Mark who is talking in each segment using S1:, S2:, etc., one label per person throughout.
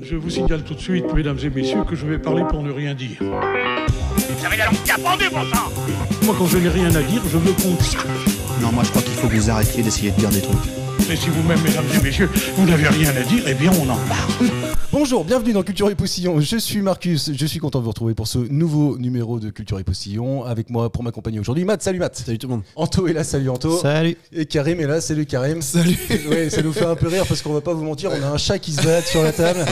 S1: Je vous signale tout de suite, mesdames et messieurs, que je vais parler pour ne rien dire.
S2: Vous avez la langue qui a pendu, bon sang
S1: Moi, quand je n'ai rien à dire, je me confie.
S3: Non, moi je crois qu'il faut que vous arrêtiez d'essayer de dire des trucs.
S1: Mais si vous-même, mesdames et messieurs, vous n'avez rien à dire, eh bien, on en parle.
S4: Bonjour, bienvenue dans Culture et Poussillon. Je suis Marcus, je suis content de vous retrouver pour ce nouveau numéro de Culture et Poussillon. Avec moi pour m'accompagner aujourd'hui, Matt. Salut Matt.
S3: Salut tout le monde.
S4: Anto est là, salut Anto.
S3: Salut.
S4: Et Karim est là, salut Karim.
S3: Salut.
S4: Ouais, ça nous fait un peu rire parce qu'on va pas vous mentir, on a un chat qui se balade sur la table.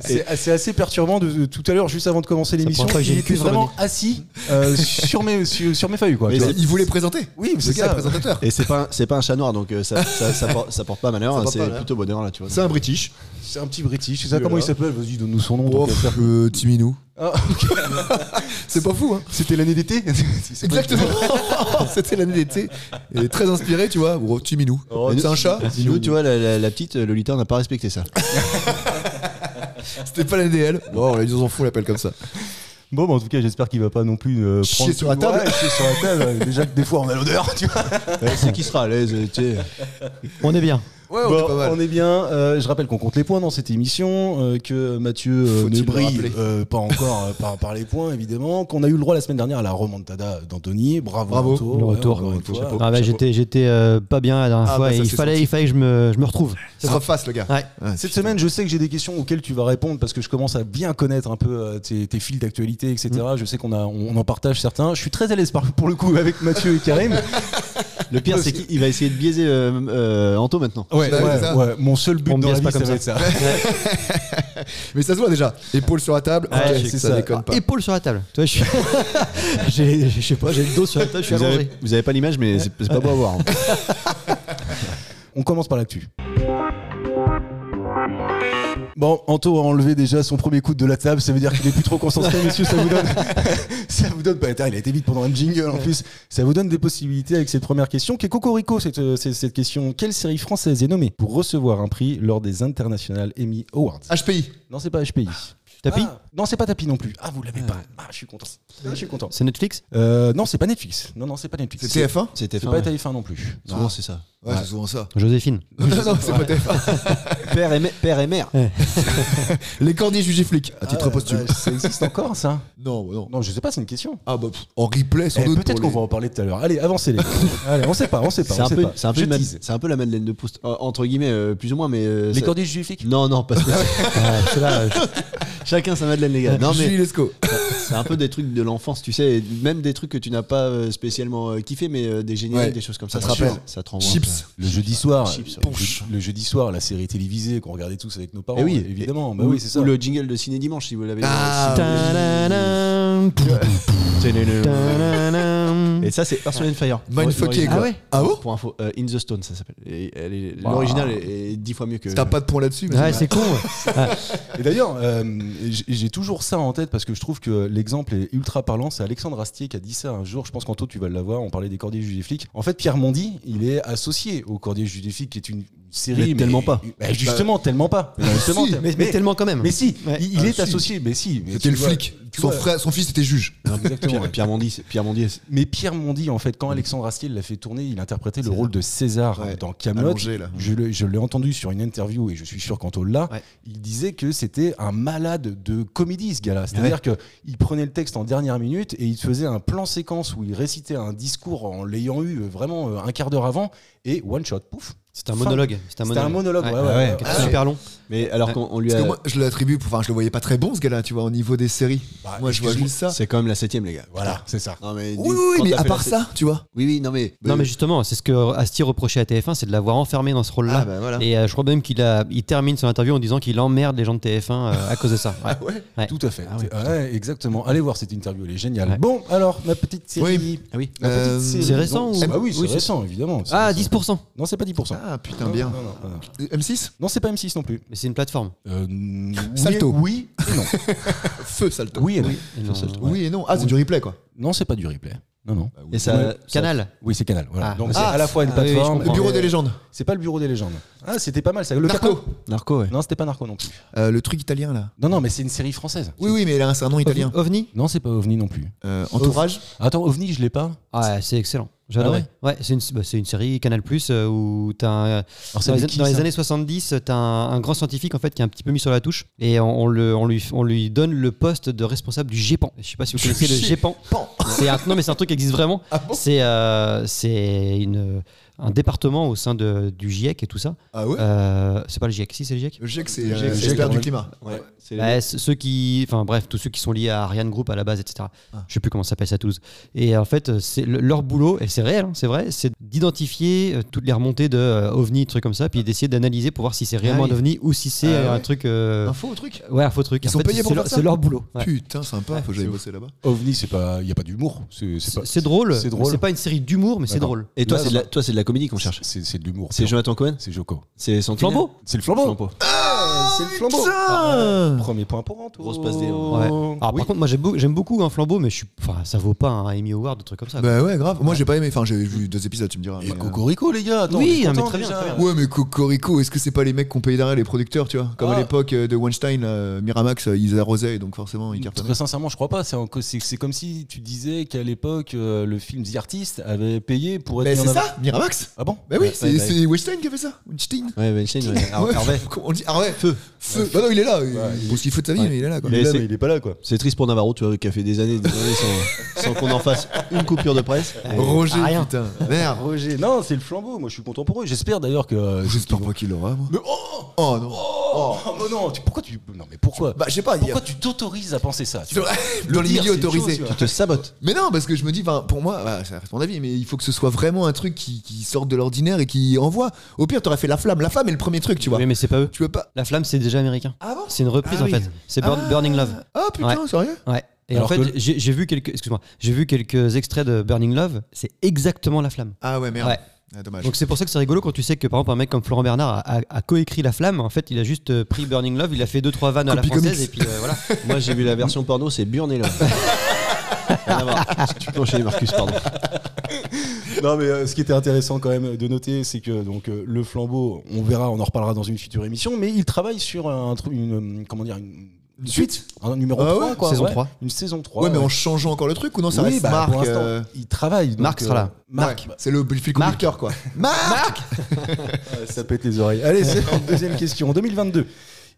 S4: C'est assez, assez perturbant de, de- tout à l'heure, juste avant de commencer l'émission.
S3: prend pas que j'ai
S4: Il
S3: une
S4: était
S3: queue sur la
S4: vraiment assis euh, sur, mes, sur, sur mes feuilles. Quoi,
S3: Mais
S4: tu vois.
S3: c'est-
S5: Il voulait présenter.
S4: Oui, c'est
S5: Le gars est
S4: ça.
S5: présentateur.
S3: Et c'est pas, un- c'est pas un chat noir, donc euh, ça, ça, ça, por- ça porte pas malheur, hein,
S5: porte pas
S3: c'est
S5: malheur.
S3: plutôt bonheur là, tu vois.
S5: C'est un British.
S4: C'est un petit British. Je sais pas comment il s'appelle. Vas-y, donne-nous son nom.
S5: Oh,
S4: tant qu'à faire.
S5: euh, Timinou.
S4: Ah, ok.
S5: C'est pas fou, hein.
S4: C'était l'année d'été
S5: Exactement. C'était l'année d'été. Et très inspiré, tu vois. Gros, Timinou.
S4: Oh,
S3: Mais nous-
S5: c'est un chat.
S3: Ah, Nous, tu vois, la, la- la petite euh, Lolita n'a pas respecté ça.
S5: C'était pas l'année d'elle. Bon, on a dit, on s'en fout, on l'appelle comme ça.
S4: Bon, bah, en tout cas, j'espère qu'il va pas non plus euh,
S5: Chier
S4: prendre
S5: sur la table.
S4: Ouais, chier sur la table. euh, Déjà que des fois, on a l'odeur, tu vois.
S3: Ouais, c'est qui sera à l'aise, euh, tu sais. On est bien.
S5: Ouais, on
S4: Bon,
S5: est pas mal.
S4: on est bien. Euh, je rappelle qu'on compte les points dans cette émission, euh, que Mathieu euh,
S5: Faut-il
S4: ne
S5: le
S4: brille
S5: rappeler
S4: euh, pas encore euh, par, par les points, évidemment. Qu'on a eu le droit la semaine dernière à la remontada d'Anthony. Bravo,
S5: Bravo.
S4: Anto.
S6: Le
S4: Ouais,
S6: retour.
S4: encore une fois.
S6: Ah bah, j'étais j'étais euh, pas bien la dernière
S5: Ah
S6: fois
S5: bah,
S6: et
S5: ça
S6: il
S5: s'est
S6: fallait
S5: senti.
S6: il fallait que je me, je me retrouve.
S5: Ça se reface, le gars.
S6: Ouais.
S5: Ah,
S4: Cette semaine, je sais que j'ai des questions auxquelles tu vas répondre parce que je commence à bien connaître un peu euh, tes, tes fils d'actualité, etc. Je sais qu'on a, on en partage certains. Je suis très à l'aise par- pour le coup avec Mathieu et Karim.
S3: Le pire, c'est qu'il va essayer de biaiser euh, euh, Anto maintenant.
S6: Oh,
S4: Ouais,
S5: Bah, c'est ça.
S4: ouais. Mon seul but
S6: On me
S4: dans la
S6: biaise
S4: vie,
S6: pas
S4: ça
S6: comme
S4: va être ça.
S5: Mais ça se voit déjà. Épaule sur la table.
S6: Ouais,
S5: Ok,
S6: c'est
S5: ça, déconne pas.
S6: Épaule sur la table. Toi, je suis- j'ai- je sais pas, j'ai le dos sur la table, je suis
S3: Vous avez,
S6: allongé.
S3: vous avez pas l'image, mais c'est c'est pas beau à voir. hein.
S4: On commence par l'actu. Bon, Anto a enlevé déjà son premier coup de la table, ça veut dire qu'il est plus trop concentré, messieurs, ça vous donne, ça vous donne, bah, attends, il a été vite pendant un jingle en plus, ça vous donne des possibilités avec cette première question, qui est Cocorico, cette, euh, cette, cette question. Quelle série française est nommée pour recevoir un prix lors des International Emmy Awards
S5: HPI.
S4: Non, c'est pas HPI.
S6: Tapi
S4: Ah, Non, c'est pas Tapi non plus. Ah, vous l'avez pas. Ah, je suis content. Ah, je suis content.
S6: C'est Netflix
S4: Euh, non, c'est pas Netflix. Non, non, c'est pas Netflix.
S5: C'est TF1
S3: C'était
S4: C'est
S3: fin,
S4: pas
S3: ouais.
S4: TF1 non plus.
S3: Souvent, c'est ça.
S5: Ouais, c'est souvent ça.
S6: Joséphine.
S5: Non, non, c'est pas TF1.
S3: Père et, mè- père et mère.
S5: Les corniers jugés flics, à
S4: Ah,
S5: titre posthume.
S4: bah, ça existe encore, ça
S5: Non, bah non.
S4: Non, je sais pas, c'est une question.
S5: Ah, bah, pff, en replay, sans
S4: Eh,
S5: doute.
S4: Peut-être
S5: pour
S4: qu'on
S5: les-
S4: va en parler tout à l'heure. Allez, avancez les. gars. Allez, on sait pas, on sait pas.
S3: C'est
S4: on
S3: un,
S4: sait
S3: peu-
S4: pas.
S3: c'est un peu
S4: Je
S3: le ma-
S4: tease.
S3: c'est un peu la Madeleine de Proust, euh, entre guillemets, euh, plus ou moins, mais. euh,
S4: Les
S3: ça-
S4: cordiers du flic
S3: Non, non, parce que
S6: Ouais, c'est là, euh,
S3: chacun sa Madeleine, les gars. Non, mais
S5: Julie Lescaut.
S3: C'est un peu des trucs de l'enfance, tu sais, et même des trucs que tu n'as pas euh, spécialement euh, kiffé, mais euh, des génériques,
S5: Ouais.
S3: des choses comme ça.
S5: Ça te
S3: c'est sûr.
S5: rappelle.
S3: Ça te renvoie. un
S5: Chips.
S4: Le jeudi soir,
S3: Chips, ouais.
S4: le, je- le jeudi soir, la série télévisée qu'on regardait tous avec nos parents,
S3: Eh oui.
S4: évidemment.
S3: peu.
S4: Bah
S3: ou,
S4: oui, c'est ça.
S3: ou le jingle de Ciné Dimanche, si vous l'avez.
S5: Ah,
S6: tadadam, tadadam.
S3: Et ça, c'est Earth, Wind Fire.
S5: Mindfucké, quoi.
S3: L'original-
S5: Ah ouais Ah bon
S3: Pour info, euh, In the Stone, ça s'appelle. Et elle est- L'original est, est dix fois mieux que.
S5: T'as pas de point là-dessus, mais
S6: Ouais, c'est con. ouais.
S4: Et d'ailleurs, euh, j'ai- j'ai toujours ça en tête parce que je trouve que l'exemple est ultra parlant. C'est Alexandre Astier qui a dit ça un jour. Je pense qu'Anto, tu vas l'avoir. On parlait des Cordiers juges des flics. En fait, Pierre Mondy, il est associé aux Cordiers juges des flics, qui est une série.
S3: Mais tellement pas.
S4: Bah, justement, tellement pas. Justement,
S5: Ah, si,
S4: tellement-
S6: Mais, mais tellement quand même.
S4: Mais si,
S6: Ouais.
S4: il, il
S5: Ah,
S4: est
S5: si.
S4: associé, mais si. mais
S5: C'était
S4: tu
S5: le
S4: vois,
S5: flic.
S4: tu
S5: Son,
S4: vois.
S5: frère, son fils était juge.
S4: Exactement.
S3: Pierre, Pierre Mondy, c'est- Pierre Mondy, c'est-
S4: Mais Pierre Mondy, en fait, quand
S6: Mm.
S4: Alexandre Astier l'a fait tourner, il interprétait le rôle de César
S5: Ouais,
S4: dans Camelot.
S5: Allongé, là.
S4: Je l'ai je l'ai entendu sur une interview et je suis sûr qu'Anto l'a.
S6: Ouais.
S4: Il disait que c'était un malade de comédie, ce gars-là. C'est-à-dire qu'il prenait le texte en dernière minute et il faisait un plan séquence où il récitait un discours en l'ayant eu euh, vraiment euh, un quart d'heure avant et one shot, pouf.
S6: C'est un
S4: Fin.
S6: monologue. C'est un
S4: C'était un monologue,
S6: monologue.
S4: ouais, ouais,
S6: Ouais,
S4: ouais.
S6: qui était
S4: Ah,
S6: super long.
S3: Mais alors qu'on on lui
S5: Parce
S3: a.
S5: que moi, je l'attribue, pour- enfin, je le voyais pas très bon, ce gars-là, tu vois, au niveau des séries.
S4: Bah,
S5: moi, je vois
S4: excuse-moi,
S5: juste ça.
S3: C'est quand même la septième, les gars.
S6: Ah.
S4: Voilà, c'est ça.
S3: Non, mais,
S5: Oui, oui, oui,
S3: quand
S5: mais
S3: t'as
S5: à
S3: fait la
S5: part
S3: sept-
S5: ça, tu vois.
S3: Oui, oui, non, mais.
S6: Non mais justement, c'est ce que Astier reprochait à TF1, c'est de l'avoir enfermé dans ce rôle-là.
S3: Ah, bah, voilà.
S6: Et euh, je crois même qu'il a, il termine son interview en disant qu'il emmerde les gens de TF1 euh, à cause de ça. Ouais. Ouais.
S4: Tout à fait. Ouais, exactement. Allez voir cette interview, elle est géniale.
S6: Ouais.
S4: Bon, alors, ma petite série.
S5: Oui.
S3: Ah oui.
S4: La petite
S5: Euh,
S4: série.
S6: c'est récent
S4: Donc,
S6: ou-
S4: c'est- bah oui, c'est
S6: Oui, c'est-
S4: récent, évidemment. C'est
S6: Ah,
S4: récent.
S6: 10%.
S4: Non, c'est pas 10%.
S5: Ah, putain,
S4: Non,
S5: bien.
S4: Non, non, non.
S5: M6
S4: Non, c'est pas M6 non plus.
S6: Mais c'est une plateforme.
S4: Euh, oui,
S5: Salto.
S4: Oui et non.
S5: Feu, Salto.
S4: Oui et non.
S6: Non.
S5: Oui et non. Ah, c'est du replay, quoi.
S4: Non, c'est pas du replay. Non, non.
S3: Et ça.
S6: Canal.
S4: Oui, c'est Canal. Voilà.
S6: Ah.
S4: Donc,
S6: Ah,
S4: c'est à la fois une
S6: ah, oui, oui, je
S4: plateforme.
S5: Le bureau
S4: mais-
S5: des légendes.
S4: C'est pas le bureau des légendes. Ah, c'était pas mal ça. Le
S5: Narco.
S4: Capo.
S3: Narco, ouais.
S4: Non, c'était pas Narco non plus.
S5: Euh, le truc italien là.
S4: Non, non, mais c'est une série française.
S5: Oui, oui, mais là, c'est un nom italien.
S6: OVNI
S4: Non, c'est pas OVNI non plus.
S5: Euh, entourage.
S4: Attends, OVNI, je l'ai pas.
S6: Ah, c'est excellent. J'adorais. ouais, c'est une, bah, c'est une série Canal Plus euh, où t'as un-
S4: Alors, ça
S6: dans, les,
S4: dit qui,
S6: dans les
S4: ça
S6: années 70, t'as un, un grand scientifique en fait qui est un petit peu mis sur la touche et on, on le, on, lui, on lui donne le poste de responsable du GEPAN. Je sais pas si vous connaissez le GEPAN. C'est un, non mais c'est un truc qui existe vraiment.
S5: Ah
S6: c'est euh, c'est une un département au sein de, du GIEC et tout ça.
S5: Ah ouais
S6: Euh, c'est pas le GIEC, si c'est le GIEC.
S5: Le GIEC, c'est euh,
S4: GIEC,
S5: c'est
S4: c'est
S5: expert
S4: quand
S5: du
S4: même-
S5: climat.
S3: C'est
S6: Ouais, Bah, c- ceux qui, enfin bref, tous ceux qui sont liés à Ariane Group à la base, etc.
S5: Ah.
S6: Je sais plus comment ça s'appelle ça tous. Et en fait, euh, c'est le- leur boulot, et c'est réel, hein, c'est vrai, c'est d'identifier euh, toutes les remontées de euh, ovni, trucs comme ça, puis d'essayer d'analyser pour voir si c'est réellement
S5: Ah. oui.
S6: un ovni ou si c'est
S5: Ah
S6: euh, un
S5: ouais.
S6: truc, euh,
S5: Info au truc
S6: ouais, un faux truc.
S5: Ils
S6: En
S5: sont
S6: fait,
S5: payés
S6: c'est
S5: pour
S6: leur-
S5: faire ça
S6: C'est leur boulot. ouais.
S5: Putain, sympa, faut que j'aille bosser là-bas.
S4: OVNI, c'est pas, il y a pas d'humour. C'est c'est
S6: C'est
S4: pas-
S6: c'est drôle.
S4: C'est drôle.
S6: C'est pas une série d'humour, mais c'est
S4: D'accord.
S6: drôle.
S3: Et toi,
S4: Là,
S3: c'est de, la- toi, c'est de la comédie qu'on cherche.
S4: C'est c'est de l'humour.
S3: C'est
S4: pur.
S3: Jonathan Cohen
S4: C'est Joko.
S3: C'est son
S6: Flambeau
S4: C'est le flambeau.
S3: Flambeau.
S4: c'est le flambeau.
S5: Ah,
S4: Premier point pour Anto.
S3: Grosse passe D, ouais.
S6: Ouais.
S5: Oh,
S6: Alors,
S4: Oui.
S6: Par contre, moi j'aime beau- j'aime beaucoup un flambeau, mais je suis, enfin, ça vaut pas un Emmy Award, des trucs comme ça. quoi.
S5: Bah ouais, grave. Moi, j'ai pas aimé. Enfin, j'ai vu deux épisodes, tu me diras.
S4: Et
S5: mais, euh,
S4: Cocorico, les gars. Attends,
S6: Oui,
S4: on est
S6: hein, mais
S4: contents,
S6: très bien,
S4: déjà.
S6: très bien.
S5: Ouais, mais Cocorico, est-ce que c'est pas les mecs qu'on paye derrière les producteurs, tu vois Comme
S4: Ah.
S5: à l'époque euh, de Weinstein, là, euh, Miramax, euh, ils arrosaient, donc forcément, ils cartonnaient.
S4: Très sincèrement, je crois pas. C'est un co- C'est c'est comme si tu disais qu'à l'époque, euh, le film The Artist avait payé pour être.
S5: Mais
S4: mis en
S5: c'est
S4: avant.
S5: ça Miramax
S4: Ah bon
S5: Bah oui,
S4: Ouais,
S5: c'est
S4: ouais, ouais.
S5: c'est Weinstein qui a fait ça Weinstein
S3: Ouais, Weinstein, ouais. Ar-
S5: Ouais,
S3: Harvey.
S5: On dit Harvey Feu Feu Bah non, il est là Il faut ce qu'il faut de sa vie, mais il est là, quoi.
S3: Mais c'est-
S4: est pas là, quoi.
S3: C'est triste pour Navarro, tu vois, qui a fait des années, des années sans, sans qu'on en fasse une coupure de presse.
S5: Roger,
S6: Ah, rien.
S5: putain Merde
S4: Roger, non, c'est le flambeau. Moi, je suis content pour eux. J'espère d'ailleurs que. euh,
S5: J'espère pas qu'il l'aura, moi.
S4: Mais oh
S5: Oh non
S4: Oh, mais non, tu- pourquoi tu. Non, mais pourquoi
S5: Bah, je sais pas, il y a-
S4: Pourquoi tu t'autorises à penser ça tu
S5: C'est
S4: vois
S5: vrai, dans les
S4: dire,
S5: milieux
S4: c'est une chose,
S5: autorisés.
S4: tu vois.
S3: Tu te sabotes.
S5: Mais non, parce que je me dis, enfin, pour moi, bah, ça reste mon avis, mais il faut que ce soit vraiment un truc qui, qui sorte de l'ordinaire et qui envoie. Au pire, t'aurais fait la flamme. La flamme est le premier truc, tu vois.
S6: Oui, mais c'est pas eux.
S5: Tu veux pas.
S6: La flamme, c'est déjà américain.
S5: Ah bon
S6: C'est une reprise
S5: Ah
S6: en
S5: oui.
S6: fait. C'est Burn- Burning Love.
S5: Ah putain, sérieux
S6: Ouais. Et
S4: Alors
S6: en fait,
S4: que-
S6: j'ai j'ai vu quelques, excuse-moi, j'ai vu quelques extraits de Burning Love. C'est exactement la flamme.
S5: Ah ouais, merde.
S6: Ouais.
S5: Ah, dommage.
S6: Donc c'est pour ça que c'est rigolo quand tu sais que par exemple un mec comme Florent Bernard a, a- a coécrit la flamme. En fait, il a juste euh, pris Burning Love, il a fait deux trois vannes à la
S5: Copy
S6: française
S5: comics.
S6: et puis euh, voilà.
S3: Moi, j'ai vu la version porno, c'est Burné là. Rien à voir. Tu peux enchaîner, Marcus, pardon.
S4: Non, mais euh, ce qui était intéressant quand même de noter, c'est que donc euh, le flambeau, on verra, on en reparlera dans une future émission, mais il travaille sur un truc, une, euh, comment dire, une, une suite, un numéro
S5: Ah
S4: 3,
S5: ouais,
S4: quoi,
S6: saison
S4: ouais.
S6: 3.
S4: une saison 3.
S5: Ouais, mais en changeant encore le truc ou non, ça
S4: oui,
S5: reste
S4: bah,
S5: Marc.
S4: pour l'instant,
S5: euh,
S4: il travaille. donc,
S6: Marc sera là.
S4: Marc,
S5: ouais, c'est le fil conducteur, quoi. Marc
S4: euh, ça pète les oreilles. Allez, c'est la deuxième question. En 2022,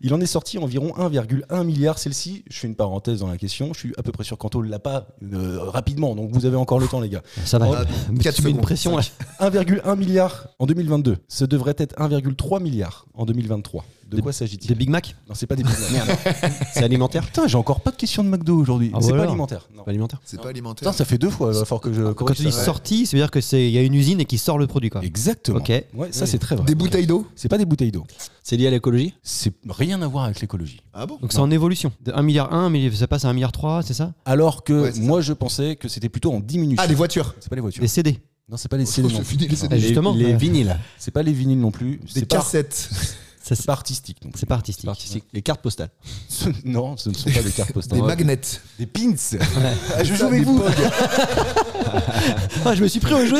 S4: il en est sorti environ 1,1 milliard. Celle-ci, je fais une parenthèse dans la question, je suis à peu près sûr qu'Anto ne l'a pas euh, rapidement, donc vous avez encore le temps, les gars.
S6: Ça va.
S5: Ah,
S6: Mais
S5: quatre
S6: tu mets une
S5: secondes,
S6: pression là.
S4: 1,1 milliard en 2022. Ce devrait être 1,3 milliard en 2023. De quoi s'agit-il
S6: Des Big Mac.
S4: Non, c'est pas des Big Mac.
S3: C'est alimentaire
S4: Putain, j'ai encore pas de question de McDo aujourd'hui.
S6: Ah,
S4: c'est
S6: voilà.
S4: pas alimentaire. Non.
S3: Pas alimentaire.
S5: C'est pas alimentaire.
S4: Putain, ça fait deux fois. Il va falloir que je
S6: Quand
S4: corrige
S6: tu dis
S4: ça.
S6: sorti, ça veut dire que c'est il y a une usine et qui sort le produit quoi.
S4: Exactement.
S6: Ok.
S4: Ouais, ça c'est très vrai.
S5: Des bouteilles d'eau
S4: C'est pas des bouteilles d'eau.
S3: C'est lié à l'écologie
S4: C'est rien à voir avec l'écologie.
S5: Ah bon
S6: Donc c'est en évolution. De 1 milliard 1, mais ça passe à 1 milliard 3, c'est ça
S4: Alors que
S5: Ouais, c'est
S4: moi je pensais que c'était plutôt en diminution.
S5: Ah, des voitures
S4: C'est pas les voitures.
S6: Les CD.
S4: Non, c'est pas les
S5: Oh,
S4: CD.
S5: c'est
S4: non.
S5: fini, les CD.
S6: Ah, justement.
S3: Les, les
S6: Ouais.
S3: vinyles.
S4: C'est pas les vinyles non plus.
S5: Des
S4: C'est pas,
S5: cassettes
S4: c'est
S6: Ça, c'est
S4: pas artistique. non plus.
S6: c'est pas artistique.
S3: Les cartes postales.
S4: Ce- Non, ce ne sont pas des cartes postales.
S5: Des magnets
S4: Des pins.
S5: Ah, Je joue avec vous
S6: Ah, je me suis pris au jeu.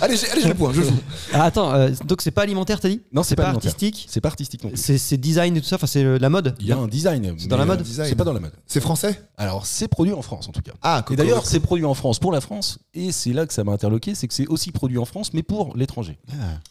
S5: Allez, j'ai allez, j'ai le point, je joue.
S6: Ah, attends, euh, donc c'est pas alimentaire, t'as dit
S4: Non, c'est pas alimentaire.
S6: artistique.
S4: C'est pas artistique non plus.
S6: C'est c'est design et tout ça, enfin c'est euh, la mode.
S4: Il y a un design.
S6: dans
S4: mais,
S6: la mode
S4: euh, C'est
S5: Design.
S4: pas dans la mode.
S5: C'est français
S4: Alors, c'est produit en France en tout cas.
S5: Ah,
S4: Et
S5: Cocorico.
S4: d'ailleurs, c'est produit en France pour la France, et c'est là que ça m'a interloqué, c'est que c'est aussi produit en France, mais pour l'étranger.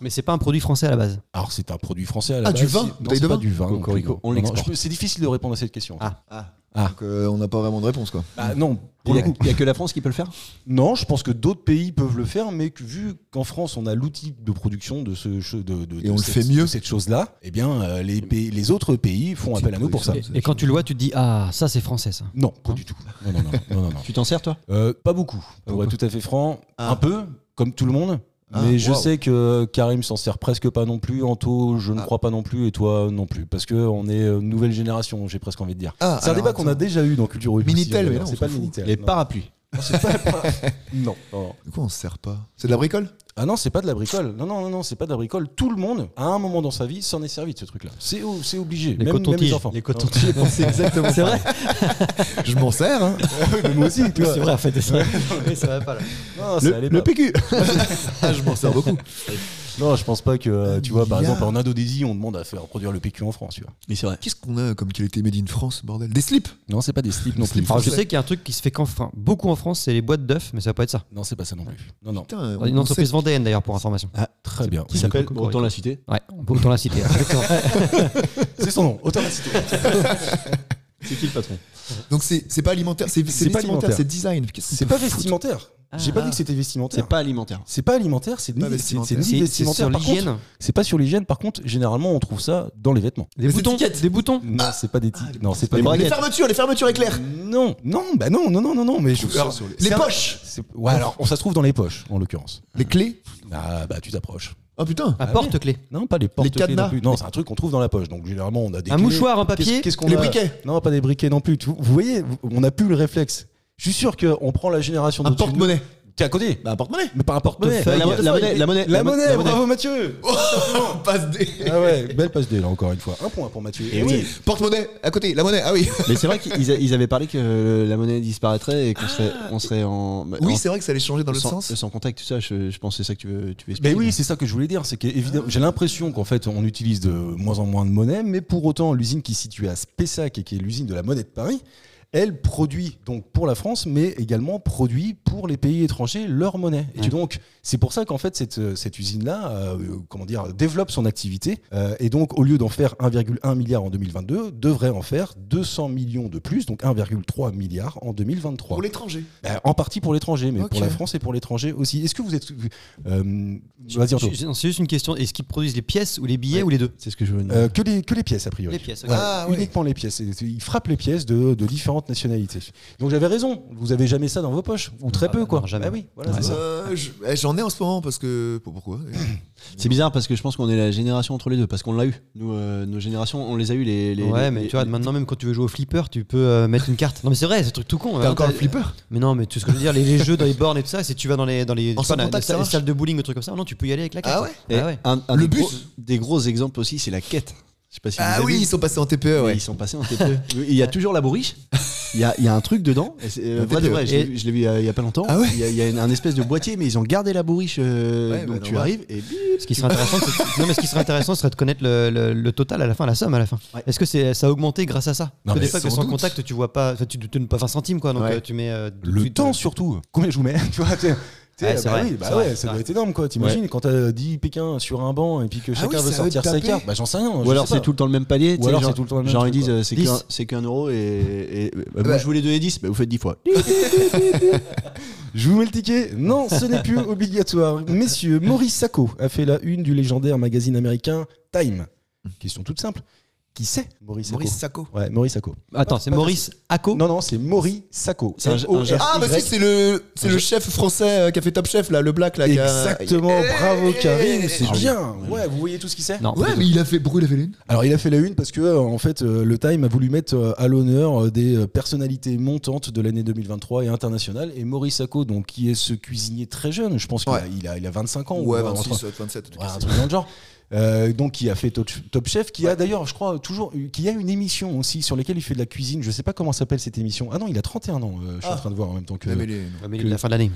S6: Mais c'est pas un produit français à la base.
S4: Alors c'est un produit français à la
S5: Ah,
S4: base.
S5: du vin
S4: c'est- non,
S5: Bouteille
S4: c'est
S5: de
S4: pas
S5: vin
S4: du vin. non
S3: Cocorico,
S4: plus, non.
S3: on
S4: Non, non,
S3: l'exporte.
S4: je peux- C'est difficile de répondre à cette question.
S6: Ah.
S5: Donc, euh, on n'a pas vraiment de réponse, quoi.
S4: Bah, non,
S3: Il
S4: pour
S3: n'y
S4: le
S3: a,
S4: coup.
S3: il y a que la France qui peut le faire
S4: Non, je pense que d'autres pays peuvent le faire, mais que, vu qu'en France on a l'outil de production de ce che- de, de-
S5: Et
S4: de
S5: on le
S4: cette,
S5: fait mieux.
S4: de cette chose-là, eh bien euh, les pays- les autres pays font appel à nous pour ça.
S5: Et-
S6: Et quand tu le vois, tu te dis ah ça c'est français ça.
S4: Non,
S5: Hein
S4: pas du tout. Non, non, non, non, non, non.
S3: Tu t'en sers, toi
S4: Euh, pas beaucoup, pour être tout à fait franc.
S5: Ah.
S4: Un peu, comme tout le monde.
S5: Ah,
S4: mais je
S5: waouh.
S4: sais que Karim s'en sert presque pas non plus, Anto, je ne
S5: Ah.
S4: crois pas non plus, et toi non plus, parce que on est euh, nouvelle génération, j'ai presque envie de dire.
S5: Ah,
S4: c'est un
S5: alors,
S4: débat qu'on a
S5: attends.
S4: déjà eu dans Culture Rugby.
S5: Minitel,
S4: d'ailleurs,
S5: mais non, on
S4: c'est
S5: s'en
S4: pas le
S5: fout.
S4: Minitel.
S3: Les
S4: non.
S3: parapluies.
S4: Non, c'est pas le para- non, non, non.
S5: Du coup, on se sert pas. C'est de la bricole
S4: Ah non, c'est pas de la bricole. Non, non, non, non, c'est pas de la bricole. Tout le monde, à un moment dans sa vie, s'en est servi de ce truc-là. C'est o- c'est obligé. même,
S6: Les
S4: même les
S6: cotons-tiges.
S4: enfants.
S6: Les
S4: cotons-tiges.
S5: C'est exactement
S6: C'est vrai.
S5: Je m'en sers, hein.
S4: moi aussi, tu vois.
S6: C'est vrai en fait. c'est Ça. Oui, ça va pas là.
S4: Non, ça allait
S3: Le, le
S4: pas.
S3: PQ
S5: Ah, je m'en sers beaucoup.
S4: Non, je pense pas que, euh, tu vois, par
S5: Il y a-
S4: exemple, en Indonésie, on demande à faire produire le PQ en France, tu vois.
S3: Mais c'est vrai.
S5: Qu'est-ce qu'on a comme qualité made in France, bordel Des slips
S4: Non, c'est pas des slips non plus.
S5: Slip
S6: Alors, je
S5: Français.
S6: sais qu'il y a un truc qui se fait qu'en enfin, beaucoup en France, c'est les boîtes d'œufs, mais ça va pas être ça.
S4: Non, c'est pas ça non plus. Non, non.
S5: Putain, on-
S6: Une
S5: on
S6: entreprise vendéenne d'ailleurs pour information.
S4: Très bien.
S3: Qui s'appelle bon, Autant la citer.
S6: Ouais, on peut autant la citer. exactement.
S4: C'est son nom, automatique.
S3: C'est qui le patron
S5: sait- Donc c'est c'est pas alimentaire, c'est c'est
S4: C'est pas
S5: vestimentaire,
S4: alimentaire.
S5: c'est design. Qu'est-ce qu'on
S4: C'est
S5: peut
S4: pas
S5: foutre
S4: vestimentaire. J'ai pas dit que c'était vestimentaire.
S3: C'est pas alimentaire.
S4: C'est pas alimentaire, c'est ni,
S5: Pas
S4: c'est- c'est
S5: vestimentaire.
S4: ni
S6: C'est c'est
S4: vestimentaire.
S6: sur
S4: Par contre,
S6: l'hygiène.
S4: c'est pas sur l'hygiène. Par contre, généralement, on trouve ça dans les vêtements.
S6: Des boutons. Des boutons.
S4: Non, c'est pas des. ti- non, c'est pas
S3: les
S4: des.
S5: Les
S3: braguettes.
S5: fermetures, les fermetures éclair
S4: Non, non, bah non, non, non, non, non. Mais je.
S5: Alors,
S4: sur
S5: Les
S4: c'est un-
S5: poches
S4: c'est- Ouais, alors on ça se trouve dans les poches, en l'occurrence.
S5: Les clés
S4: Ah bah tu t'approches.
S5: Oh putain
S6: Un porte-clé.
S4: Non, pas les portes.
S5: cadenas.
S4: Non, plus. non c'est un truc qu'on trouve dans la poche. Donc généralement, on a des.
S6: Un
S4: clés.
S6: mouchoir en
S4: Qu'est-ce-
S6: papier.
S4: Qu'est-ce qu'on
S5: Les
S4: a
S5: briquets.
S4: Non, pas des briquets non plus. Tu- Vous voyez, vous- on a plus le réflexe. Je suis sûr qu'on prend la génération de.
S5: Un porte-monnaie
S4: T'es à côté.
S5: Bah un porte-monnaie
S4: Mais pas un porte-monnaie.
S6: Portefeuille.
S3: La, mo- la monnaie, la monnaie,
S4: La
S3: mo-
S4: monnaie,
S3: la
S4: bravo Mathieu
S5: On passe des...
S4: Ah ouais, belle passe D là encore une fois. Un point pour Mathieu.
S5: Eh
S3: Et oui.
S5: Porte-monnaie, à côté, la monnaie, ah oui
S3: Mais c'est vrai qu'ils a- ils avaient parlé que euh, la monnaie disparaîtrait et qu'on serait, on serait en. bah,
S5: Oui,
S3: en-
S5: c'est vrai que ça allait changer dans l'autre
S3: sans,
S5: sens.
S3: sans contact, tout ça. Je, je pense que c'est ça que tu veux, tu veux
S4: Mais
S3: expliquer.
S4: Ben oui, c'est ça que je voulais dire, c'est que évidemment, j'ai l'impression qu'en fait on utilise de moins en moins de monnaie, mais pour autant l'usine qui est située à Spessac et qui est l'usine de la monnaie de Paris, elle produit donc pour la France, mais également produit pour les pays étrangers leur monnaie. Et
S6: Ouais.
S4: donc c'est pour ça qu'en fait cette, cette usine-là, euh, comment dire, développe son activité euh, et donc au lieu d'en faire 1,1 milliard en 2022, devrait en faire 200 millions de plus, donc 1,3 milliard en 2023.
S5: Pour l'étranger.
S4: Bah, en partie pour l'étranger, mais
S5: Ok.
S4: pour la France et pour l'étranger aussi. Est-ce que vous êtes. Euh, vas-y, Anto.
S6: Je- je- non, C'est juste une question. Est-ce qu'ils produisent les pièces ou les billets
S3: Ouais.
S6: ou les deux
S3: C'est ce que je veux dire.
S4: Euh, que, les, que les pièces, a priori.
S6: Les pièces. ok.
S4: Ouais,
S5: Ah, ouais.
S4: Uniquement les pièces. Et- et Ils frappent les pièces de, de différentes nationalités. Donc j'avais raison. Vous avez jamais ça dans vos poches. Ou très
S6: Ah,
S4: peu,
S6: bah,
S4: quoi.
S6: non, jamais.
S4: Bah oui, voilà,
S6: Ouais.
S4: c'est ça.
S5: Euh, je- eh, J'en ai en ce moment parce que... pour- Pourquoi
S3: C'est bizarre parce que je pense qu'on est la génération entre les deux, parce qu'on l'a eu. Nous, euh, nos générations, on les a eu les. les-
S6: ouais,
S3: les-
S6: mais
S3: les-
S6: tu vois, maintenant même quand tu veux jouer au flipper, tu peux euh, mettre une carte. Non, mais c'est vrai, c'est un truc tout con.
S5: T'as
S6: hein,
S5: encore le flipper
S6: Mais non, mais tu sais ce que je veux dire, les, les jeux dans les bornes et tout ça, si tu vas dans les, dans les,
S5: En
S6: je
S5: sans
S6: sais pas, dans les
S5: contact, ça
S6: salles, les
S5: marche
S6: salles de bowling, ou trucs comme ça, non, tu peux y aller avec la carte.
S5: Ah ouais
S3: Et
S6: Ah ouais.
S3: un- un
S5: Le
S3: des,
S5: bus.
S3: gros, des gros exemples aussi, c'est la quête. Je sais pas si vous
S5: Ah
S3: avez
S5: oui,
S3: vu.
S5: ils sont passés en TPE,
S3: Et
S5: ouais.
S3: Ils sont passés en TPE. Il y a toujours la bourriche. Il y a, il y a un truc dedans. Et c'est- euh,
S5: La
S3: vrai de
S5: TPE.
S3: vrai, je l'ai vu- je l'ai vu euh, il y a- il y a pas longtemps.
S5: Ah ouais
S3: il, y a, il y a une- un espèce de boîtier, mais ils ont gardé la bourriche. euh,
S5: Ouais, bah,
S3: donc tu
S5: normal.
S3: arrives et bip,
S6: Ce qui serait intéressant, c'est- non, mais ce qui serait intéressant serait de connaître le, le- le total à la fin, la somme à la fin. Est-ce que c'est, ça a augmenté grâce à ça
S4: Non,
S6: Parce que
S4: mais
S6: des fois que
S5: sans
S6: sans
S5: doute.
S6: contact, tu vois pas, enfin, tu tu ne peux pas 20 centimes quoi, donc
S3: Ouais.
S6: euh, tu mets euh, tout de
S4: Le
S6: suite,
S4: temps,
S6: euh,
S4: surtout. Combien je vous mets Tu vois, t'es- t'es-
S6: Ouais, c'est
S4: bah
S6: vrai,
S4: oui, bah
S6: c'est
S4: ouais,
S6: vrai, c'est
S4: ça doit
S6: vrai.
S4: être énorme, quoi. T'imagines, quand t'as 10 Pékin sur un banc et puis que
S5: Ah
S4: chacun
S5: oui,
S4: veut
S5: ça va
S4: sortir
S5: te
S4: sa
S5: taper.
S4: carte, bah j'en sais rien. je
S3: Ou alors
S4: sais
S3: c'est
S4: pas.
S3: tout le temps le même palier. tu sais,
S4: alors,
S3: genre-
S4: c'est tout le temps le même
S3: Genre ils
S4: truc,
S3: disent
S4: quoi.
S3: euh, c'est
S6: 10.
S3: qu'un c'est qu'un euro et, et- et- bah,
S5: Ouais.
S3: moi je voulais donner 10, bah, vous faites 10 fois.
S4: Je vous mets le ticket Non, ce n'est plus obligatoire. Messieurs, Maurice Sacco a fait la une du légendaire magazine américain Time. Question toute simple. Qui c'est Maurice Sacco
S5: Maurice Sacco.
S4: Ouais, Maurice Sacco.
S6: Attends, c'est
S4: Pas
S6: Maurice Acco.
S4: Non, non, c'est Maurice Sacco.
S3: C'est un-
S4: M-O-R-Y.
S5: Ah, bah si, c'est le, c'est le chef français euh, qui a fait Top Chef, là, le Black, là. qui a-
S4: Exactement,
S5: Eh,
S4: bravo Karine, c'est
S3: Ah oui.
S4: bien. Ouais, vous voyez tout ce qu'il sait
S6: Non,
S5: Ouais, mais il a fait. Pourquoi il a fait l'une
S4: Alors il a fait la une parce que euh, en fait euh, le Time a voulu mettre euh, à l'honneur euh, des euh, personnalités montantes de l'année 2023 et internationale et Maurice Sacco donc qui est ce cuisinier très jeune, je pense qu'il
S5: Ouais.
S4: a, il a, il a 25 ans ou
S5: Ouais,
S4: euh, entre-
S5: 26, 27, en tout
S4: Ouais,
S5: cas.
S4: un truc dans le genre. Euh, donc qui a fait Top Top Chef, qui a d'ailleurs, je crois, toujours, eu- qui a une émission aussi sur laquelle il fait de la cuisine. Je sais pas comment s'appelle cette émission. Ah non, il a 31 ans. euh, je suis en
S5: Ah.
S4: train de voir en même temps que.
S5: Ah, mais il est- non.
S6: Ah, mais il est de la fin de l'année.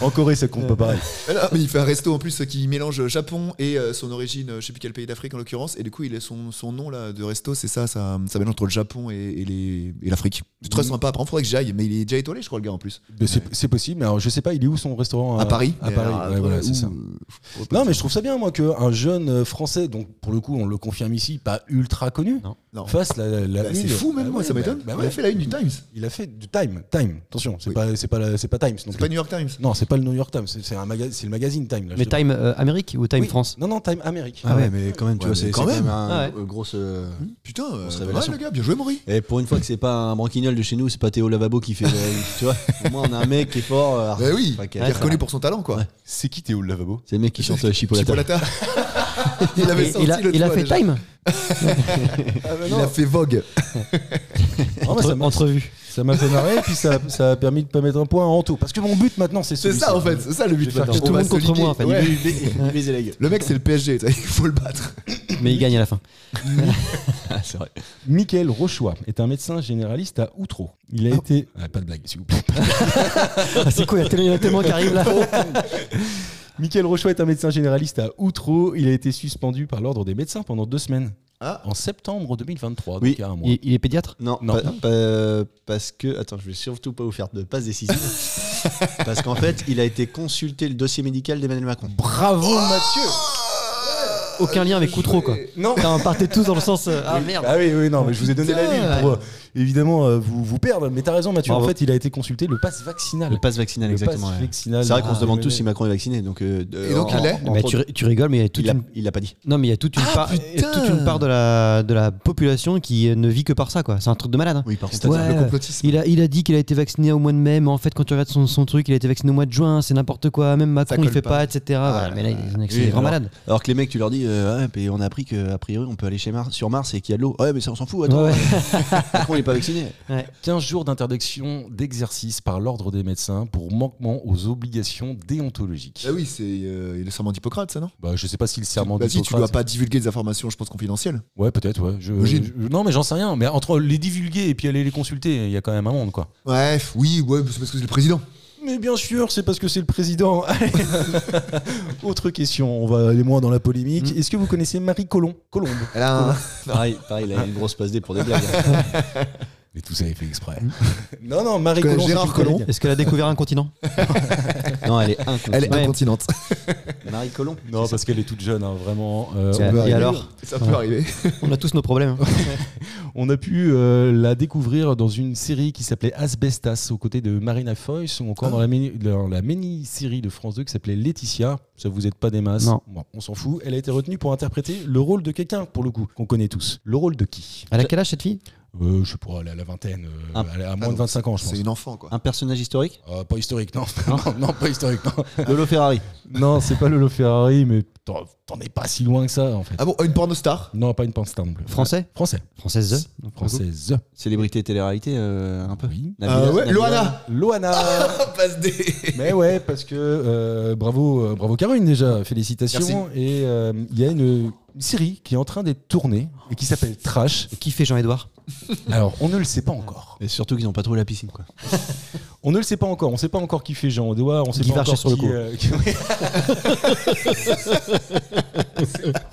S4: En Corée, ça compte pas pareil.
S5: Ah, non, mais il fait un resto en plus euh, qui mélange Japon et euh, son origine, euh, je sais plus quel pays d'Afrique en l'occurrence, et du coup il est son, son nom là de resto, c'est ça, ça, ça mélange entre le Japon et, et les- et l'Afrique. C'est
S4: Mm.
S5: très sympa. Après, il faudrait que j'aille, mais il est déjà étoilé, je crois le gars en plus.
S4: Mais C'est c'est possible. Mais alors, je sais pas, il est où son restaurant euh,
S5: À Paris.
S4: Bah, À
S5: Mais
S4: Paris.
S5: alors,
S4: ouais, voilà,
S5: euh,
S4: c'est ça.
S5: où, euh,
S4: Non, mais je trouve ça bien, moi, qu'un jeune euh, français, donc pour le coup, on le confirme ici, pas ultra connu,
S6: Non.
S5: Non.
S4: fasse la, la
S5: Bah,
S4: une.
S5: c'est fou même
S4: Bah
S5: moi,
S4: ouais,
S5: ça
S4: bah-
S5: m'étonne.
S4: bah
S5: Il
S4: ouais.
S5: a fait la une du Times.
S4: Il a fait du Time, Time. Attention, c'est
S5: Oui.
S4: pas, c'est pas, la- c'est pas Times. non
S5: C'est
S4: plus.
S5: pas New York Times.
S4: Non, c'est pas le New York Times. C'est c'est un maga- c'est le magazine Time. là, je
S6: Mais
S4: te-
S6: Time euh, Amérique ou Time
S4: Oui.
S6: France
S4: Non, non, Time Amérique.
S3: Ah ouais, mais quand même, tu
S5: Ouais,
S3: vois,
S5: mais
S3: c'est c'est
S5: quand
S3: quand
S5: même.
S3: même un
S6: Ah
S3: euh, grosse. euh,
S5: Putain, euh,
S3: Grosse
S5: ouais,
S3: révélation.
S5: le gars, bien joué Maury.
S3: Et pour une fois que c'est pas un branquignol de chez nous, c'est pas Théo Lavabo qui fait. euh, tu vois, au moins on a un mec qui est fort. euh,
S5: Bah oui,
S3: enfin, qui
S5: il
S3: a-
S5: est reconnu pour son talent quoi.
S4: C'est qui Théo le lavabo
S3: C'est le mec qui chante euh, Chipolata.
S5: Chipolata. il avait
S6: Et-
S5: sorti
S6: Il a,
S5: le
S6: il a
S5: toit
S6: fait
S5: déjà.
S6: Time
S5: Il a fait Vogue.
S6: Entre- Entrevue.
S4: Ça m'a fait marrer, et puis ça, ça a permis de pas mettre un point en tout. Parce que mon but maintenant, c'est
S5: C'est
S4: celui-ci.
S5: ça en fait, c'est ça le
S4: Je
S5: but
S4: vais faire
S5: maintenant.
S4: que tout
S5: On
S6: le
S5: va
S6: monde
S5: se
S6: contre
S5: niquer.
S6: moi, en fait.
S5: Ouais.
S3: Il les- il les élègue.
S5: Le mec c'est le PSG, ça, il faut le battre.
S6: Mais il gagne à la fin.
S3: Ah, C'est vrai.
S4: Michael Rochois est un médecin généraliste à Outreau. Il a
S3: Oh.
S4: été.
S3: Ah,
S4: pas de blague, s'il vous plaît.
S6: Ah, c'est quoi Il y a tellement- il y en a tellement qui arrivent là.
S4: Michael Rochois est un médecin généraliste à Outreau. Il a été suspendu par l'ordre des médecins pendant deux semaines.
S5: Ah.
S4: En septembre 2023,
S3: Oui.
S4: donc il y a un mois.
S6: Il, il est pédiatre
S3: Non,
S4: Non.
S3: pas- pas- parce que. Attends, je vais surtout pas vous faire de passe décisive. parce qu'en fait, il a été consulté le dossier médical d'Emmanuel Macron.
S4: Bravo Mathieu
S6: Aucun lien avec Outreau, quoi.
S4: Non
S6: Putain, On partait tous dans le sens. euh, ah merde
S4: Ah oui, oui, non, mais je vous ai donné la
S6: Putain.
S4: ligne pour euh, évidemment euh, vous, vous perdre. Mais t'as raison, Mathieu. En
S6: Bravo.
S4: fait, il a été consulté le pass vaccinal.
S3: Le passe vaccinal,
S4: Le
S3: exactement.
S4: pass
S3: ouais.
S4: vaccinal.
S3: C'est vrai qu'on se demande
S4: Ah,
S3: tous si Macron est vacciné. Donc, euh,
S5: Et donc,
S3: en-
S5: il l'est
S3: en-
S6: Mais
S3: entre-
S6: tu, ri- tu rigoles, mais il y a toute
S3: il a-
S6: une,
S3: il l'a pas dit.
S6: non, mais il y a toute une,
S5: Ah,
S6: part,
S5: putain
S6: toute une part de la, de la population qui euh, ne vit que par ça, quoi. C'est un truc de malade. hein.
S3: Oui, par
S6: contre, Ouais.
S5: Le complotisme.
S6: Il a, il a dit qu'il a été vacciné au mois de mai, mais en fait, quand tu regardes son, son truc, il a été vacciné au mois de juin, c'est n'importe quoi, même Macron, il
S5: colle
S6: fait pas,
S5: pas.
S6: etc. Voilà, mais là, il est un excellent grand
S3: alors-
S6: malade.
S3: Alors que les mecs, tu leur dis, euh, ouais, puis on a appris qu'a priori on peut aller chez Mars, sur Mars et qu'il y a de l'eau. Ouais, mais ça on s'en fout, attends,
S6: Ouais, ouais.
S3: Macron il est pas vacciné.
S4: 15 jours d'interdiction d'exercice par l'ordre des médecins pour manquement aux obligations déontologiques.
S5: Ah oui, c'est euh, il est serment d'Hippocrate, ça, non
S4: Bah, je sais pas si le serment
S5: Bah si, tu dois
S4: d'Hippocrate-
S5: pas divulguer des informations, je pense, confidentielles.
S4: Ouais, peut-être, ouais. Je-
S5: Imagine.
S4: je- non, mais j'en sais rien. Mais entre les divulguer et puis aller les consulter, il y a quand même un monde, quoi.
S5: Bref, oui, ouais, c'est parce que c'est le président.
S4: Mais bien sûr, c'est parce que c'est le président. Allez. Autre question, on va aller moins dans la polémique. Est-ce que vous connaissez Marie Colomb Hmm. Colombe.
S5: Elle a un-
S3: pareil, pareil, il a une grosse passe D pour des blagues. hein.
S4: Mais tout ça est fait exprès. Hmm. non, non, Marie
S5: Je connais
S4: Colomb.
S5: Gérard
S4: c'est une collègue.
S5: Collomb.
S6: Est-ce qu'elle a découvert un continent
S3: non, elle est incontinente.
S5: Elle est
S6: Ouais.
S5: incontinente.
S3: Marie Colomb.
S4: Non, parce qu'elle est toute jeune, hein, vraiment. Euh,
S6: Et
S4: on, a,
S5: arriver.
S6: alors
S5: Ça peut arriver.
S6: On a tous nos problèmes. hein.
S4: on a pu euh, la découvrir dans une série qui s'appelait Asbestas, aux côtés de Marina Foyce, ou encore dans la, mini- dans la mini-série de France 2 qui s'appelait Laetitia. Ça vous aide pas des masses
S6: Non.
S4: Bon, on s'en fout. Elle a été retenue pour interpréter le rôle de quelqu'un, pour le coup, qu'on connaît tous. Le rôle de qui
S6: Elle a quel âge cette fille
S4: Euh, je sais pas, elle a la vingtaine, euh,
S3: Ah.
S4: elle a
S5: Ah,
S4: moins de
S5: donc,
S4: 25 ans, je pense.
S5: C'est une enfant, quoi.
S3: Un personnage historique
S4: Euh, pas historique, non. non, non, pas historique, non.
S3: Lolo Ferrari.
S4: non, c'est pas Lolo Ferrari, mais t'en t'en es pas si loin que ça, en fait.
S5: Ah bon, une pornostar
S4: Non, pas une pince non plus.
S6: Français
S4: Français.
S6: Française
S4: Française.
S3: Céllébrité télé-réalité, euh, un peu.
S4: Oui.
S5: Ah ouais, Loana Ah,
S4: Loana
S5: Passe des.
S4: Mais ouais, parce que euh, bravo, euh, bravo Caroline déjà, félicitations. Et euh, il y a une, une série qui est en train d'être tournée et qui s'appelle Trash.
S6: Qui fait Jean-Edouard
S4: Alors, on ne le sait pas encore.
S3: Et surtout qu'ils n'ont pas trouvé la piscine, quoi.
S4: On ne le sait pas encore. On ne sait pas encore qui fait Jean Audouard. On sait
S6: Guy
S4: pas
S6: Varchet
S4: encore
S6: sur le
S4: qui,
S6: coup.
S4: euh, qui- euh,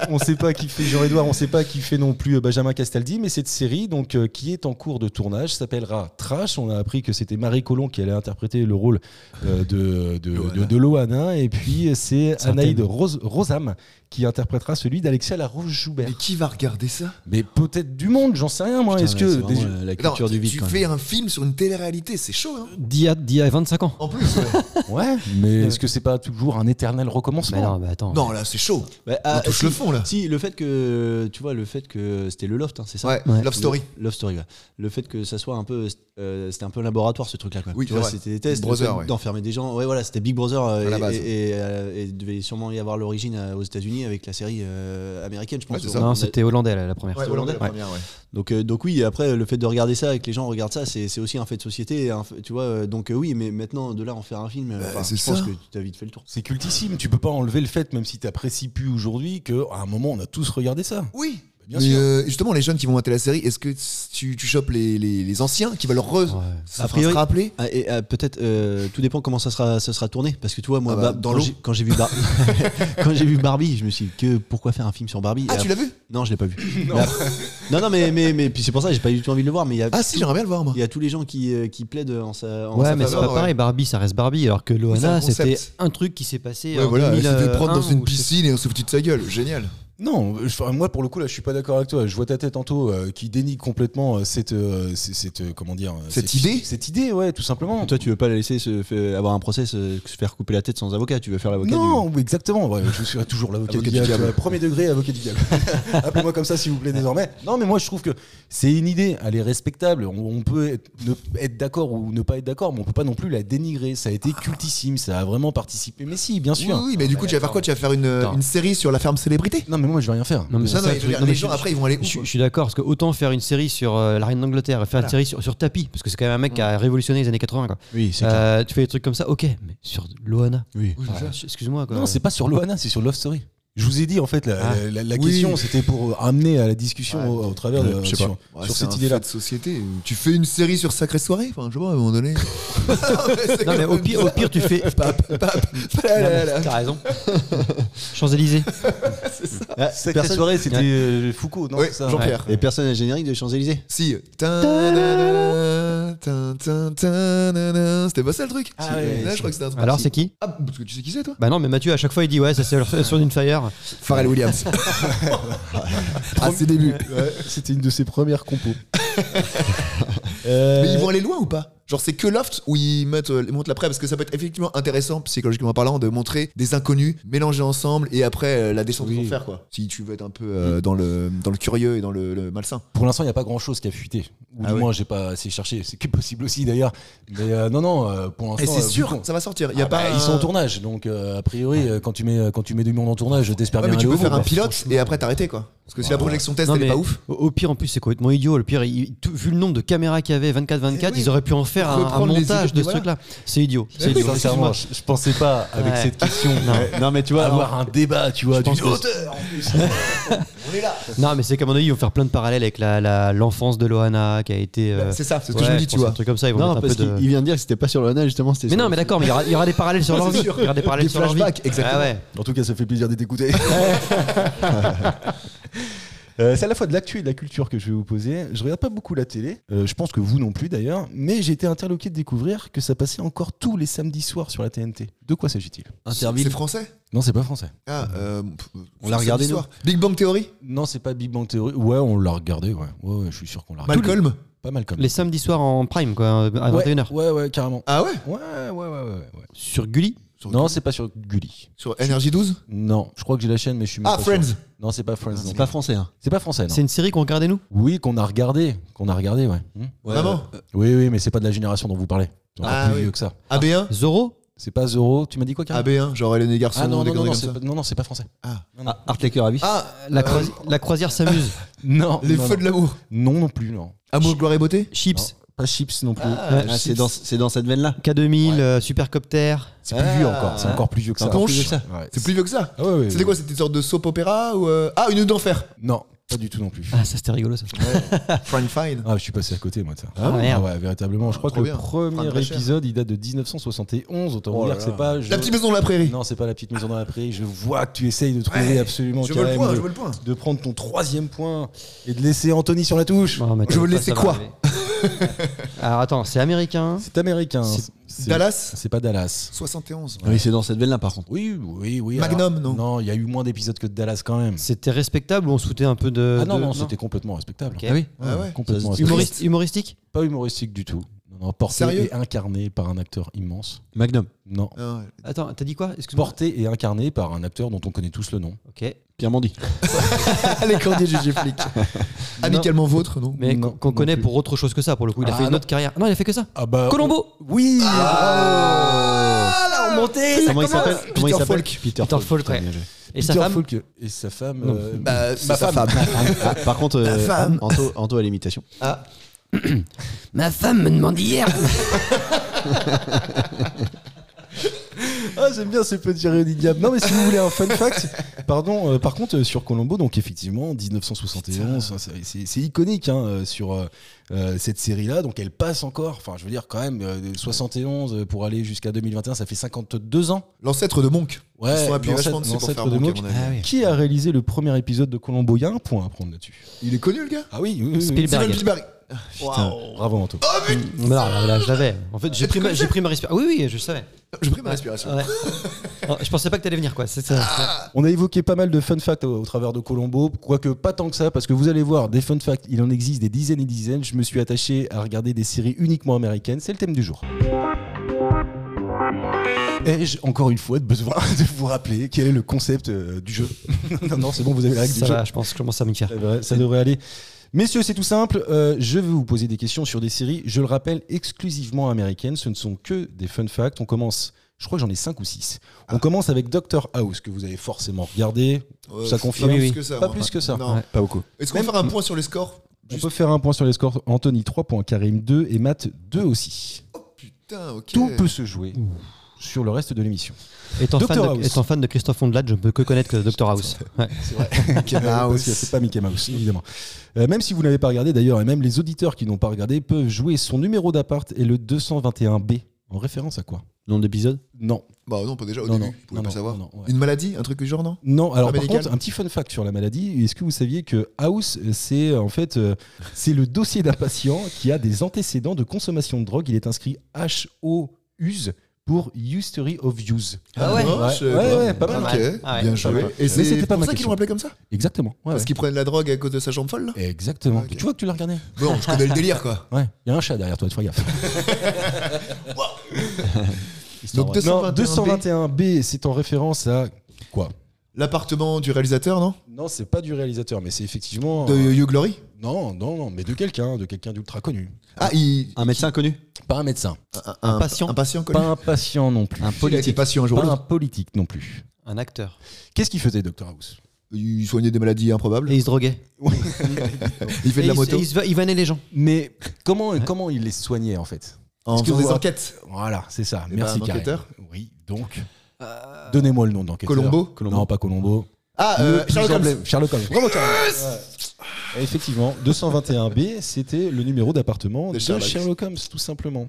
S4: on sait pas qui fait Jean Edouard. On ne sait pas qui fait non plus euh, Benjamin Castaldi. Mais cette série, donc, euh, qui est en cours de tournage, s'appellera Trash. On a appris que c'était Marie Colomb qui allait interpréter le rôle euh, de, de, de- de Loana. Et puis euh, c'est
S6: C'est un
S4: Anaïde
S6: thème.
S4: Rose- Rosam qui interprétera celui d'Alexia Laroche-Joubert.
S5: Mais qui va regarder ça
S4: Mais peut-être du monde, j'en sais rien moi. Est-ce
S3: Putain, mais
S4: que
S3: c'est vraiment, euh, la culture
S5: tu,
S3: du vide
S5: tu
S3: quand même.
S5: fais un film sur une télé-réalité, c'est chaud, hein
S6: D'il y a- d'il y a 25 ans.
S5: En plus, ouais.
S4: ouais, mais est-ce que c'est pas toujours un éternel recommencement
S6: Euh. Mais non, mais attends.
S5: Non, là, c'est chaud.
S3: Bah, ah,
S5: On touche
S3: si,
S5: le fond, là.
S3: Si, le fait que. Tu vois, le fait que c'était le loft, hein, c'est ça
S5: Ouais,
S6: Ouais.
S5: Love Story.
S3: Le- Love Story, ouais. Le fait que ça soit un peu. euh, c'était un peu laboratoire ce truc-là, quoi.
S5: Oui,
S3: tu
S5: c'est
S3: vois,
S5: vrai.
S3: c'était des tests.
S5: Big Brother,
S3: le fait
S5: ouais.
S3: D'enfermer des gens. Ouais, voilà, c'était Big Brother. euh,
S5: À la
S3: et-
S5: base.
S3: Et, et, euh, et il devait sûrement y avoir l'origine euh, aux États-Unis avec la série euh, américaine, je pense.
S5: Ouais, c'est ça.
S6: Non, c'était hollandais la, la première.
S5: Ouais, Hollandais, la
S6: Ouais.
S5: première, ouais.
S3: Donc, euh, donc oui, après, le fait de regarder ça et que les gens regardent ça, c'est c'est aussi un fait de société. un fait- tu vois, euh, donc euh, oui, mais maintenant, de là, en faire un film, euh,
S5: Bah,
S3: enfin,
S5: c'est
S3: je pense
S5: ça.
S3: que tu as vite fait le tour.
S4: C'est cultissime, tu peux pas enlever le fait, même si t'apprécies plus aujourd'hui, qu'à un moment on a tous regardé ça.
S5: Oui.
S4: Bah, Bien
S5: Mais,
S4: sûr.
S5: euh, justement, les jeunes qui vont mater la série, est-ce que tu, tu chopes les, les, les anciens qui veulent re...
S6: Ouais.
S5: se-
S3: A
S5: enfin,
S3: priori-
S5: se rappeler
S3: Ah, et euh, peut-être, euh, tout dépend comment ça sera, ça sera tourné. Parce que tu vois, moi,
S5: Ah bah,
S3: Bar-
S5: dans
S3: quand
S5: l'eau.
S3: j'ai- quand j'ai vu, Bar- quand j'ai vu Barbie, je me suis dit, que, pourquoi faire un film sur Barbie
S5: Ah,
S3: Et
S5: tu l'as
S3: après-
S5: vu
S3: Non, je l'ai pas vu. non. non, non, mais, mais, mais puis c'est pour ça, j'ai pas du tout envie de le voir. Mais il y a,
S5: Ah si, j'aimerais bien le voir, moi.
S3: il y a tous les gens qui, euh, qui plaident en sa. en
S6: Ouais,
S3: sa
S6: mais c'est
S3: faveur.
S6: pas
S5: ouais.
S6: pareil. Barbie, ça reste Barbie, alors que
S5: c'est un
S6: Loana, c'était
S5: concept.
S6: un truc qui s'est passé.
S5: Ouais,
S6: en
S5: voilà,
S6: 2001
S5: c'était prendre dans une
S6: ou je sais-
S5: piscine et on se foutu de sa gueule. Génial.
S4: Non, je- enfin, moi pour le coup là, je suis pas d'accord avec toi. Je vois ta tête tantôt euh, qui dénigre complètement euh, cette, euh, c- cette, euh, comment dire, euh,
S5: Cette idée
S4: cette idée, ouais, tout simplement.
S3: Toi, tu veux pas la laisser se, fait- avoir un procès, euh, se, se faire couper la tête sans avocat. Tu veux faire l'avocat du-
S4: Non, exactement. ouais, je serai toujours l'avocat du
S5: Avocat du
S4: diable.
S5: diable.
S4: euh, Premier degré, avocat du diable. Appelez-moi comme ça, s'il vous plaît, désormais. Non, mais moi, je trouve que c'est une idée. Elle est respectable. On, on peut être, ne- être d'accord ou ne pas être d'accord, mais on peut pas non plus la dénigrer. Ça a été cultissime. Ça a vraiment participé. Mais si, bien
S5: Oui,
S4: sûr.
S5: oui, mais du coup, tu vas faire quoi Tu vas faire une,
S6: Attends.
S5: une série sur la ferme célébrité
S4: Non, mais moi, je vais rien faire.
S6: Non, mais
S5: Non,
S6: c'est
S5: non,
S6: ça,
S5: mais je
S6: tu-
S5: veux dire,
S6: non, mais
S5: les
S6: je-
S5: gens, après, ils vont aller où
S6: Je, suis-
S5: quoi
S6: je suis d'accord, parce que autant faire une série sur euh, la reine d'Angleterre, faire une série sur, sur tapis, parce que c'est quand même un mec qui a révolutionné les années 80. Quoi.
S3: Oui, c'est clair.
S6: Euh, tu fais des trucs comme ça, ok, mais sur Loana.
S3: Oui.
S6: Enfin, je- Excuse-moi. quoi.
S4: Non, c'est pas sur Loana, c'est sur Love Story. Je vous ai dit, en fait, la,
S6: Ah.
S4: la- la- la
S5: Oui.
S4: question, c'était pour ramener à la discussion
S3: Ouais.
S4: au, au travers de,
S5: Ouais, Euh, je sais
S4: sur,
S5: Ouais,
S4: sur
S5: c'est
S4: cette
S5: un
S4: idée-là.
S5: fait de société. Tu fais une série sur Sacrée Soirée, enfin, je sais pas, à un moment donné. C'est
S6: Non,
S5: quand
S6: mais au
S5: même
S6: pire, au pire tu fais.
S5: bizarre. Là, là, là, là.
S6: T'as raison. Champs-Élysées.
S3: Ah, personne-
S4: soirée, c'était
S6: Ouais.
S4: euh, Foucault, non
S5: Ouais,
S4: c'est ça
S5: Jean-Pierre.
S3: Et personne à générique de Champs-Élysées
S5: Si. Ta-da-da-da, tin, tin, ta-da-da. C'était pas ça le truc
S4: Ah ouais.
S5: Là, je crois que c'était un truc.
S6: Alors,
S5: Si.
S6: c'est qui
S5: Ah, parce que tu sais qui c'est, toi
S6: Bah non, mais Mathieu, à chaque fois, il dit Ouais, ça c'est leur- sur une fire.
S5: Pharrell Williams. Ah, à ses débuts.
S4: Ouais, C'était une de ses premières compos. Euh,
S5: Mais ils vont aller loin ou pas Genre c'est que Loft où ils mettent, euh, ils montent l'après parce que ça peut être effectivement intéressant psychologiquement parlant de montrer des inconnus mélangés ensemble et après euh, la descente de l'enfer quoi. Si tu veux être un peu euh, dans le dans le curieux et dans le, le malsain.
S4: Pour l'instant, il n'y a pas grand-chose qui a fuité. Ou
S5: Ah
S4: du
S5: ouais.
S4: moins, j'ai pas assez cherché. C'est que possible aussi, d'ailleurs. Mais euh, non, non, euh, pour
S5: Et
S4: l'instant.
S5: c'est
S4: euh,
S5: sûr,
S4: Foucault.
S5: ça va sortir. Il y a
S4: Ah
S5: pas
S4: bah,
S5: un-
S4: Ils sont en tournage, donc euh, a priori, euh, quand tu mets quand tu mets deux millions en tournage, t'espères
S5: Ouais,
S4: bien
S5: mais tu
S4: aller
S5: peux
S4: au bout,
S5: faire un
S4: quoi.
S5: pilote et après t'arrêter quoi. Parce que si la projection test
S6: Non,
S5: elle est
S6: mais
S5: pas ouf,
S6: Au, au pire, en plus, c'est complètement idiot. Le pire, il- tout- vu le nombre de caméras qu'il y avait, 24-24,
S5: Eh oui.
S6: ils auraient pu en faire un, un
S5: Reprendre les
S6: montage
S5: idées,
S6: de ce
S5: voilà. Eh
S6: truc-là. C'est idiot. C'est idiot.
S4: Sincèrement, je, je pensais pas avec
S6: Ouais.
S4: cette question
S6: Non.
S4: euh,
S3: Non, mais tu vois,
S4: avoir un débat, tu vois,
S6: Je
S4: d'une
S6: pense que-
S4: hauteur.
S6: Non, mais c'est qu'à mon avis, ils vont faire plein de parallèles avec la- la- l'enfance de Loana qui a été. euh,
S5: Bah, c'est ça, c'est ce que
S6: ouais,
S5: je me dis
S6: pense
S5: tu
S6: Un
S5: vois.
S6: truc comme ça, ils vont
S3: Non,
S6: mettre un
S3: parce
S6: peu de-
S3: qu'il vient de dire que c'était pas sur l'ONA, justement.
S6: Mais non, mais d'accord, mais il y aura- il y, aura des parallèles sur leur vie. Il y aura des parallèles
S5: Des
S6: sur leur vie.
S5: flashbacks, exactement.
S6: Ah ouais.
S4: En tout cas, ça fait plaisir de t'écouter. Euh, c'est à la fois de l'actu et de la culture que je vais vous poser. Je regarde pas beaucoup la télé, euh, je pense que vous non plus d'ailleurs, mais j'ai été interloqué de découvrir que ça passait encore tous les samedis soirs sur la TNT. De quoi s'agit-il
S5: C'est français
S4: Non, c'est pas français.
S5: Ah, euh,
S3: l'a regardé,
S5: l'histoire. Big Bang Theory
S4: Non, c'est pas Big Bang Theory. Ouais, on l'a regardé, ouais. Ouais, ouais, je suis sûr qu'on l'a regardé.
S5: Malcolm
S4: Pas mal comme.
S6: Les samedis soirs en prime, quoi, à 21h.
S4: Ouais, ouais, carrément.
S5: Ah ouais
S4: Ouais, ouais, ouais, ouais. ouais.
S6: Sur Gulli
S5: Sur-
S4: Non, c'est pas sur Gulli.
S5: Sur Energy 12
S4: Non, je crois que j'ai la chaîne, mais je suis même
S5: Ah,
S4: pas
S5: Friends
S4: sûr. Non, c'est pas Friends. non.
S3: C'est pas français, hein.
S4: C'est pas français, non.
S6: C'est une série qu'on regardait, nous
S4: Oui, qu'on a regardé, qu'on a regardé, ouais. Hmm
S5: Vraiment
S4: Oui, oui, mais c'est pas de la génération dont vous parlez. C'est encore
S5: euh, Ah,
S4: plus
S5: oui.
S4: vieux que ça.
S5: AB1
S6: Zorro
S4: C'est pas Zoro. Tu m'as dit quoi, Karim
S5: AB1, genre Hélène et les garçons,
S4: Ah non,
S5: des
S4: non,
S5: conneries
S4: non, non,
S5: comme
S4: c'est
S5: ça.
S4: pas, non, non, c'est pas français.
S3: Ah, Art Laker à vif.
S5: Ah,
S6: La, croisi- la croisière s'amuse.
S4: Non.
S5: les
S4: non,
S5: feux
S4: non.
S5: de l'amour.
S4: Non, non plus, non.
S5: Amour, gloire et beauté
S6: Chips,
S4: Pas Chips non plus.
S6: Ouais.
S3: Ah, c'est dans, c'est dans cette veine-là.
S6: K2000, euh, Supercopter.
S4: C'est plus vieux encore.
S5: Ah.
S4: C'est encore plus vieux que ça.
S5: C'est encore plus vieux que
S4: ça. Ouais.
S5: C'est plus vieux que ça.
S4: Ah ouais, ouais,
S5: C'était
S4: ouais.
S5: quoi C'était une sorte de soap opéra ou euh, Ah, une nuit d'enfer
S4: Non, pas du tout non plus.
S6: Ah, ça c'était rigolo ça.
S5: Frank Fine.
S4: Ah, je suis passé à côté, moi. de ça.
S6: Ah, merde.
S4: ouais, véritablement. Je crois que
S5: Trop
S4: le
S5: bien. Franck
S4: premier
S5: Drescher.
S4: épisode, il date de 1971. Autant vous
S5: Oh
S4: dire
S5: là
S4: que c'est
S5: là.
S4: pas. je-
S5: La petite maison de la prairie.
S4: Non, c'est pas la petite maison dans la prairie. Je vois que tu essayes de trouver absolument.
S5: je veux le
S4: Karim,
S5: point,
S4: de-
S5: je veux le point.
S4: De prendre ton troisième point et de laisser Anthony sur la touche.
S6: Non, mais
S5: Je veux
S6: t'inquiète
S5: laisser
S6: pas, ça
S5: quoi
S6: va arriver. Alors attends, c'est américain.
S4: C'est américain.
S6: C'est-
S4: C'est-
S5: Dallas
S4: C'est pas Dallas.
S5: 71.
S3: Oui, c'est dans cette veine-là, par contre.
S4: Oui, oui, oui.
S5: Magnum, non Euh,
S4: Non, il y a eu moins d'épisodes que de Dallas quand même.
S6: C'était respectable ou on se foutait un peu de.
S4: Ah non,
S6: de-
S4: non, c'était complètement respectable.
S6: Ok.
S5: Ah ouais
S4: Complètement
S3: Ça se dit.
S4: respectable.
S6: Humoriste- humoristique
S4: Pas humoristique du tout. Non, non, porté
S5: Sérieux
S4: et incarné par un acteur immense.
S3: Magnum.
S4: Non.
S5: Ah ouais.
S6: Attends, t'as dit quoi Excuse-moi.
S4: Porté et incarné par un acteur dont on connaît tous le nom.
S6: Ok.
S3: Pierre Mandy.
S5: Les cordiers GG Flick. Amicalement vôtre, non Mm.
S6: Mais
S4: Non,
S6: qu'on qu'on
S4: non
S6: connaît
S4: plus.
S6: pour autre chose que ça pour le coup. Il a
S4: Ah,
S6: fait une
S4: non.
S6: autre carrière. Non, il a fait que ça.
S4: Ah bah.
S6: Colombo Oui
S5: Ah,
S3: Comment il s'appelle Comment
S5: Peter
S3: il s'appelle
S5: Falk.
S3: Peter
S6: Peter Falk,
S3: putain,
S6: ouais.
S3: bien joué.
S6: Et sa femme
S4: et sa femme.
S6: Non.
S4: euh,
S5: Bah, c'est sa femme.
S3: Ah, Par contre, euh,
S5: femme.
S3: Anto, Anto à l'imitation.
S5: Ah,
S6: Ma femme me demande hier
S4: Ah, j'aime bien ces petits rayons du diable. Non, mais si vous voulez un fun fact, pardon, euh, par contre, euh, sur Colombo, donc effectivement, 1971, hein, c'est- c'est c'est iconique hein, euh, sur euh, euh, cette série-là. Donc elle passe encore, enfin, je veux dire, quand même, euh, 71 euh, pour aller jusqu'à 2021, ça fait 52 ans.
S5: l'ancêtre de Monk.
S4: Ouais,
S5: Ils sont appuyés
S4: l'ancêtre-
S5: vachement dessus pour
S4: l'ancêtre
S5: faire
S4: de
S5: Monk, à
S4: Monk. Ah
S5: mon
S6: Ah
S5: avis.
S4: Qui a réalisé le premier épisode de Colombo Il y a un point à prendre là-dessus.
S5: Il est connu, le gars
S4: Ah oui, oui, oui, oui.
S6: Spielberg.
S5: Steven Spielberg.
S4: Putain,
S5: Waouh.
S4: Bravo, Anto.
S6: Non, là, là, je l'avais. En fait, j'ai
S5: tu
S6: pris, ma-
S5: connais
S6: j'ai pris ma respiration. Ah Oui, oui, je savais.
S5: Je pris ma
S4: Ah
S5: respiration.
S6: Ouais. Oh, je pensais pas que t'allais venir, quoi. C'est ça.
S4: On a évoqué pas mal de fun facts au, au travers de Colombo, quoique pas tant que ça, parce que vous allez voir, des fun facts, il en existe des dizaines et dizaines. Je me suis attaché à regarder des séries uniquement américaines, c'est le thème du jour. Ai-je encore une fois besoin de vous rappeler quel est le concept euh, du jeu Non, non, c'est bon, vous avez la règle
S6: Ça
S4: du jeu.
S6: va, je pense que je commence à m'y faire.
S4: Ça devrait- ça devrait aller. Messieurs, c'est tout simple. euh, je vais vous poser des questions sur des séries, je le rappelle, exclusivement américaines. Ce ne sont que des fun facts. On commence, je crois que j'en ai 5 ou 6. On
S5: Ah.
S4: commence avec Doctor House, que vous avez forcément regardé.
S5: Euh,
S4: ça confirme.
S5: Pas
S6: Oui,
S5: plus
S6: oui.
S5: que ça.
S4: Pas
S5: moi.
S4: plus que ça.
S5: Non.
S6: Ouais.
S3: Pas beaucoup.
S5: Est-ce qu'on va faire un point sur les scores
S4: On
S5: Juste-
S4: peut faire un point sur les scores. Anthony, 3 points. Karim, 2. Et Matt, 2 aussi.
S5: Putain, ok.
S4: Tout peut se jouer. sur le reste de l'émission.
S6: Étant
S4: Dr.
S6: fan, de,
S4: House.
S6: étant fan de Christophe Fondelat, je ne peux que connaître que Dr House. Ouais.
S4: Mickey Mouse. Ah, Parce que C'est pas Mickey Mouse, évidemment. Euh, même si vous n'avez pas regardé d'ailleurs, et même les auditeurs qui n'ont pas regardé peuvent jouer son numéro d'appart et le 221B. En référence à quoi
S3: Nom d'épisode
S4: Non.
S5: Bah non, pas déjà au
S4: Non,
S5: début,
S4: non,
S5: vous pouvez
S4: non,
S5: pas
S4: non,
S5: savoir.
S4: non, ouais.
S5: Une maladie, un truc du genre, non
S4: Non, alors par
S5: médical.
S4: contre, un petit fun fact sur la maladie. Est-ce que vous saviez que House, c'est euh, en fait euh, c'est le dossier d'un patient qui a des antécédents de consommation de drogue. Il est inscrit H-O-Use E pour History of Use.
S6: Ah ouais.
S5: Oh, je sais
S4: Ouais, ouais, ouais, pas mal.
S5: Ok,
S6: Ah ouais. Ah ouais.
S5: bien joué.
S4: mal.
S5: Et
S4: Mais c'était
S5: c'est
S4: pas
S5: pour
S4: ma
S5: ça qu'ils
S4: question.
S5: l'ont appelé comme ça
S4: Exactement. ouais,
S5: Parce
S4: ouais.
S5: qu'ils prennent la drogue à cause de sa jambe folle là
S4: Exactement.
S5: Ok.
S4: Tu vois que tu l'as regardé
S5: Bon, je connais le délire quoi.
S4: Ouais. Il y a un chat derrière toi, tu fais gaffe.
S5: Donc
S4: Non,
S5: 221
S4: 221B, c'est en référence à quoi
S5: L'appartement du réalisateur, non
S4: Non, c'est pas du réalisateur, mais c'est effectivement.
S5: De
S4: euh,
S5: You Glory
S4: non, non, non, mais de quelqu'un, de quelqu'un d'ultra connu.
S5: Ah, il.
S3: Un médecin connu
S4: Pas un médecin,
S5: Un, un-
S6: patient.
S5: Un patient connu.
S4: pas un patient non plus,
S5: Il a
S6: Un
S5: été
S6: politique,
S5: patient un jour. ou
S4: pas un
S5: l'autre.
S4: politique non plus.
S6: un acteur.
S4: Qu'est-ce qu'il faisait, Dr House
S5: Il soignait des maladies improbables.
S6: Et il se droguait.
S5: Il fait
S6: Et
S5: de la
S6: il-
S5: moto.
S6: et Il, se va- il vannait les gens.
S4: Mais comment, comment il les soignait en fait
S5: En
S4: Est-ce que
S5: faisant des
S4: vous-
S5: enquêtes.
S4: Voilà, c'est ça.
S5: Eh
S4: Merci,
S5: ben, un
S4: Karine.
S5: enquêteur.
S4: Oui, donc. Donnez-moi le nom d'enquêteur.
S5: Colombo
S4: Non, pas Colombo.
S5: Ah, euh, Sherlock Holmes.
S4: Sherlock Holmes. Bravo, Karine. Ouais. Effectivement, 221B, c'était le numéro d'appartement
S5: De
S4: de
S5: Sherlock.
S4: Sherlock. Holmes, tout simplement.